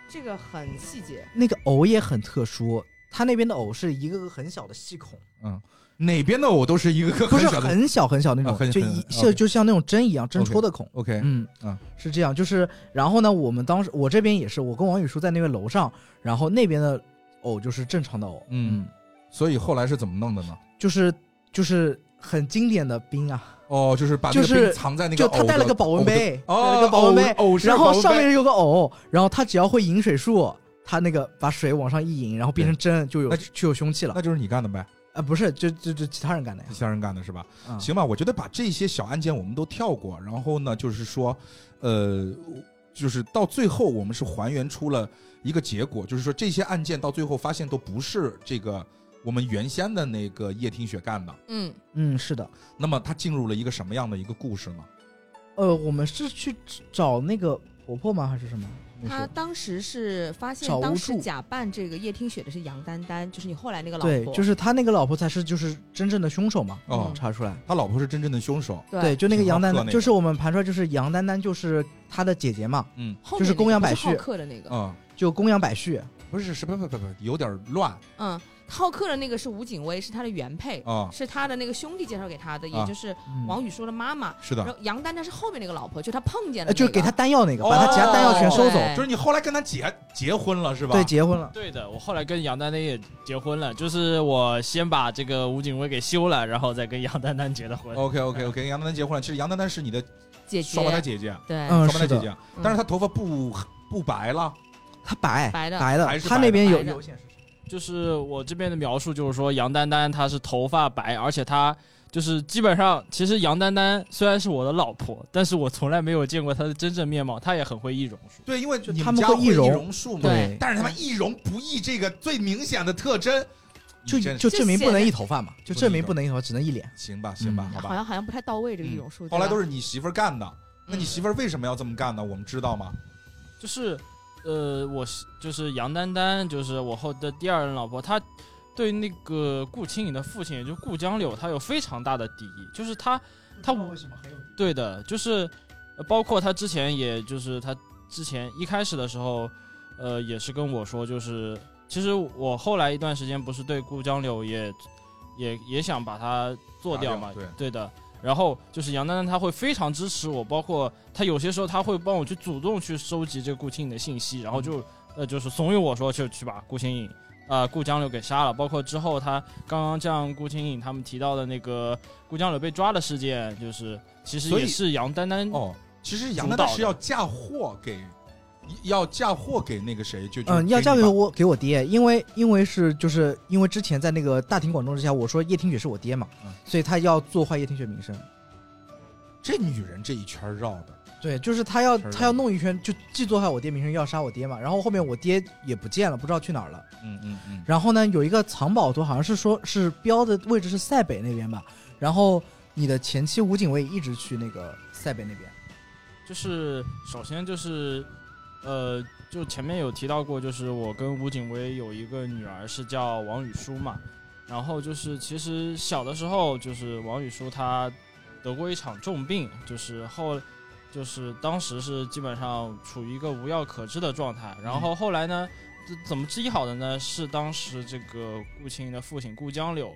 Speaker 6: 这个很细节，
Speaker 4: 那个藕也很特殊，它那边的藕是一个个很小的细孔，
Speaker 3: 嗯，哪边的我都是一个个
Speaker 4: 不是
Speaker 3: 小的
Speaker 4: 很小很小那种，
Speaker 3: 啊很
Speaker 4: 就
Speaker 3: 很
Speaker 4: 一
Speaker 3: ，OK
Speaker 4: 像就像那种针一样，针戳的孔。
Speaker 3: OK，
Speaker 4: 嗯
Speaker 3: 啊
Speaker 4: 是这样，就是然后呢，我们当时我这边也是，我跟王宇舒在那边楼上，然后那边的藕就是正常的藕，
Speaker 3: 嗯，所以后来是怎么弄的呢？
Speaker 4: 就是就是很经典的冰啊，
Speaker 3: 哦，就是把那
Speaker 4: 就
Speaker 3: 个
Speaker 4: 是
Speaker 3: 冰藏在那个
Speaker 4: 就
Speaker 3: 藕的，
Speaker 4: 他带了个保温杯，
Speaker 3: 藕的，
Speaker 4: 带了
Speaker 3: 哦，
Speaker 4: 个保温杯，
Speaker 3: 藕，藕是
Speaker 4: 然后
Speaker 3: 保温
Speaker 4: 上
Speaker 3: 杯
Speaker 4: 面有个藕，然后他只要会饮水术，他那个把水往上一引，然后变成针就有
Speaker 3: 那就
Speaker 4: 就有凶器了
Speaker 3: 那。就是你干的呗，
Speaker 4: 啊，不是，就就就其他人干的呀
Speaker 3: 其。他人干的是吧？
Speaker 4: 嗯
Speaker 3: 行吧，我觉得把这些小案件我们都跳过，然后呢，就是说，呃，就是到最后我们是还原出了一个结果，就是说这些案件到最后发现都不是这个我们原先的那个叶听雪干的。
Speaker 6: 嗯，
Speaker 4: 嗯，是的。
Speaker 3: 那么它进入了一个什么样的一个故事呢？
Speaker 4: 呃，我们是去找那个婆婆吗？还是什么？那
Speaker 6: 他
Speaker 4: 是
Speaker 6: 当时是发现
Speaker 4: 找无
Speaker 6: 当时
Speaker 4: 助
Speaker 6: 假扮这个叶听雪的是杨丹丹，就是你后来那个老
Speaker 4: 对，
Speaker 6: 婆，
Speaker 4: 就是他那个老婆才是就是真正的凶手嘛。
Speaker 3: 哦
Speaker 6: 嗯
Speaker 4: 查出来。
Speaker 3: 他老婆是真正的凶手，
Speaker 6: 对
Speaker 4: 对，就那个
Speaker 3: 挺好
Speaker 4: 杨丹
Speaker 3: 喝
Speaker 4: 丹，
Speaker 3: 那
Speaker 4: 就
Speaker 3: 个
Speaker 4: 是我们盘出来，就是杨丹丹就是她的姐姐嘛，
Speaker 3: 嗯
Speaker 6: 后
Speaker 4: 就是
Speaker 6: 面那
Speaker 4: 公
Speaker 6: 个
Speaker 4: 羊
Speaker 6: 不
Speaker 4: 百哦
Speaker 6: 是浩
Speaker 4: 旭
Speaker 6: 克的那个，
Speaker 3: 啊、
Speaker 4: 就公羊百旭。
Speaker 3: 不是是不不不不，有点乱
Speaker 6: 嗯，浩克的那个是吴景薇，是他的原配，
Speaker 4: 哦
Speaker 3: 啊、
Speaker 6: 是他的那个兄弟介绍给他的，也
Speaker 3: 啊
Speaker 6: 就是
Speaker 4: 嗯
Speaker 6: 王宇说的妈妈。
Speaker 3: 是
Speaker 6: 然
Speaker 3: 的，
Speaker 6: 后杨丹丹是后面那个老婆，就他碰见
Speaker 4: 呃，
Speaker 6: 了、那个，哦
Speaker 4: 就是给她丹药那个，把她其他丹药全收走。
Speaker 6: 对
Speaker 3: 就是你后来跟他结结婚了是吧？
Speaker 4: 对，结婚了。
Speaker 5: 对的，我后来跟杨丹丹也结婚了，就是我先把这个吴景威给休了，然后再跟杨丹丹结的婚。
Speaker 3: OK OK OK，杨丹丹结婚了，其实杨丹丹是你的
Speaker 6: 姐姐，
Speaker 3: 双胞胎姐啊姐，
Speaker 6: 对，
Speaker 4: 嗯
Speaker 3: 双胞胎
Speaker 4: 是的
Speaker 3: 姐姐，但
Speaker 6: 嗯
Speaker 3: 是她头发不不白了，
Speaker 4: 她白
Speaker 6: 白的
Speaker 4: 白
Speaker 3: 还是
Speaker 4: 她
Speaker 3: 白
Speaker 4: 嗯那
Speaker 3: 的
Speaker 4: 边有
Speaker 6: 白的
Speaker 4: 有显示。
Speaker 5: 就是我这边的描述，就是说杨丹丹她是头发白，而且她就是基本上，其实杨丹丹虽然是我的老婆，但是我从来没有见过她的真正面貌。她也很会易容术，
Speaker 3: 对，因为你
Speaker 4: 他
Speaker 3: 们
Speaker 4: 们
Speaker 3: 家
Speaker 4: 会
Speaker 3: 会
Speaker 4: 易容
Speaker 3: 容术嘛，
Speaker 6: 对
Speaker 3: 但是他们易容不易这个最明显的特征，
Speaker 4: 就
Speaker 3: 你真
Speaker 4: 就证明不能
Speaker 6: 这
Speaker 4: 一头发嘛，就证明不能一头发，只能一脸。
Speaker 3: 行吧，行吧，
Speaker 4: 嗯
Speaker 3: 好
Speaker 6: 好
Speaker 3: 吧。
Speaker 6: 像好像不太到位这个
Speaker 3: 嗯
Speaker 6: 易容术。
Speaker 3: 后来都
Speaker 6: 是
Speaker 3: 是你媳妇儿干的，那
Speaker 6: 嗯
Speaker 3: 你媳妇儿为什么要这么干呢？我们知道吗？
Speaker 5: 就是，呃，我是就是杨丹丹，就是我后的第二任老婆，她对那个顾青颖的父亲，也就是顾江柳，她有非常大的敌意。就是她，她
Speaker 4: 为什么很有？
Speaker 5: 对的，就是呃包括她之前，也就是她之前一开始的时候，呃，也是跟我说，就是其实我后来一段时间不是对顾江柳也也也想把他做掉嘛
Speaker 3: 打，掉
Speaker 5: 对的。然后就是杨丹丹，她会非常支持我，包括她有些时候她会帮我去主动去收集这个顾青颖的信息，然后就呃就是怂恿我说去去把顾青颖呃顾江柳给杀了。包括之后她刚刚像顾青颖他们提到的那个顾江柳被抓的事件，就是其实
Speaker 3: 所以
Speaker 5: 也是杨丹
Speaker 6: 嗯
Speaker 5: 丹
Speaker 3: 哦，其实杨
Speaker 5: 主
Speaker 3: 丹
Speaker 5: 导
Speaker 3: 丹
Speaker 5: 的
Speaker 3: 是要嫁祸给，要嫁祸给那个谁，就就
Speaker 4: 嗯，要
Speaker 3: 给
Speaker 4: 嫁
Speaker 3: 你
Speaker 4: 给
Speaker 3: 爸
Speaker 4: 我给我爹，因为因为是就是因为之前在那个大庭广众之下，我说叶听雪是我爹嘛
Speaker 3: 嗯，
Speaker 4: 所以他要做坏叶听雪名声。
Speaker 3: 这女人这一圈绕的，
Speaker 4: 对，就是他要
Speaker 3: 是的
Speaker 4: 他要弄一圈，就既做坏我爹名声，又要杀我爹嘛。然后后面我爹也不见了，不知道去哪儿了。
Speaker 3: 嗯嗯嗯，
Speaker 4: 然后呢，有一个藏宝图，好像是说是标的位置是塞北那边吧。然后你的前妻吴景卫一直去那个塞北那边。
Speaker 5: 就是首先就是，呃，就前面有提到过，就是我跟吴景薇有一个女儿是叫王雨舒嘛，然后就是其实小的时候就是王雨舒她得过一场重病，就是后就是当时是基本上处于一个无药可治的状态，然后后来呢，这怎么治医好的呢？是当时这个顾青的父亲顾江柳。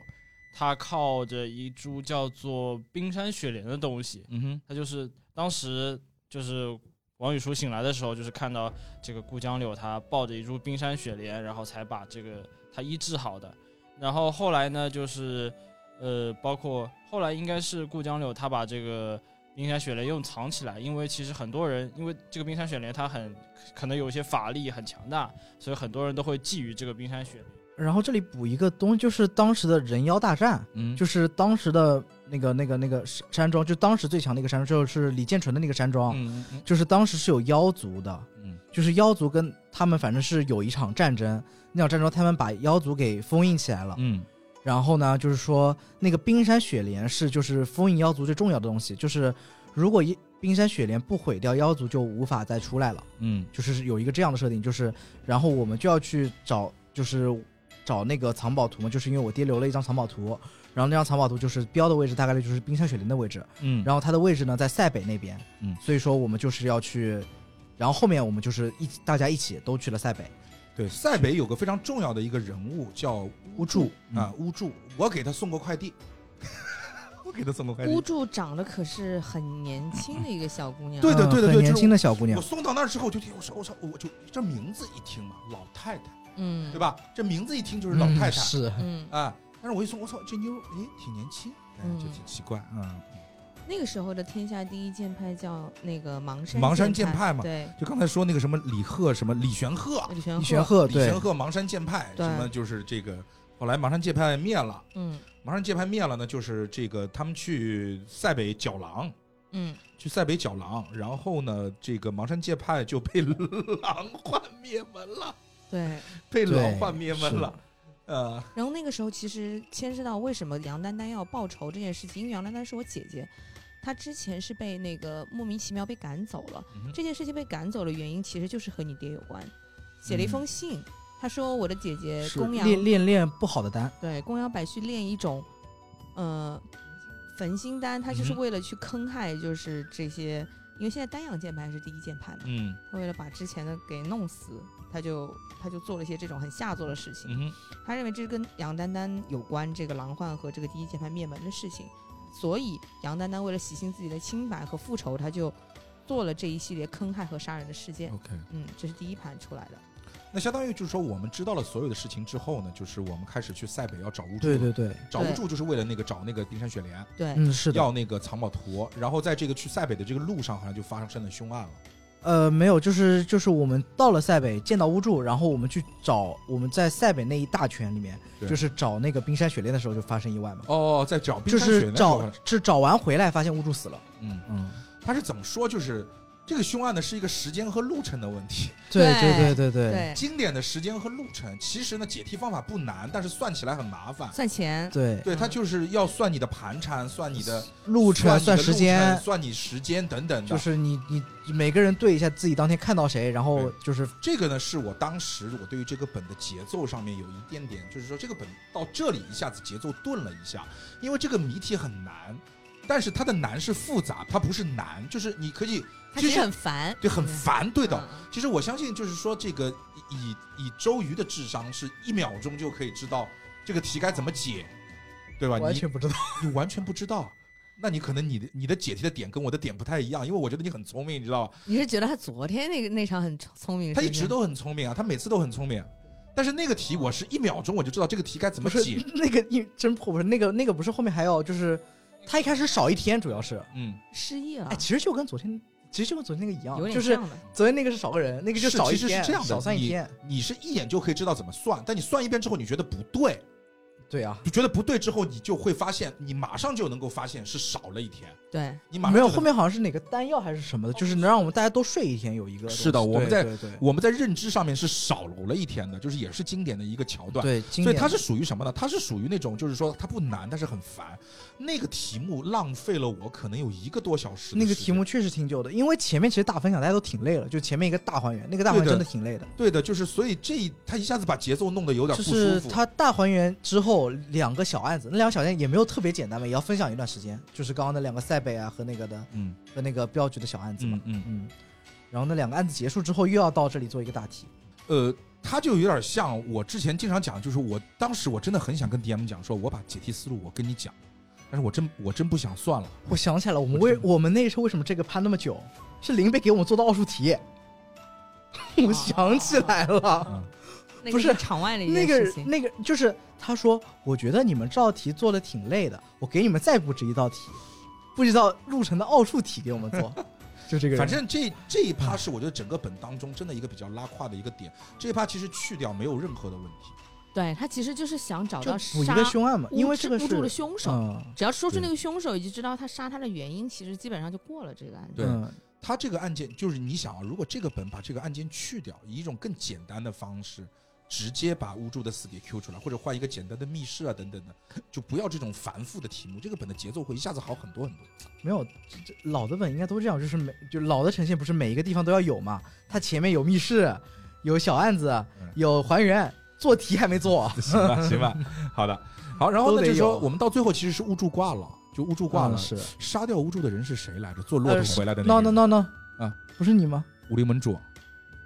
Speaker 5: 他靠着一株叫做冰山雪莲的东西，
Speaker 3: 嗯哼，
Speaker 5: 他就是当时就是王雨舒醒来的时候，就是看到这个顾江柳他抱着一株冰山雪莲，然后才把这个他医治好的。然后后来呢，就是呃，包括后来应该是顾江柳他把这个冰山雪莲又藏起来，因为其实很多人因为这个冰山雪莲它很可能有一些法力很强大，所以很多人都会觊觎这个冰山雪莲。
Speaker 4: 然后这里补一个东西，就是当时的人妖大战，
Speaker 3: 嗯
Speaker 4: 就是是当时的那个那个那个山山庄，就当时最强的一个山庄，就是李建纯的那个山庄，
Speaker 3: 嗯嗯
Speaker 4: 就是当时是有妖族的，
Speaker 3: 嗯
Speaker 4: 就是妖族跟他们反正是有一场战争，那场战争他们把妖族给封印起来了。
Speaker 3: 嗯
Speaker 4: 然后呢，就是说那个冰山雪莲是就是封印妖族最重要的东西，就是如果一冰山雪莲不毁掉妖族，就无法再出来了。
Speaker 3: 嗯
Speaker 4: 就是有一个这样的设定，就是然后我们就要去找，就是找那个藏宝图嘛，就是因为我爹留了一张藏宝图，然后那张藏宝图就是标的位置大概率就是冰山雪莲的位置，
Speaker 3: 嗯
Speaker 4: 然后它的位置呢在塞北那边，
Speaker 3: 嗯
Speaker 4: 所以说我们就是要去，然后后面我们就是一起大家一起都去了塞北，
Speaker 3: 对，塞北有个非常重要的一个人物叫乌柱啊，乌柱，我给他送过快递， 我给他送过快
Speaker 6: 孤
Speaker 3: 递，
Speaker 6: 注长得可是很年轻的一个小姑娘，啊
Speaker 3: 对的
Speaker 4: 嗯
Speaker 3: 对的对
Speaker 4: 很
Speaker 3: 就是
Speaker 4: 年轻的小姑
Speaker 3: 我
Speaker 4: 娘，
Speaker 3: 送到那儿之后我就听我说我说我就这名字一听嘛，啊老太太
Speaker 6: 嗯，
Speaker 3: 对？吧？这名字一听就是老太
Speaker 4: 嗯
Speaker 3: 太
Speaker 4: 是，
Speaker 6: 嗯，
Speaker 3: 啊，但是我一送我操这妞儿哎挺年轻，哎
Speaker 6: 嗯
Speaker 3: 就挺奇怪啊，
Speaker 6: 那个时候的天下第一剑派叫那个芒山
Speaker 3: 芒山
Speaker 6: 剑
Speaker 3: 剑派嘛
Speaker 6: 对，
Speaker 3: 就刚才说那个什么李贺什么李玄鹤，
Speaker 6: 李玄
Speaker 4: 李玄
Speaker 6: 鹤，
Speaker 4: 鹤
Speaker 3: 李
Speaker 4: 哦对
Speaker 3: 玄，鹤芒山剑派，
Speaker 6: 对
Speaker 3: 什么就是这个，后来芒山剑派灭了，
Speaker 6: 嗯
Speaker 3: 芒山剑派灭了呢，就是这个他们去塞北剿狼，
Speaker 6: 嗯，
Speaker 3: 去塞北剿狼，然后呢，这个芒山剑派就被 狼患灭门了，
Speaker 6: 对。
Speaker 3: 被
Speaker 4: 对
Speaker 3: 狼患灭门
Speaker 4: 是
Speaker 3: 了，呃，
Speaker 6: 然后那个时候其实牵涉到为什么杨丹丹要报仇这件事情，因为杨丹丹是我姐姐，她之前是被那个莫名其妙被赶走了。
Speaker 3: 嗯哼
Speaker 6: 这件事情被赶走的原因其实就是和你爹有关，写
Speaker 3: 嗯
Speaker 6: 了一封信，他说我的姐姐
Speaker 4: 是
Speaker 6: 公羊
Speaker 4: 练练练不好的丹，
Speaker 6: 对公羊百续炼一种，呃，焚心丹，它就是
Speaker 3: 嗯哼
Speaker 6: 为了去坑害就是这些，因为现在丹阳剑派是第一剑派嘛，
Speaker 3: 嗯
Speaker 6: 他为了把之前的给弄死，他就他就做了一些这种很下作的事情。
Speaker 3: 嗯哼
Speaker 6: 他认为这是跟杨丹丹有关，这个狼患和这个第一键盘灭门的事情，所以杨丹丹为了洗清自己的清白和复仇，他就做了这一系列坑害和杀人的事件。
Speaker 3: ，OK，
Speaker 6: 嗯，这是第一盘出来的。
Speaker 3: 那相当于就是说，我们知道了所有的事情之后呢，就是我们开始去塞北要找乌柱，
Speaker 4: 对对对，
Speaker 3: 找乌柱就是为了那个找那个冰山雪莲，
Speaker 6: 对，
Speaker 4: 嗯是的，
Speaker 3: 要那个藏宝图，然后在这个去塞北的这个路上，好像就发生了凶案了。
Speaker 4: 呃，没有，就是就是我们到了塞北，见到乌柱，然后我们去找我们在塞北那一大圈里面，
Speaker 3: 对
Speaker 4: 就是找那个冰山雪猎的时候就发生意外嘛，
Speaker 3: 哦，在找冰
Speaker 4: 就
Speaker 3: 山雪
Speaker 4: 是
Speaker 3: 那块
Speaker 4: 找
Speaker 3: 儿
Speaker 4: 是找完回来发现乌柱死了，
Speaker 3: 嗯，
Speaker 4: 嗯，
Speaker 3: 他是怎么说？就是这个凶案呢是一个时间和路程的问题。
Speaker 6: 对
Speaker 4: 对对对对
Speaker 6: 对，
Speaker 3: 经典的时间和路程，其实呢解题方法不难，但是算起来很麻烦。
Speaker 6: 算钱，
Speaker 4: 对
Speaker 3: 对，它就是要算你的盘缠，算你的
Speaker 4: 路程
Speaker 3: 你的
Speaker 4: 算
Speaker 3: 路
Speaker 4: 时
Speaker 3: 程
Speaker 4: 间，
Speaker 3: 算你时间等等的。
Speaker 4: 就是你你你每个人对一下自己当天看到谁，然后就是
Speaker 3: 这个呢，是我当时我对于这个本的节奏上面有一点点，就是说这个本到这里一下子节奏顿了一下，因为这个谜题很难，但是它的难是复杂，它不是难，就是你可以
Speaker 6: 他
Speaker 3: 其
Speaker 6: 其实
Speaker 3: 实
Speaker 6: 很烦，
Speaker 3: 对
Speaker 4: 嗯
Speaker 3: 很烦，对的。
Speaker 6: 嗯，
Speaker 3: 其实我相信，就是说这个以以以周瑜的智商，是一秒钟就可以知道这个题该怎么解，对吧？
Speaker 4: 完
Speaker 3: 你
Speaker 4: 全不知道，
Speaker 3: 你完全不知道。那你可能你的你的解题的点跟我的点不太一样，因为我觉得你很聪明，你知道吧？
Speaker 6: 你是觉得他昨天那个那场很聪明，
Speaker 3: 他一
Speaker 6: 是不是
Speaker 3: 直都很聪明啊，他每次都很聪明。但是那个题，我是一秒钟我就知道这个题该怎么
Speaker 4: 不是
Speaker 3: 解。
Speaker 4: 那个你真破不是那个那个不是后面还要就是他一开始少一天主要是，
Speaker 3: 嗯，
Speaker 6: 失忆了
Speaker 4: 哎，，其实就跟昨天其实就跟昨天那个一样
Speaker 6: 啊有，点
Speaker 4: 就是
Speaker 6: 像的
Speaker 4: 昨天那个是少个人，那个就是少一
Speaker 3: 其实是
Speaker 4: 天，
Speaker 3: 这样的
Speaker 4: 少算一天，
Speaker 3: 你是一眼就可以知道怎么算，但你算一遍之后，你觉得不对，
Speaker 4: 对啊。
Speaker 3: 就觉得不对之后，你就会发现，你马上就能够发现是少了一天，
Speaker 6: 对，
Speaker 3: 你马上
Speaker 4: 没有，
Speaker 3: 就能
Speaker 4: 后面好像是哪个丹药还是什么的，就是能让我们大家多睡一天，有一个东西。
Speaker 3: 是的我们
Speaker 4: 对
Speaker 3: 在
Speaker 4: 对对
Speaker 3: 我们在认知上面是少了一天的，就是也是经典的一个桥段。
Speaker 4: 对，
Speaker 3: 所
Speaker 4: 所
Speaker 3: 以它是属于什么呢？它是属于那种，就是说它不难，但是很烦。那个题目浪费了我可能有一个多小时的时间。
Speaker 4: 那个题目确实挺久的，因为前面其实大分享大家都挺累了，就前面一个大还原，那个大还原
Speaker 3: 对的
Speaker 4: 真的挺累的。
Speaker 3: 对的，就是所以这一他一下子把节奏弄得有点
Speaker 4: 就
Speaker 3: 不舒
Speaker 4: 是
Speaker 3: 服。
Speaker 4: 它大还原之后两个小案子，那两个小案子也没有特别简单嘛，也要分享一段时间，就是刚刚那两个塞北啊和那个的
Speaker 3: 嗯
Speaker 4: 和那个镖局的小案子嘛
Speaker 3: 嗯，嗯，
Speaker 4: 嗯。然后那两个案子结束之后，又要到这里做一个大题，
Speaker 3: 呃，他就有点像我之前经常讲，就是我当时我真的很想跟 DM 讲说，我把解题思路我跟你讲，但是我真我真不想算了。
Speaker 4: 我想起来了，我们为我们那个时候为什么这个拍那么久，是林贝给我们做的奥数题。
Speaker 3: 啊
Speaker 4: 我想起来了，
Speaker 3: 嗯
Speaker 6: 那个
Speaker 4: 不是
Speaker 6: 场外的一
Speaker 4: 那
Speaker 6: 件
Speaker 4: 个
Speaker 6: 事情，
Speaker 4: 那个就是他说，我觉得你们这道题做的挺累的，我给你们再布置一道题，布置一道路程的奥数题给我们 做，就这个人。
Speaker 3: 反正这这一趴是我觉得整个本当中真的一个比较拉胯的一个点。这一趴其实去掉没有任何的问题。
Speaker 6: 对他其实就是想找
Speaker 4: 就
Speaker 6: 到
Speaker 4: 补一
Speaker 6: 杀
Speaker 4: 个凶案嘛，
Speaker 6: 乌
Speaker 4: 因为这个
Speaker 6: 乌
Speaker 4: 是
Speaker 6: 住的凶手，
Speaker 4: 嗯
Speaker 6: 只要说出
Speaker 3: 对
Speaker 6: 那个凶手以及知道他杀他的原因，其实基本上就过了这个案子。
Speaker 3: 对
Speaker 4: 嗯
Speaker 3: 他这个案件就是你想啊，如果这个本把这个案件去掉，以一种更简单的方式，直接把乌柱的死给 Q 出来，或者换一个简单的密室啊等等的，就不要这种繁复的题目，这个本的节奏会一下子好很多很多。
Speaker 4: 没有这这老的本应该都这样，就是每就老的呈现不是每一个地方都要有嘛，它前面有密室，有小案子
Speaker 3: 嗯，
Speaker 4: 有还原，做题还 没做，
Speaker 3: 行吧，行吧，好的，好，然后
Speaker 4: 都
Speaker 3: 呢
Speaker 4: 得
Speaker 3: 就是说
Speaker 4: 有
Speaker 3: 我们到最后其实是乌柱挂了，就乌柱挂
Speaker 4: 嗯
Speaker 3: 了，
Speaker 4: 是
Speaker 3: 杀掉乌柱的人是谁来着？坐骆
Speaker 4: 呃
Speaker 3: 驼
Speaker 4: 是
Speaker 3: 回来的那
Speaker 4: ，no
Speaker 3: 个
Speaker 4: no
Speaker 3: 人
Speaker 4: no no，
Speaker 3: 啊，
Speaker 4: 不是你吗？
Speaker 3: 武林盟主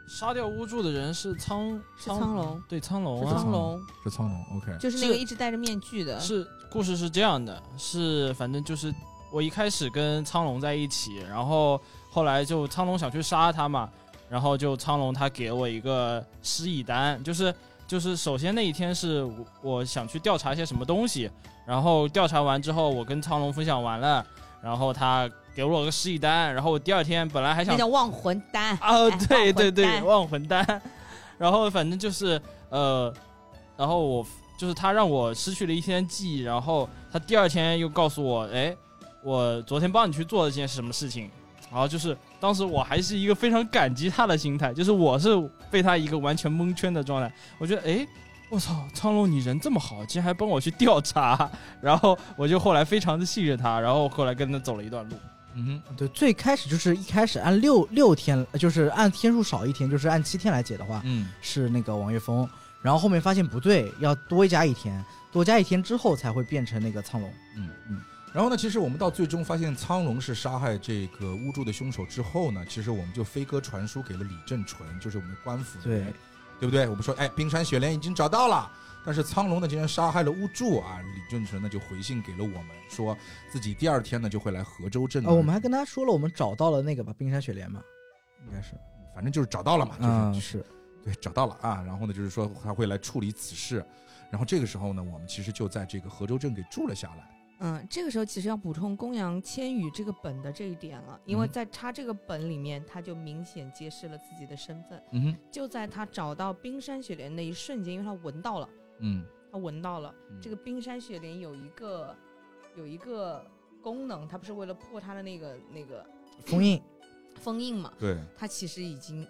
Speaker 5: 杀掉乌柱的人是苍
Speaker 6: 是苍龙，
Speaker 5: 对苍龙
Speaker 6: 是
Speaker 5: 啊，
Speaker 6: 苍龙
Speaker 3: 是苍龙，OK，
Speaker 6: 就是那个
Speaker 5: 是
Speaker 6: 一直戴着面具的，
Speaker 5: 是故事是这样的，是反正就是我一开始跟苍龙在一起，然后后来就苍龙想去杀他嘛，然后就苍龙他给我一个失忆单，就是就是首先那一天是我我想去调查一些什么东西，然后调查完之后我跟苍龙分享完了，然后他给我个失忆单，然后我第二天本来还想
Speaker 6: 那叫忘魂丹。
Speaker 5: 啊，
Speaker 6: 哎
Speaker 5: 对对对，
Speaker 6: 忘
Speaker 5: 忘魂丹。然后反正就是呃，然后我就是他让我失去了一天记忆，然后他第二天又告诉我，哎，我昨天帮你去做了一件什么事情。然后就是当时我还是一个非常感激他的心态，就是我是被他一个完全蒙圈的状态。我觉得，哎，我操，苍龙你人这么好，竟然还帮我去调查。然后我就后来非常的信任他，然后后来跟他走了一段路。
Speaker 3: 嗯哼，
Speaker 4: 对，最开始就是一开始按六六天，呃就是按天数少一天，就是按七天来解的话，
Speaker 3: 嗯，
Speaker 4: 是那个王岳峰，然后后面发现不对，要多加一天，多加一天之后才会变成那个苍龙。
Speaker 3: 然后呢，其实我们到最终发现苍龙是杀害这个乌柱的凶手之后呢，其实我们就飞鸽传书给了李正纯，就是我们的官府的人
Speaker 4: 对，
Speaker 3: 对不对？我们说，哎，冰山雪莲已经找到了，但是苍龙呢竟然杀害了乌柱啊！李正纯呢就回信给了我们，说自己第二天呢就会来河州镇。
Speaker 4: 呃，我们还跟他说了，我们找到了那个吧，冰山雪莲嘛，应该是，
Speaker 3: 反正就是找到了嘛，就是、
Speaker 4: 嗯，
Speaker 3: 就是
Speaker 4: 是，
Speaker 3: 对，找到了啊。然后呢，就是说他会来处理此事。然后这个时候呢，我们其实就在这个河州镇给住了下来。
Speaker 6: 嗯，这个时候其实要补充公羊千羽这个本的这一点了，因为
Speaker 3: 嗯
Speaker 6: 在他这个本里面，他就明显揭示了自己的身份。
Speaker 3: 嗯哼
Speaker 6: 就在他找到冰山雪莲那一瞬间，因为他闻到了，
Speaker 3: 嗯，
Speaker 6: 他闻到了
Speaker 3: 嗯
Speaker 6: 这个冰山雪莲有一个有一个功能，它不是为了破它的那个那个
Speaker 4: 封印，
Speaker 6: 封印嘛？
Speaker 3: 对，
Speaker 6: 他其实已经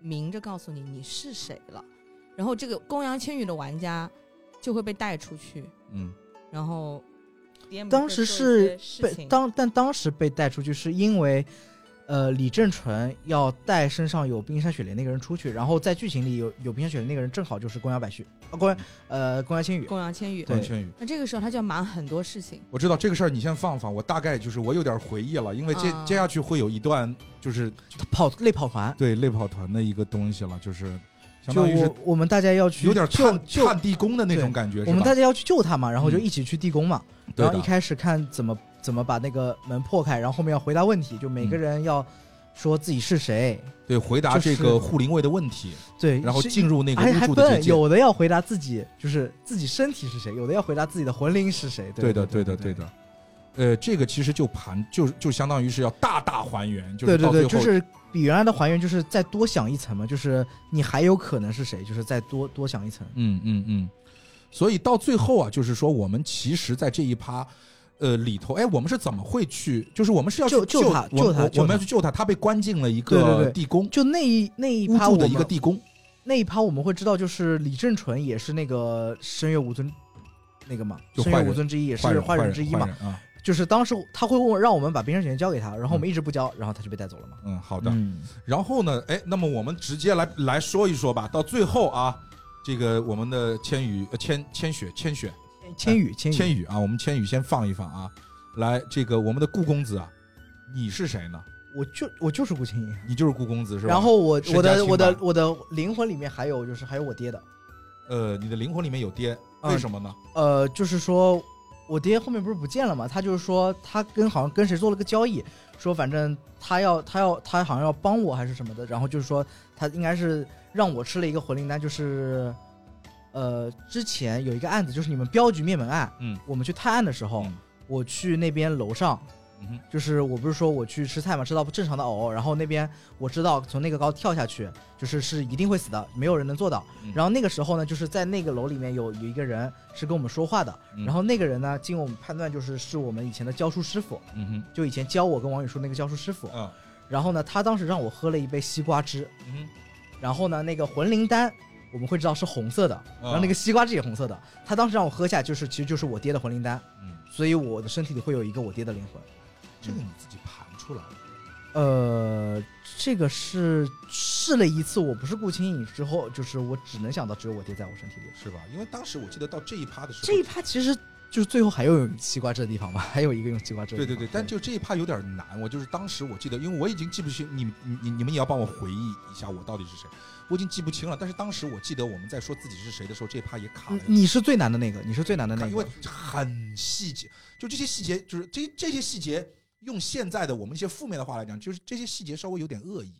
Speaker 6: 明着告诉你你是谁了，然后这个公羊千羽的玩家就会被带出去，
Speaker 3: 嗯
Speaker 6: 然后 DM
Speaker 4: 当
Speaker 6: 会
Speaker 4: 时
Speaker 6: 做一
Speaker 4: 是
Speaker 6: 些事
Speaker 4: 被
Speaker 6: 情
Speaker 4: 当但当时被带出去是因为，呃，李正淳要带身上有冰山雪莲那个人出去，然后在剧情里有有冰山雪莲那个人正好就是公羊百旭，啊，公羊呃公羊千羽，
Speaker 6: 公羊千羽。
Speaker 4: 对
Speaker 3: 关千羽，
Speaker 6: 那这个时候他就要忙很多事情，
Speaker 3: 我知道这个事儿，你先放放，我大概就是我有点回忆了，因为接、
Speaker 6: 啊
Speaker 3: 接下去会有一段就是
Speaker 4: 跑类跑团，
Speaker 3: 对类跑团的一个东西了，就是相
Speaker 4: 就
Speaker 3: 当于是
Speaker 4: 我我们大家要去
Speaker 3: 有点
Speaker 4: 救
Speaker 3: 探
Speaker 4: 救，
Speaker 3: 探地宫的那种
Speaker 4: 对
Speaker 3: 感觉，
Speaker 4: 我们
Speaker 3: 是吧
Speaker 4: 大家要去救他嘛，然后就
Speaker 3: 嗯
Speaker 4: 一起去地宫嘛，
Speaker 3: 对
Speaker 4: 然后一
Speaker 3: 的，
Speaker 4: 开始看怎么怎么把那个门破开，然后后面要回答问题，就每个
Speaker 3: 嗯
Speaker 4: 人要说自己是谁，
Speaker 3: 对回答
Speaker 4: 就
Speaker 3: 这
Speaker 4: 是
Speaker 3: 个护灵卫的问题，
Speaker 4: 对，
Speaker 3: 然后
Speaker 4: 是
Speaker 3: 进入那个
Speaker 4: 还
Speaker 3: 巫
Speaker 4: 还
Speaker 3: 术的
Speaker 4: 分，
Speaker 3: 结界。
Speaker 4: 有的要回答自己，就是自己身体是谁；有的要回答自己的魂灵是谁。
Speaker 3: 对
Speaker 4: 的，
Speaker 3: 的，对的，对。的。呃，这个其实就盘，就是就相当于是要大大还原，就是
Speaker 4: 对对
Speaker 3: 到最
Speaker 4: 对，
Speaker 3: 后，
Speaker 4: 就是比原来的还原，就是再多想一层嘛，就是你还有可能是谁，就是再多多想一层。
Speaker 3: 嗯嗯嗯。所以到最后啊，就是说我们其实，在这一趴，呃里头，哎，我们是怎么会去？就是我们是要去
Speaker 4: 救救他
Speaker 3: 我
Speaker 4: 救他
Speaker 3: 我
Speaker 4: 救
Speaker 3: 我们
Speaker 4: 他
Speaker 3: 要去救他，他被关进了一
Speaker 4: 对对
Speaker 3: 个
Speaker 4: 对
Speaker 3: 地宫，
Speaker 4: 就那一那一
Speaker 3: 巫
Speaker 4: 趴
Speaker 3: 术
Speaker 4: 我
Speaker 3: 的
Speaker 4: 们
Speaker 3: 一个地宫。
Speaker 4: 那一趴我们会知道，就是李正淳也是那个深月五尊那个嘛，
Speaker 3: 就
Speaker 4: 深
Speaker 3: 坏
Speaker 4: 月
Speaker 3: 人
Speaker 4: 五尊之一也
Speaker 3: 坏
Speaker 4: 是坏
Speaker 3: 坏
Speaker 4: 人之一嘛。
Speaker 3: 坏人啊，
Speaker 4: 就是当时他会问我让我们把冰山雪莲交给他，然后我们一直不交，然后他就被带走了嘛。
Speaker 3: 嗯，好
Speaker 4: 好
Speaker 3: 的。然后呢，哎，那么我们直接来来说一说吧。到最后啊，这个我们的千羽、呃、千千雪、千雪、
Speaker 4: 千羽千羽
Speaker 3: 千羽啊，我们千羽先放一放啊。来，这个我们的顾公子啊，你是谁呢？
Speaker 4: 我就我就是顾千羽。
Speaker 3: 你就是顾公子是吧？
Speaker 4: 然后我
Speaker 3: 是
Speaker 4: 我
Speaker 3: 家
Speaker 4: 的
Speaker 3: 庭
Speaker 4: 我的
Speaker 3: 版
Speaker 4: 我的灵魂里面还有就是还有我爹的，
Speaker 3: 呃，你的灵魂里面有爹，
Speaker 4: 嗯
Speaker 3: 为什么呢？
Speaker 4: 呃，就是说我爹后面不是不见了嘛，他就是说他跟好像跟谁做了个交易，说反正他要他要他好像要帮我还是什么的，然后就是说他应该是让我吃了一个魂灵丹，就是呃之前有一个案子，就是你们镖局灭门案，
Speaker 3: 嗯，
Speaker 4: 我们去探案的时候，
Speaker 3: 嗯
Speaker 4: 我去那边楼上
Speaker 3: 嗯哼，
Speaker 4: 就是我不是说我去吃菜嘛，吃到正常的藕，然后那边我知道从那个高跳下去，就是是一定会死的，没有人能做到。
Speaker 3: 嗯
Speaker 4: 然后那个时候呢，就是在那个楼里面有有一个人是跟我们说话的，
Speaker 3: 嗯
Speaker 4: 然后那个人呢，经我们判断就是是我们以前的教书师傅，
Speaker 3: 嗯哼，
Speaker 4: 就以前教我跟王宇说那个教书师傅。
Speaker 3: 嗯
Speaker 4: 然后呢，他当时让我喝了一杯西瓜汁，
Speaker 3: 嗯
Speaker 4: 然后呢，那个魂灵丹我们会知道是红色的，
Speaker 3: 嗯
Speaker 4: 然后那个西瓜汁也红色的。他当时让我喝下，就是其实就是我爹的魂灵丹，
Speaker 3: 哼，嗯，
Speaker 4: 所以我的身体里会有一个我爹的灵魂。
Speaker 3: 这个你自己盘出来的。
Speaker 4: 呃，这个是试了一次，我不是顾青影之后，就是我只能想到只有我爹在我身体里。
Speaker 3: 是吧？因为当时我记得到这一趴的时候，
Speaker 4: 这一趴其实就是最后还有用西瓜汁的地方吧， 还有一个用西瓜汁的
Speaker 3: 对
Speaker 4: 地
Speaker 3: 对
Speaker 4: 方。
Speaker 3: 对，但就这一趴有点难。我就是当时我记得，因为我已经记不清你你你你们也要帮我回忆一下我到底是谁，我已经记不清了。但是当时我记得我们在说自己是谁的时候，这一趴也卡了
Speaker 4: 你。你是最难的那个，你是最难的那
Speaker 3: 卡
Speaker 4: 个，
Speaker 3: 因为很细节，就这些细节，就是这这些细节，用现在的我们一些负面的话来讲，就是这些细节稍微有点恶意，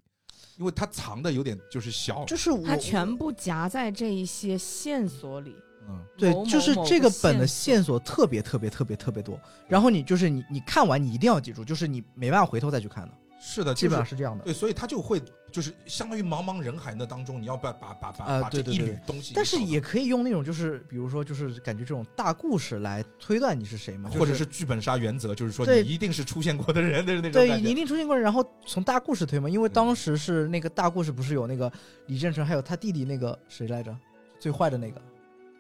Speaker 3: 因为它藏的有点就是小，
Speaker 4: 就是我
Speaker 6: 他全部夹在这一些线索里。
Speaker 3: 嗯
Speaker 4: 对
Speaker 6: 某，
Speaker 4: 就是
Speaker 6: 某某
Speaker 4: 这个
Speaker 6: 线
Speaker 4: 本的线索特别特别特别特别多。然后你就是你你看完你一定要记住，就是你没办法回头再去看的，
Speaker 3: 是的，
Speaker 4: 基本
Speaker 3: 就是
Speaker 4: 上是这样的。
Speaker 3: 对，所以他就会就是相当于茫茫人海那当中，你要把把把把、
Speaker 4: 啊
Speaker 3: 把这
Speaker 4: 对对
Speaker 3: 一
Speaker 4: 对
Speaker 3: 缕东西给找到，
Speaker 4: 但是也可以用那种就是比如说就是感觉这种大故事来推断你是谁嘛，就
Speaker 3: 或者是剧本杀原则，就是说你
Speaker 4: 对
Speaker 3: 一定是出现过的人的那种
Speaker 4: 对，
Speaker 3: 感
Speaker 4: 你
Speaker 3: 觉。嗯
Speaker 4: 一定出现过人，然后从大故事推嘛，因为当时是那个大故事不是有那个李振成，还有他弟弟那个谁来着，最坏的那个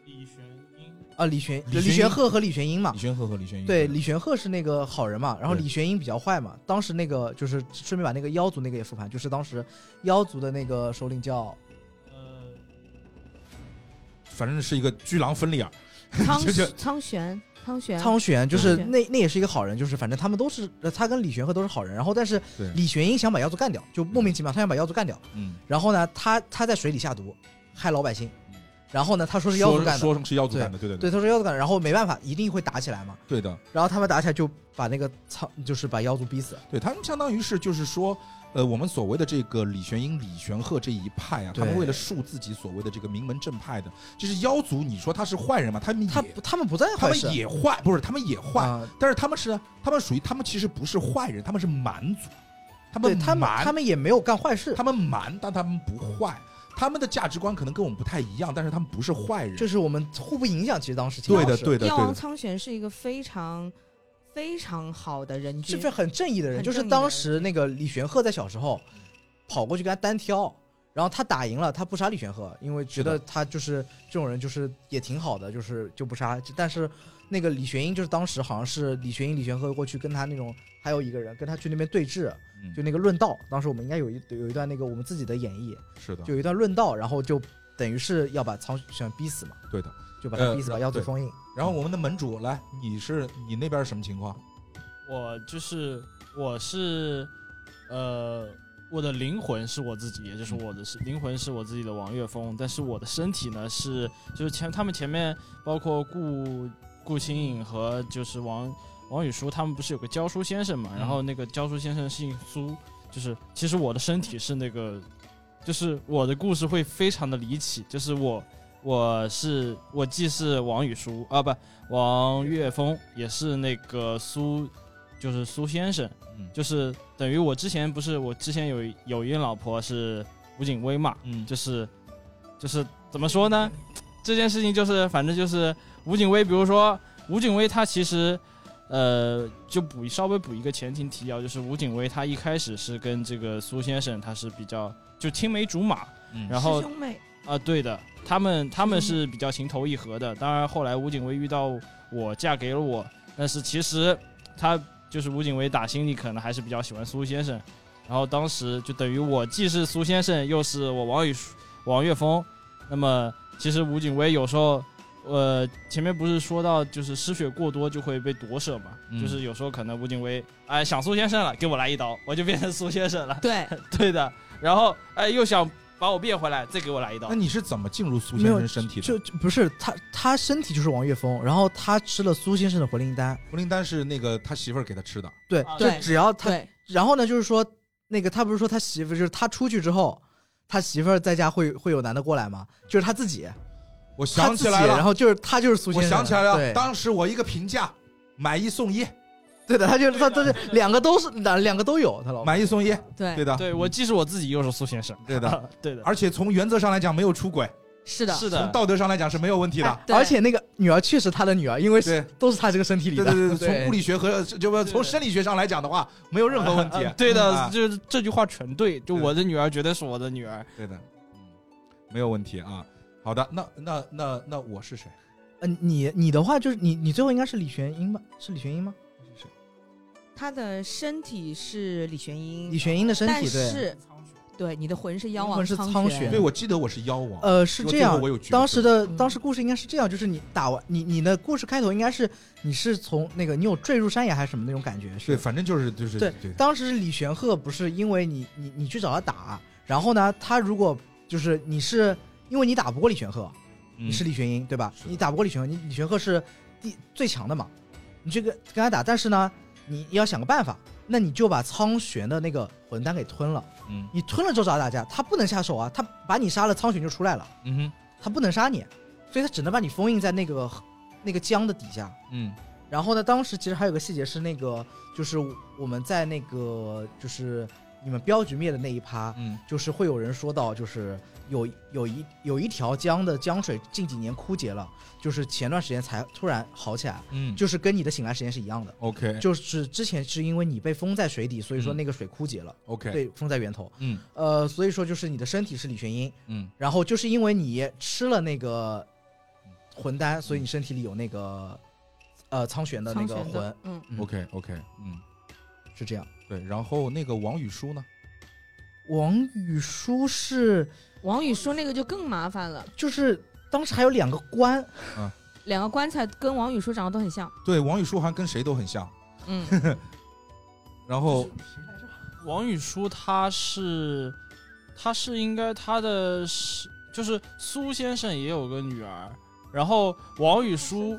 Speaker 5: 李玄英，
Speaker 4: 啊，李玄
Speaker 3: 李玄
Speaker 4: 李玄鹤和李玄英嘛
Speaker 3: 李，宣赫和李宣英
Speaker 4: 对，李玄鹤是那个好人嘛，然后
Speaker 3: 对
Speaker 4: 李玄英比较坏嘛，当时那个就是顺便把那个妖族那个也复盘，就是当时妖族的那个首领叫
Speaker 5: 呃，
Speaker 3: 反正是一个居狼芬利尔，
Speaker 6: 苍
Speaker 3: 就就
Speaker 6: 苍玄，苍玄，
Speaker 4: 苍玄，就是
Speaker 6: 对
Speaker 4: 那那也是一个好人，就是反正他们都是呃他跟李玄鹤都是好人，然后但是
Speaker 3: 对
Speaker 4: 李玄英想把妖族干掉，就莫名其妙他想把妖族干掉，
Speaker 3: 嗯，
Speaker 4: 然后呢他他在水里下毒害老百姓
Speaker 3: 嗯，
Speaker 4: 然后呢他说
Speaker 3: 说
Speaker 4: 是妖族干的。
Speaker 3: 说是妖族干的，对对
Speaker 4: 对，他说妖族干，的，然后没办法，一定会打起来嘛。
Speaker 3: 对的，
Speaker 4: 然后他们打起来就把那个苍，就是把妖族逼死。
Speaker 3: 对他们相当于是就是说，呃，我们所谓的这个李玄英、李玄鹤这一派啊，他们
Speaker 4: 对
Speaker 3: 为了树自己所谓的这个名门正派的，就是妖族，你说他是坏人吗？他们也
Speaker 4: 他不他们不在
Speaker 3: 他
Speaker 4: 坏事
Speaker 3: 们也坏，不是他们也坏，
Speaker 4: 啊，
Speaker 3: 但是他们是他们属于他们其实不是坏人，他们是蛮族，他
Speaker 4: 对
Speaker 3: 们
Speaker 4: 他们
Speaker 3: 蛮
Speaker 4: 他们也没有干坏事，
Speaker 3: 他们蛮，但他们不坏，他们的价值观可能跟我们不太一样，但是他们不是坏人。
Speaker 4: 就是我们互不影响，其实当时挺
Speaker 3: 对
Speaker 4: 好
Speaker 3: 的，
Speaker 4: 事
Speaker 3: 对的，对
Speaker 6: 药王
Speaker 3: 的。
Speaker 6: 苍玄是一个非常非常好的人
Speaker 4: 是
Speaker 6: 君
Speaker 4: 非，很正义的人，
Speaker 6: 很
Speaker 4: 就是
Speaker 6: 正义
Speaker 4: 当
Speaker 6: 的
Speaker 4: 时那个李玄鹤在小时候跑过去跟他单挑，然后他打赢了，他不杀李玄鹤，因为觉得
Speaker 3: 是
Speaker 4: 他就是这种人，就是也挺好的，就是就不杀。但是那个李玄英就是当时好像是李玄英、李玄鹤过去跟他那种还有一个人跟他去那边对峙，
Speaker 3: 嗯
Speaker 4: 就那个论道，当时我们应该有一有一段那个我们自己的演绎，
Speaker 3: 是的
Speaker 4: 就，有一段论道，然后就等于是要把苍玄逼死嘛，
Speaker 3: 对的。
Speaker 4: 就把他
Speaker 3: 呃
Speaker 4: 逼死把
Speaker 3: 然
Speaker 4: 妖族
Speaker 3: 对
Speaker 4: 封印。
Speaker 3: 然后我们的门主来，你是你那边是什么情况？
Speaker 5: 我就是我是呃，我的灵魂是我自己，也就是我的是灵魂是我自己的王岳峰，但是我的身体呢是就是前他们前面包括顾顾清影和就是王王宇舒他们不是有个教书先生嘛，然后那个教书先生姓苏，就是其实我的身体是那个，就是我的故事会非常的离奇，就是我。我是我既是王宇舒啊，不，王岳峰也是那个苏就是苏先生，
Speaker 3: 嗯
Speaker 5: 就是等于我之前不是我之前有一有一任老婆是吴景薇嘛，
Speaker 3: 嗯
Speaker 5: 就是就是怎么说呢？这件事情就是反正就是吴景薇，比如说吴景薇她其实呃就补稍微补一个前情提要，就是吴景薇她一开始是跟这个苏先生他是比较就青梅竹马，
Speaker 3: 嗯
Speaker 5: 然后
Speaker 6: 师兄妹，
Speaker 5: 啊，对的，他们他们是比较情投意合的。当然，后来吴景薇遇到我，嫁给了我，但是其实他就是吴景薇打心里可能还是比较喜欢苏先生。然后当时就等于我既是苏先生，又是我王宇舒王岳峰。那么其实吴景薇有时候，呃，前面不是说到就是失血过多就会被夺舍嘛，
Speaker 3: 嗯
Speaker 5: 就是有时候可能吴景薇哎想苏先生了，给我来一刀，我就变成苏先生了。
Speaker 6: 对，
Speaker 5: 对的，然后哎又想把我变回来，再给我来一刀
Speaker 3: 那。你是怎么进入苏
Speaker 4: 没
Speaker 3: 先
Speaker 4: 有
Speaker 3: 生身体的
Speaker 4: 就？就不是他，他身体就是王岳峰，然后他吃了苏先生的活灵丹，
Speaker 3: 胡灵丹是那个他媳妇儿给他吃的，
Speaker 4: 对
Speaker 5: 啊，
Speaker 4: 就
Speaker 6: 对
Speaker 4: 只要他，
Speaker 6: 对，
Speaker 4: 然后呢，就是说那个他不是说他媳妇，就是他出去之后，他媳妇儿在家会会有男的过来吗？就是他自己，
Speaker 3: 我
Speaker 4: 他
Speaker 3: 想起
Speaker 4: 自己，
Speaker 3: 来
Speaker 4: 然
Speaker 3: 了，
Speaker 4: 后就是他就是苏
Speaker 3: 我
Speaker 4: 先生，
Speaker 3: 想起来了，
Speaker 4: 对
Speaker 3: 当时我一个评价，买一送一，
Speaker 4: 对的，他就是他他是两个都是两两个都有，他老婆
Speaker 3: 买一送一，
Speaker 6: 对
Speaker 3: 对的，
Speaker 5: 对我既是我自己，又是苏先生。
Speaker 3: 对啊的，
Speaker 5: 对的，
Speaker 3: 而且从原则上来讲没有出轨，
Speaker 6: 是的，
Speaker 5: 是
Speaker 3: 从
Speaker 5: 的，
Speaker 3: 道德上来讲是没有问题的
Speaker 6: 哎，对
Speaker 4: 而且那个女儿确实他的女儿，因为
Speaker 3: 对
Speaker 4: 是都是他这个身体里
Speaker 3: 对
Speaker 4: 的，
Speaker 3: 对对，从物理学和就不从
Speaker 5: 对。
Speaker 3: 生理学上来讲的话，没有任何问题
Speaker 5: 对的，
Speaker 3: 啊
Speaker 5: 就是这句话全对。就
Speaker 3: 对
Speaker 5: 我的女儿绝对是我的女儿。
Speaker 3: 对的，嗯，没有问题啊。好的，那那那那我是谁？
Speaker 4: 嗯，你你的话就是你你最后应该是李玄英吧？是李玄英吗？
Speaker 6: 他的身体是李玄英，
Speaker 4: 李玄英的身
Speaker 6: 但
Speaker 4: 体对，
Speaker 6: 是对你的魂是妖
Speaker 4: 灵
Speaker 6: 王
Speaker 4: 魂是苍
Speaker 6: 苍
Speaker 4: 玄
Speaker 3: 对，我记得我是妖王。
Speaker 4: 呃是
Speaker 3: 因为
Speaker 4: 这
Speaker 3: 最后
Speaker 4: 样
Speaker 3: 我，有角色
Speaker 4: 当时的
Speaker 6: 嗯
Speaker 4: 当时故事应该是这样，就是你打完你你的故事开头应该是你是从那个你有坠入山崖还是什么那种感觉
Speaker 3: 对，
Speaker 4: 是？
Speaker 3: 反正就是就是
Speaker 4: 对
Speaker 3: 对
Speaker 4: 当时是李玄鹤不是因为你你你去找他打，然后呢，他如果就是你是因为你打不过李玄鹤，
Speaker 3: 嗯
Speaker 4: 你是李玄英对吧
Speaker 3: 是？的
Speaker 4: 你打不过李玄鹤，你李玄鹤是第最强的嘛，你这个跟他打，但是呢，你要想个办法，那你就把苍玄的那个魂丹给吞了，
Speaker 3: 嗯
Speaker 4: 你吞了之后找他打架，他不能下手啊，他把你杀了，苍玄就出来了。
Speaker 3: 嗯哼
Speaker 4: 他不能杀你，所以他只能把你封印在那个那个江的底下。
Speaker 3: 嗯
Speaker 4: 然后呢，当时其实还有个细节是那个，就是我们在那个就是你们镖局灭的那一趴，
Speaker 3: 嗯
Speaker 4: 就是会有人说到，就是有有一有一条江的江水近几年枯竭了，就是前段时间才突然好起来，
Speaker 3: 嗯
Speaker 4: 就是跟你的醒来时间是一样的，
Speaker 3: OK
Speaker 4: 就是之前是因为你被封在水底，所以说
Speaker 3: 嗯
Speaker 4: 那个水枯竭了，
Speaker 3: OK
Speaker 4: 对，封在源头，
Speaker 3: 嗯
Speaker 4: 呃，所以说就是你的身体是李玄英，
Speaker 3: 嗯
Speaker 4: 然后就是因为你吃了那个魂丹，所以
Speaker 3: 嗯
Speaker 4: 你身体里有那个呃苍玄的那
Speaker 6: 苍
Speaker 4: 个
Speaker 6: 玄
Speaker 4: 魂
Speaker 6: 的，，嗯，
Speaker 4: 嗯
Speaker 3: OK OK 嗯
Speaker 4: 是这样。
Speaker 3: 对，然后那个王宇舒呢？
Speaker 4: 王宇舒是
Speaker 6: 王宇说那个就更麻烦了，
Speaker 4: 就是当时还有两个官，
Speaker 6: 两个棺材跟王宇说长得都很像，
Speaker 3: 对，王宇舒好像跟谁都很像。
Speaker 6: 嗯，
Speaker 3: 然后
Speaker 5: 王宇舒他是，他是应该他的是就是苏先生也有个女儿，然后王宇舒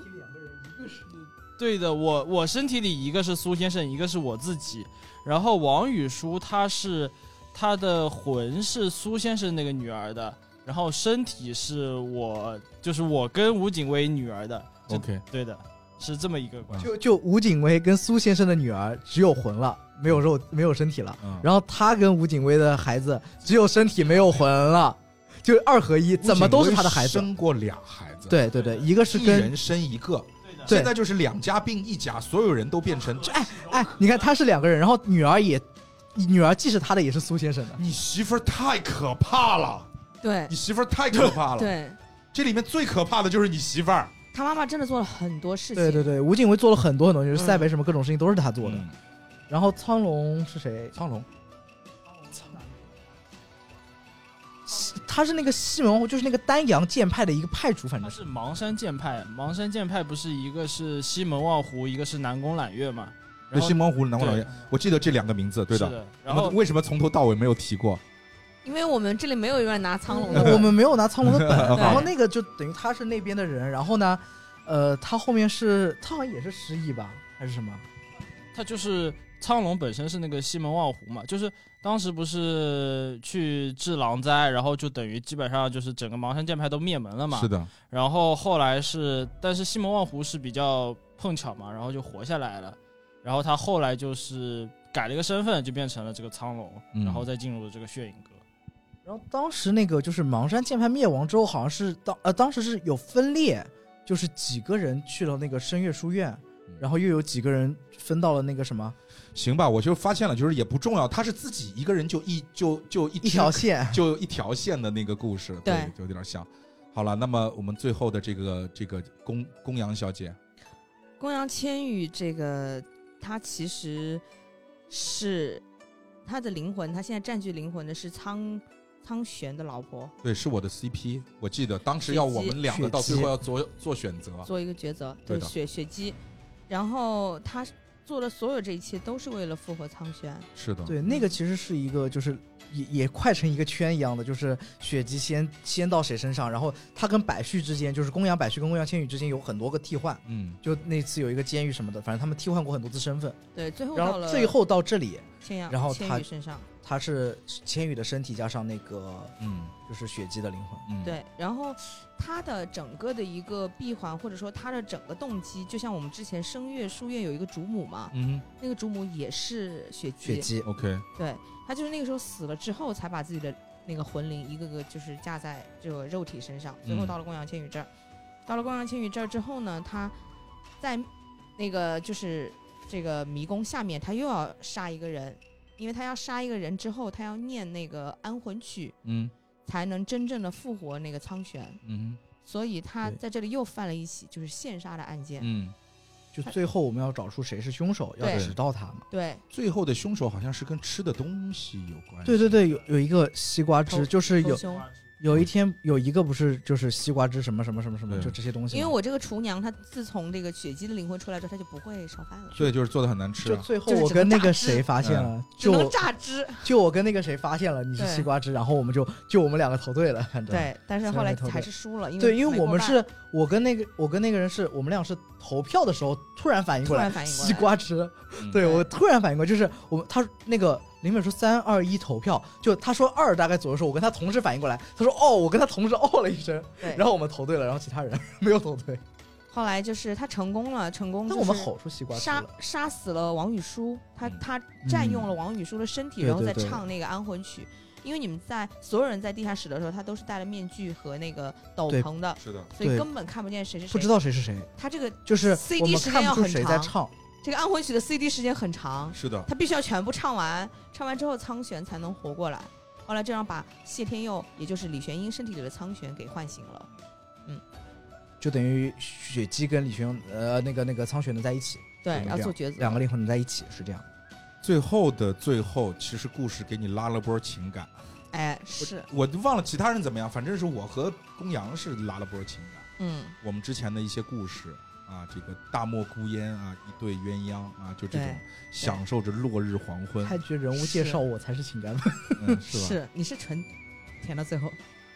Speaker 5: 对的，我我身体里一个是苏先生，一个是我自己。然后王宇舒他是他的魂是苏先生那个女儿的，然后身体是我就是我跟吴景薇女儿的。这
Speaker 3: OK，
Speaker 5: 对的，是这么一个关系。
Speaker 4: 就就吴景薇跟苏先生的女儿只有魂了，没有肉，没有身体了。
Speaker 3: 嗯，
Speaker 4: 然后他跟吴景薇的孩子只有身体没有魂了，就二合一，怎么都是他的孩
Speaker 3: 吴
Speaker 4: 子
Speaker 3: 景。薇生过俩孩子，，
Speaker 4: 对对对，一个是
Speaker 3: 一
Speaker 4: 跟
Speaker 3: 人生一个，
Speaker 5: 对的，
Speaker 4: 对
Speaker 3: 现在就是两家并一家，所有人都变成这。哎，
Speaker 4: 哎，你看他是两个人，然后女儿也，女儿既是他的也是苏先生的。
Speaker 3: 你媳妇儿太可怕了，
Speaker 6: 对
Speaker 3: 你媳妇儿太可怕了。
Speaker 6: 对，
Speaker 3: 这里面最可怕的就是你媳妇儿
Speaker 6: 他妈妈真的做了很多事情。
Speaker 4: 对对对，吴景薇做了很多很多，就是
Speaker 6: 嗯
Speaker 4: 赛北什么各种事情都是他做的。
Speaker 3: 嗯
Speaker 4: 然后苍龙是谁？
Speaker 3: 苍龙，
Speaker 4: 他是那个西门，就是那个丹阳剑派的一个派主，反
Speaker 5: 他
Speaker 4: 正是。
Speaker 5: 是芒山剑派，芒山剑派不是一个是西门望湖，一个是南宫揽月嘛？然
Speaker 3: 对
Speaker 5: 后
Speaker 3: 新蒙湖南宫老爷
Speaker 5: 对，
Speaker 3: 我记得这两个名字，对
Speaker 5: 是
Speaker 3: 的。
Speaker 5: 的，然后
Speaker 3: 为什么从头到尾没有提过？
Speaker 6: 因为我们这里没有一个人拿苍 龙的，
Speaker 4: 呃我们没有拿苍龙的本，
Speaker 6: 对
Speaker 4: 然后那个就等于他是那边的人，然后呢，呃，他后面是他好像也是失忆吧，还是什么？
Speaker 5: 他就是苍龙本身是那个西门望湖嘛，就是当时不是去治狼灾，然后就等于基本上就是整个芒山剑派都灭门了嘛。
Speaker 3: 是的，
Speaker 5: 然后后来是，但是西门望湖是比较碰巧嘛，然后就活下来了。然后他后来就是改了一个身份，就变成了这个苍龙，
Speaker 3: 嗯
Speaker 5: 然后再进入了这个血影阁。
Speaker 4: 然后当时那个就是芒山剑派灭亡之后，好像是当呃当时是有分裂，就是几个人去了那个声乐书院，然后又有几个人分到了那个什么
Speaker 3: 行吧，我就发现了，就是也不重要，他是自己一个人就一就就一
Speaker 4: 一条线。
Speaker 3: 就一条线的那个故事，
Speaker 6: 对
Speaker 3: 就有点像。好了，那么我们最后的这个这个公公羊小姐，
Speaker 6: 公羊千羽这个，他其实是他的灵魂，他现在占据灵魂的是苍苍玄的老婆，
Speaker 3: 对，是我的 CP，我记得当时要我们两
Speaker 4: 雪
Speaker 3: 个
Speaker 4: 姬
Speaker 3: 到最后要做做选择，
Speaker 6: 做一个抉择，
Speaker 3: 对
Speaker 6: 对
Speaker 3: 的
Speaker 6: 雪雪姬，然后他做的所有这一切都是为了复活苍玄，
Speaker 3: 是的，
Speaker 4: 对，那个其实是一个就是。也也快成一个圈一样的，就是血姬先先到谁身上，然后他跟百旭之间，就是公羊百旭跟公羊千羽之间有很多个替换，
Speaker 3: 嗯，
Speaker 4: 就那次有一个监狱什么的，反正他们替换过很多次身份，
Speaker 6: 对，最后
Speaker 4: 然
Speaker 6: 到
Speaker 4: 后
Speaker 6: 了
Speaker 4: 最后到这里，
Speaker 6: 千阳
Speaker 4: 然后他
Speaker 6: 千羽身上，
Speaker 4: 他是千羽的身体加上那个
Speaker 3: 嗯
Speaker 4: 就是血姬的灵魂，
Speaker 3: 嗯，
Speaker 6: 对，然后他的整个的一个闭环，或者说他的整个动机，就像我们之前声乐书院有一个主母嘛，
Speaker 3: 嗯
Speaker 6: 那个主母也是雪姬，
Speaker 4: 血姬
Speaker 3: 哼，OK，
Speaker 6: 对他就是那个时候死了之后，才把自己的那个魂灵一个个就是架在这个肉体身上，最后
Speaker 3: 嗯
Speaker 6: 到了公羊千羽这儿，到了公羊千羽这儿之后呢，他在那个就是这个迷宫下面，他又要杀一个人，因为他要杀一个人之后，他要念那个安魂曲，
Speaker 3: 嗯
Speaker 6: 才能真正的复活那个苍玄，
Speaker 3: 嗯
Speaker 6: 所以他
Speaker 4: 对
Speaker 6: 在这里又犯了一起就是线杀的案件。
Speaker 3: 嗯，
Speaker 4: 就最后我们要找出谁是凶手，要
Speaker 6: 对
Speaker 4: 指到他嘛。
Speaker 6: 对，
Speaker 3: 最后的凶手好像是跟吃的东西有关系，
Speaker 4: 对对，对，有有一个西瓜汁，
Speaker 6: 头
Speaker 4: 就是
Speaker 6: 头
Speaker 4: 有
Speaker 6: 凶。
Speaker 4: 有一天有一个不是就是西瓜汁什么什么什么什么，
Speaker 3: 对
Speaker 4: 就这些东西嘛。
Speaker 6: 因为我这个厨娘，她自从这个雪姬的灵魂出来之后，她就不会烧饭了，
Speaker 3: 对，就是做的很难吃
Speaker 4: 就
Speaker 3: 啊，
Speaker 4: 最后
Speaker 6: 就是
Speaker 4: 我
Speaker 6: 只
Speaker 4: 跟那
Speaker 6: 能榨
Speaker 4: 个
Speaker 6: 汁
Speaker 4: 谁发现了，
Speaker 6: 只能
Speaker 4: 就
Speaker 6: 榨汁。
Speaker 4: 就我跟那个谁发现了你是
Speaker 6: 对
Speaker 4: 西瓜汁，然后我们就就我们两个投对了，反正。
Speaker 6: 对，但是
Speaker 4: 虽
Speaker 6: 后
Speaker 4: 然
Speaker 6: 来
Speaker 4: 没投
Speaker 6: 还
Speaker 4: 对
Speaker 6: 是输了，因为
Speaker 4: 对，因为
Speaker 6: 没
Speaker 4: 我
Speaker 6: 过
Speaker 4: 们
Speaker 6: 半
Speaker 4: 是我跟那个我跟那个人是我们俩是投票的时候突然反应
Speaker 6: 突
Speaker 4: 过来
Speaker 6: 然，反应过来，
Speaker 4: 西瓜汁，
Speaker 3: 嗯
Speaker 4: 对我突然反应过来，就是我们他那个林本说三二一投票，就他说二大概左右的时候，我跟他同时反应过来，他说哦，我跟他同时哦了一声，
Speaker 6: 对，
Speaker 4: 然后我们投对了，然后其 他人没有投对，
Speaker 6: 后来就是他成功了，成功、
Speaker 4: 但
Speaker 6: 就是
Speaker 4: 我们吼出西瓜汁
Speaker 6: 杀
Speaker 4: 了。
Speaker 6: 杀死了王宇舒，他
Speaker 3: 嗯
Speaker 6: 他占用了王宇舒的身体，
Speaker 4: 对
Speaker 6: 然后
Speaker 4: 对
Speaker 6: 再
Speaker 4: 对
Speaker 6: 唱那个安魂曲。因为你们在所有人在地下室的时候，他都是戴了面具和那个斗
Speaker 4: 对
Speaker 6: 篷的，
Speaker 3: 是的，
Speaker 6: 所以
Speaker 4: 对
Speaker 6: 根本看不见谁是谁。
Speaker 4: 不知道谁是谁，
Speaker 6: 他这个
Speaker 4: 就是我
Speaker 6: CD
Speaker 4: 们
Speaker 6: 时间
Speaker 4: 看
Speaker 6: 要
Speaker 4: 不出
Speaker 6: 很
Speaker 4: 谁在
Speaker 6: 长，
Speaker 4: 唱。
Speaker 6: 这个安魂曲的 CD 时间很长，
Speaker 3: 是的，
Speaker 6: 他必须要全部唱完，唱完之后苍玄才能活过来。后来这样把谢天佑，也就是李玄英身体里的苍玄给唤醒了。
Speaker 4: 就等于雪姬跟李玄呃那个那个苍玄能在一起，
Speaker 6: 对，
Speaker 4: 对
Speaker 6: 要
Speaker 4: 这样
Speaker 6: 做抉择。
Speaker 4: 两个灵魂能在一起是这样。
Speaker 3: 最后的最后，其实故事给你拉了波情感，
Speaker 6: 哎，是，
Speaker 3: 我就忘了其他人怎么样，反正是我和公羊是拉了波情感。
Speaker 6: 嗯，
Speaker 3: 我们之前的一些故事啊，这个大漠孤烟啊，一对鸳鸯啊，就这种
Speaker 6: 对
Speaker 3: 享受着落日黄昏，
Speaker 4: 他觉得人物介绍我才是情感派，
Speaker 3: 嗯，是吧？
Speaker 6: 是，你是纯舔到最后，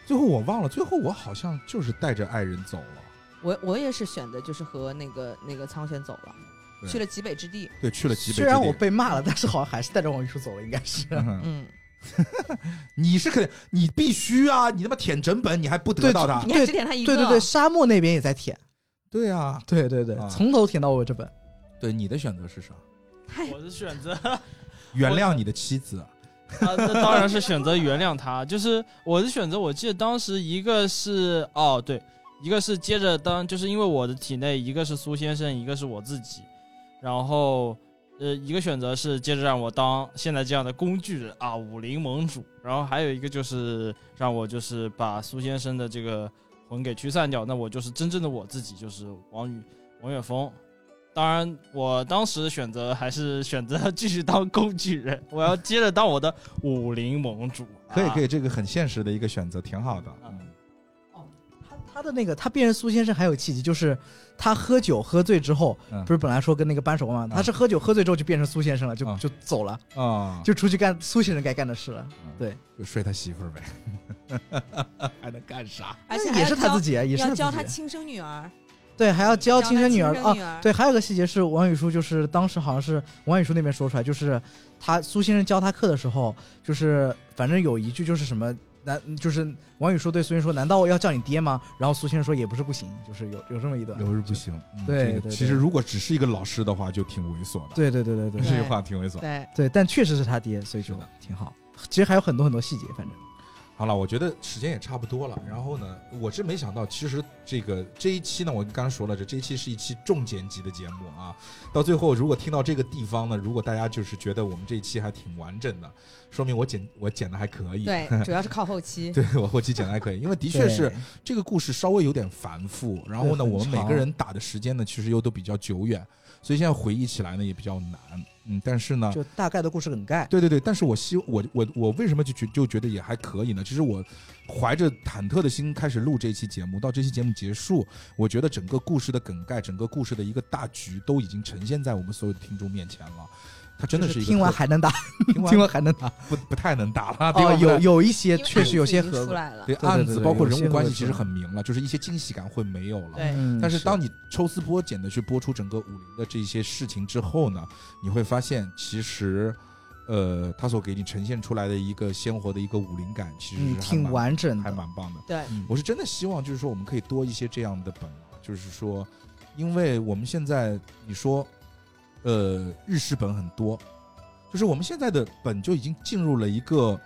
Speaker 3: 最后我忘了，最后我好像就是带着爱人走了，
Speaker 6: 我我也是选择就是和那个那个苍玄走了，
Speaker 3: 对
Speaker 6: 去了极北之地。
Speaker 3: 对，去了极北之
Speaker 4: 虽
Speaker 3: 地。
Speaker 4: 然我被骂了，但是好像还是带着王玉书走了，应该是。
Speaker 3: 嗯
Speaker 6: 嗯，
Speaker 3: 你是肯定，你必须啊！你他妈舔整本，你还不得到他？
Speaker 6: 你还只点他一个，
Speaker 4: 对对对，沙漠那边也在舔，
Speaker 3: 对啊，
Speaker 4: 对对对，
Speaker 3: 啊
Speaker 4: 从头舔到尾这本。
Speaker 3: 对你的选择是啥？
Speaker 6: 太
Speaker 5: 我是选择
Speaker 3: 原谅你的妻子，
Speaker 5: 啊，那当然是选择原谅他。就是我是选择，我记得当时一个是哦对，一个是接着当，就是因为我的体内一个是苏先生，一个是我自己，然后呃一个选择是接着让我当现在这样的工具人啊，武林盟主，然后还有一个就是让我就是把苏先生的这个魂给驱散掉，那我就是真正的我自己，就是王宇王岳峰。当然，我当时选择还是选择 继续当工具人，我要接着当我的武林盟主。
Speaker 3: 可以可
Speaker 5: 以，
Speaker 3: 以，这个很现实的一个选择，挺好的。
Speaker 5: 嗯
Speaker 4: 他他的那个他辨认苏先生还有契机，就是他喝酒喝醉之后，
Speaker 3: 嗯
Speaker 4: 不是本来说跟那个扳手腕嘛，他是喝酒喝醉之后就变成苏先生了，就、
Speaker 3: 嗯
Speaker 4: 就走了，
Speaker 3: 啊，
Speaker 4: 就出去干苏先生该干的事了。
Speaker 3: 嗯
Speaker 4: 对，
Speaker 3: 就睡他媳妇儿呗， 还能干啥？
Speaker 6: 而且
Speaker 4: 那
Speaker 6: 还
Speaker 4: 也
Speaker 6: 要
Speaker 4: 是他
Speaker 6: 教
Speaker 4: 自己，啊也是
Speaker 6: 要教
Speaker 4: 自
Speaker 6: 他
Speaker 4: 己。
Speaker 6: 亲生女儿，
Speaker 4: 对，还要教亲生女儿
Speaker 6: 教他
Speaker 4: 啊
Speaker 6: 亲。生女儿，
Speaker 4: 对，还有个细节是王宇舒，就是当时好像是王宇舒那边说出来，就是他苏先生教他课的时候，就是反正有一句就是什么。难就是王宇舒对苏先生说：“难道要叫你爹吗？”然后苏先生说：“也不是不行，就是有有这么一段。”
Speaker 3: 留日不行。嗯
Speaker 4: 对
Speaker 3: 这个
Speaker 4: 对对
Speaker 3: 其实如果只是一个老师的话，就挺猥琐的。
Speaker 4: 对对对对对，
Speaker 3: 这句话挺猥琐。
Speaker 6: 对，
Speaker 4: 对，但确实是他爹，所以就是
Speaker 3: 的
Speaker 4: 挺好。其实还有很多很多细节，反正
Speaker 3: 好了，我觉得时间也差不多了。然后呢，我真没想到，其实这个这一期呢，我刚刚说了，这这一期是一期重剪辑的节目啊。到最后，如果听到这个地方呢，如果大家就是觉得我们这一期还挺完整的，说明我剪我剪的还可以。
Speaker 6: 对，主要是靠后期。
Speaker 3: 对我后期剪的还可以，因为的
Speaker 4: 的
Speaker 3: 确是这个故事稍微有点繁复，然后呢，
Speaker 4: 对很
Speaker 3: 我们每
Speaker 4: 长
Speaker 3: 个人打的时间呢，其实又都比较久远，所以现在回忆起来呢也比较难。嗯，但是呢，
Speaker 4: 就大概的故事梗概。
Speaker 3: 对对对，但是我希我我我为什么就觉就觉得也还可以呢？其实我怀着忐忑的心开始录这期节目，到这期节目结束，我觉得整个故事的梗概，整个故事的一个大局都已经呈现在我们所有的听众面前了。它真的
Speaker 4: 就是
Speaker 3: 一个
Speaker 4: 听完
Speaker 3: 特
Speaker 4: 还能打，
Speaker 3: 听完啊
Speaker 4: 听完还能打。
Speaker 3: 不不太能打 了，对吧？
Speaker 4: 哦，有有一些
Speaker 6: 因为
Speaker 4: 确实有些
Speaker 6: 案子已经
Speaker 4: 合
Speaker 6: 出
Speaker 4: 格。
Speaker 6: 来了
Speaker 3: 对
Speaker 4: 对对
Speaker 3: 案子
Speaker 4: 对
Speaker 3: 包括
Speaker 4: 有
Speaker 3: 人
Speaker 4: 些
Speaker 3: 物关系
Speaker 4: 会
Speaker 3: 其实
Speaker 4: 出
Speaker 3: 很明了，就是一些惊喜感会没有了。
Speaker 6: 对
Speaker 4: 嗯
Speaker 3: 但是当你抽丝剥茧的去剥出整个武林的这些事情之后呢，你会发现其实，呃，他所给你呈现出来的一个鲜活的一个武林感，其实是
Speaker 4: 嗯
Speaker 3: 还
Speaker 4: 挺
Speaker 3: 蛮
Speaker 4: 完整
Speaker 3: 还
Speaker 4: 的，嗯
Speaker 3: 蛮棒的。
Speaker 6: 对，
Speaker 3: 我是真的希望，就是说我们可以多一些这样的本啊，就是说，因为我们现在你说，呃，日式本很多，就是我们现在的本就已经进入了一个，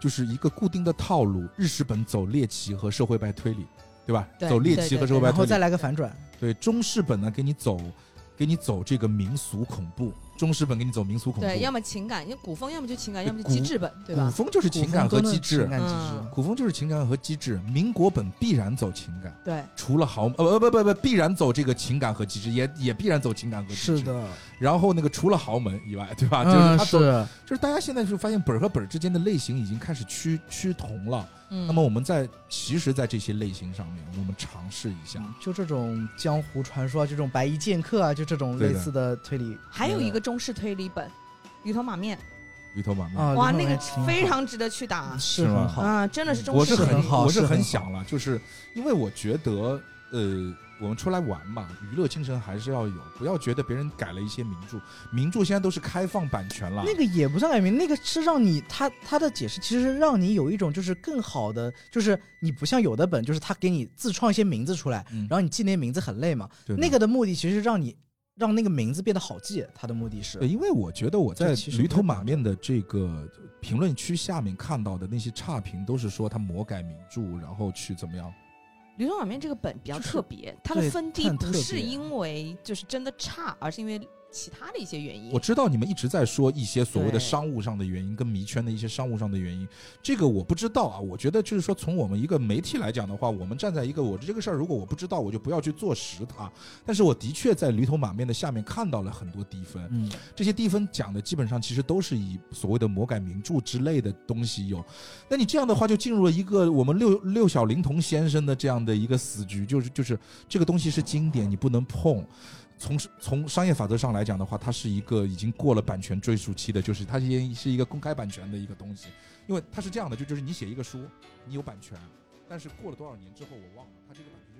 Speaker 3: 就是一个固定的套路，日式本走猎奇和社会派推理，对吧？
Speaker 6: 对
Speaker 3: 走猎
Speaker 6: 对
Speaker 3: 奇
Speaker 6: 对
Speaker 3: 和社
Speaker 6: 对
Speaker 3: 会派
Speaker 4: 然后
Speaker 3: 推理
Speaker 4: 再，来个反转。
Speaker 3: 对中式本呢，给你走，给你走这个民俗恐怖，中式本给你走民俗恐怖，
Speaker 6: 对，要么情感，因为古风，要么就情感，
Speaker 3: 对
Speaker 6: 要么就机制本，对
Speaker 3: 古
Speaker 4: 嗯
Speaker 6: 吧？
Speaker 3: 风就是情感和机
Speaker 4: 情
Speaker 3: 制，
Speaker 4: 感机
Speaker 6: 嗯
Speaker 4: 制。
Speaker 3: 古风就是情感和机制，民国本必然走情感，
Speaker 6: 对，
Speaker 3: 除了豪呃不不不不必然走这个情感和机制，也也必然走情感和机制，
Speaker 4: 是。的，
Speaker 3: 然后那个除了豪门以外，对吧？就是
Speaker 4: 嗯
Speaker 3: 他走，
Speaker 4: 是，
Speaker 3: 就是大家现在就发现本儿和本儿之间的类型已经开始趋趋同了。
Speaker 6: 嗯。
Speaker 3: 那么我们在其实，在这些类型上面，我们尝试一下。
Speaker 4: 就这种江湖传说啊，就这种白衣剑客啊，就这种
Speaker 3: 对
Speaker 4: 类
Speaker 3: 的
Speaker 4: 似的推理
Speaker 6: 还有一个中式推理本，《鱼头马面
Speaker 3: 鱼头马面，
Speaker 4: 啊，
Speaker 6: 哇，
Speaker 4: 这
Speaker 6: 那
Speaker 4: 种
Speaker 6: 个
Speaker 4: 还挺好
Speaker 6: 非常值得去打
Speaker 3: 嗯
Speaker 4: 是
Speaker 3: 是吗
Speaker 4: 很好。
Speaker 6: 啊，真的是中
Speaker 3: 我
Speaker 6: 式
Speaker 3: 是
Speaker 6: 推
Speaker 3: 很
Speaker 6: 理。
Speaker 4: 好
Speaker 3: 我是
Speaker 4: 嗯是
Speaker 3: 很
Speaker 4: 很
Speaker 3: 想了，就是因为我觉得，呃，我们出来玩嘛，娱乐精神还是要有，不要觉得别人改了一些名著，名著现在都是开放版权了。
Speaker 4: 那个也不算改名，那个是让你他他的解释其实是让你有一种就是更好的，就是你不像有的本就是他给你自创一些名字出来，
Speaker 3: 嗯
Speaker 4: 然后你记那些名字很累嘛。
Speaker 3: 对
Speaker 4: 那个的目的其实是让你让那个名字变得好记，他的目的是
Speaker 3: 对，因为我觉得我在
Speaker 4: 这其实
Speaker 3: 驴头
Speaker 4: 不
Speaker 3: 马面的这个评论区下面看到的那些差评，都是说他魔改名著，然后去怎么样？
Speaker 6: 《鱼头马面》这个本比较
Speaker 4: 就是
Speaker 6: 特别，它的
Speaker 4: 对
Speaker 6: 分
Speaker 4: 它
Speaker 6: 低
Speaker 4: 很
Speaker 6: 不
Speaker 4: 特
Speaker 6: 是
Speaker 4: 别
Speaker 6: 因为就是真的差，而是因为其他的一些原因
Speaker 3: 我。知道你们一直在说一些所谓的
Speaker 6: 对
Speaker 3: 商务上的原因，跟迷圈的一些商务上的原因，这个我不知道啊。我觉得就是说，从我们一个媒体来讲的话，我们站在一个我这个事儿，如果我不知道，我就不要去坐实它。但是我的确在驴头马面的下面看到了很多低分，
Speaker 4: 嗯，
Speaker 3: 这些低分讲的基本上其实都是以所谓的魔改名著之类的东西有。那你这样的话，就进入了一个我们六六小龄童先生的这样的一个死局，就是就是这个东西是经典，你不能碰。从 从商业法则上来讲的话，它是一个已经过了版权追溯期的，就是它也是一个公开版权的一个东西，因为它是这样的，就就是你写一个书，你有版权，但是过了多少年之后我忘了，它这个版权。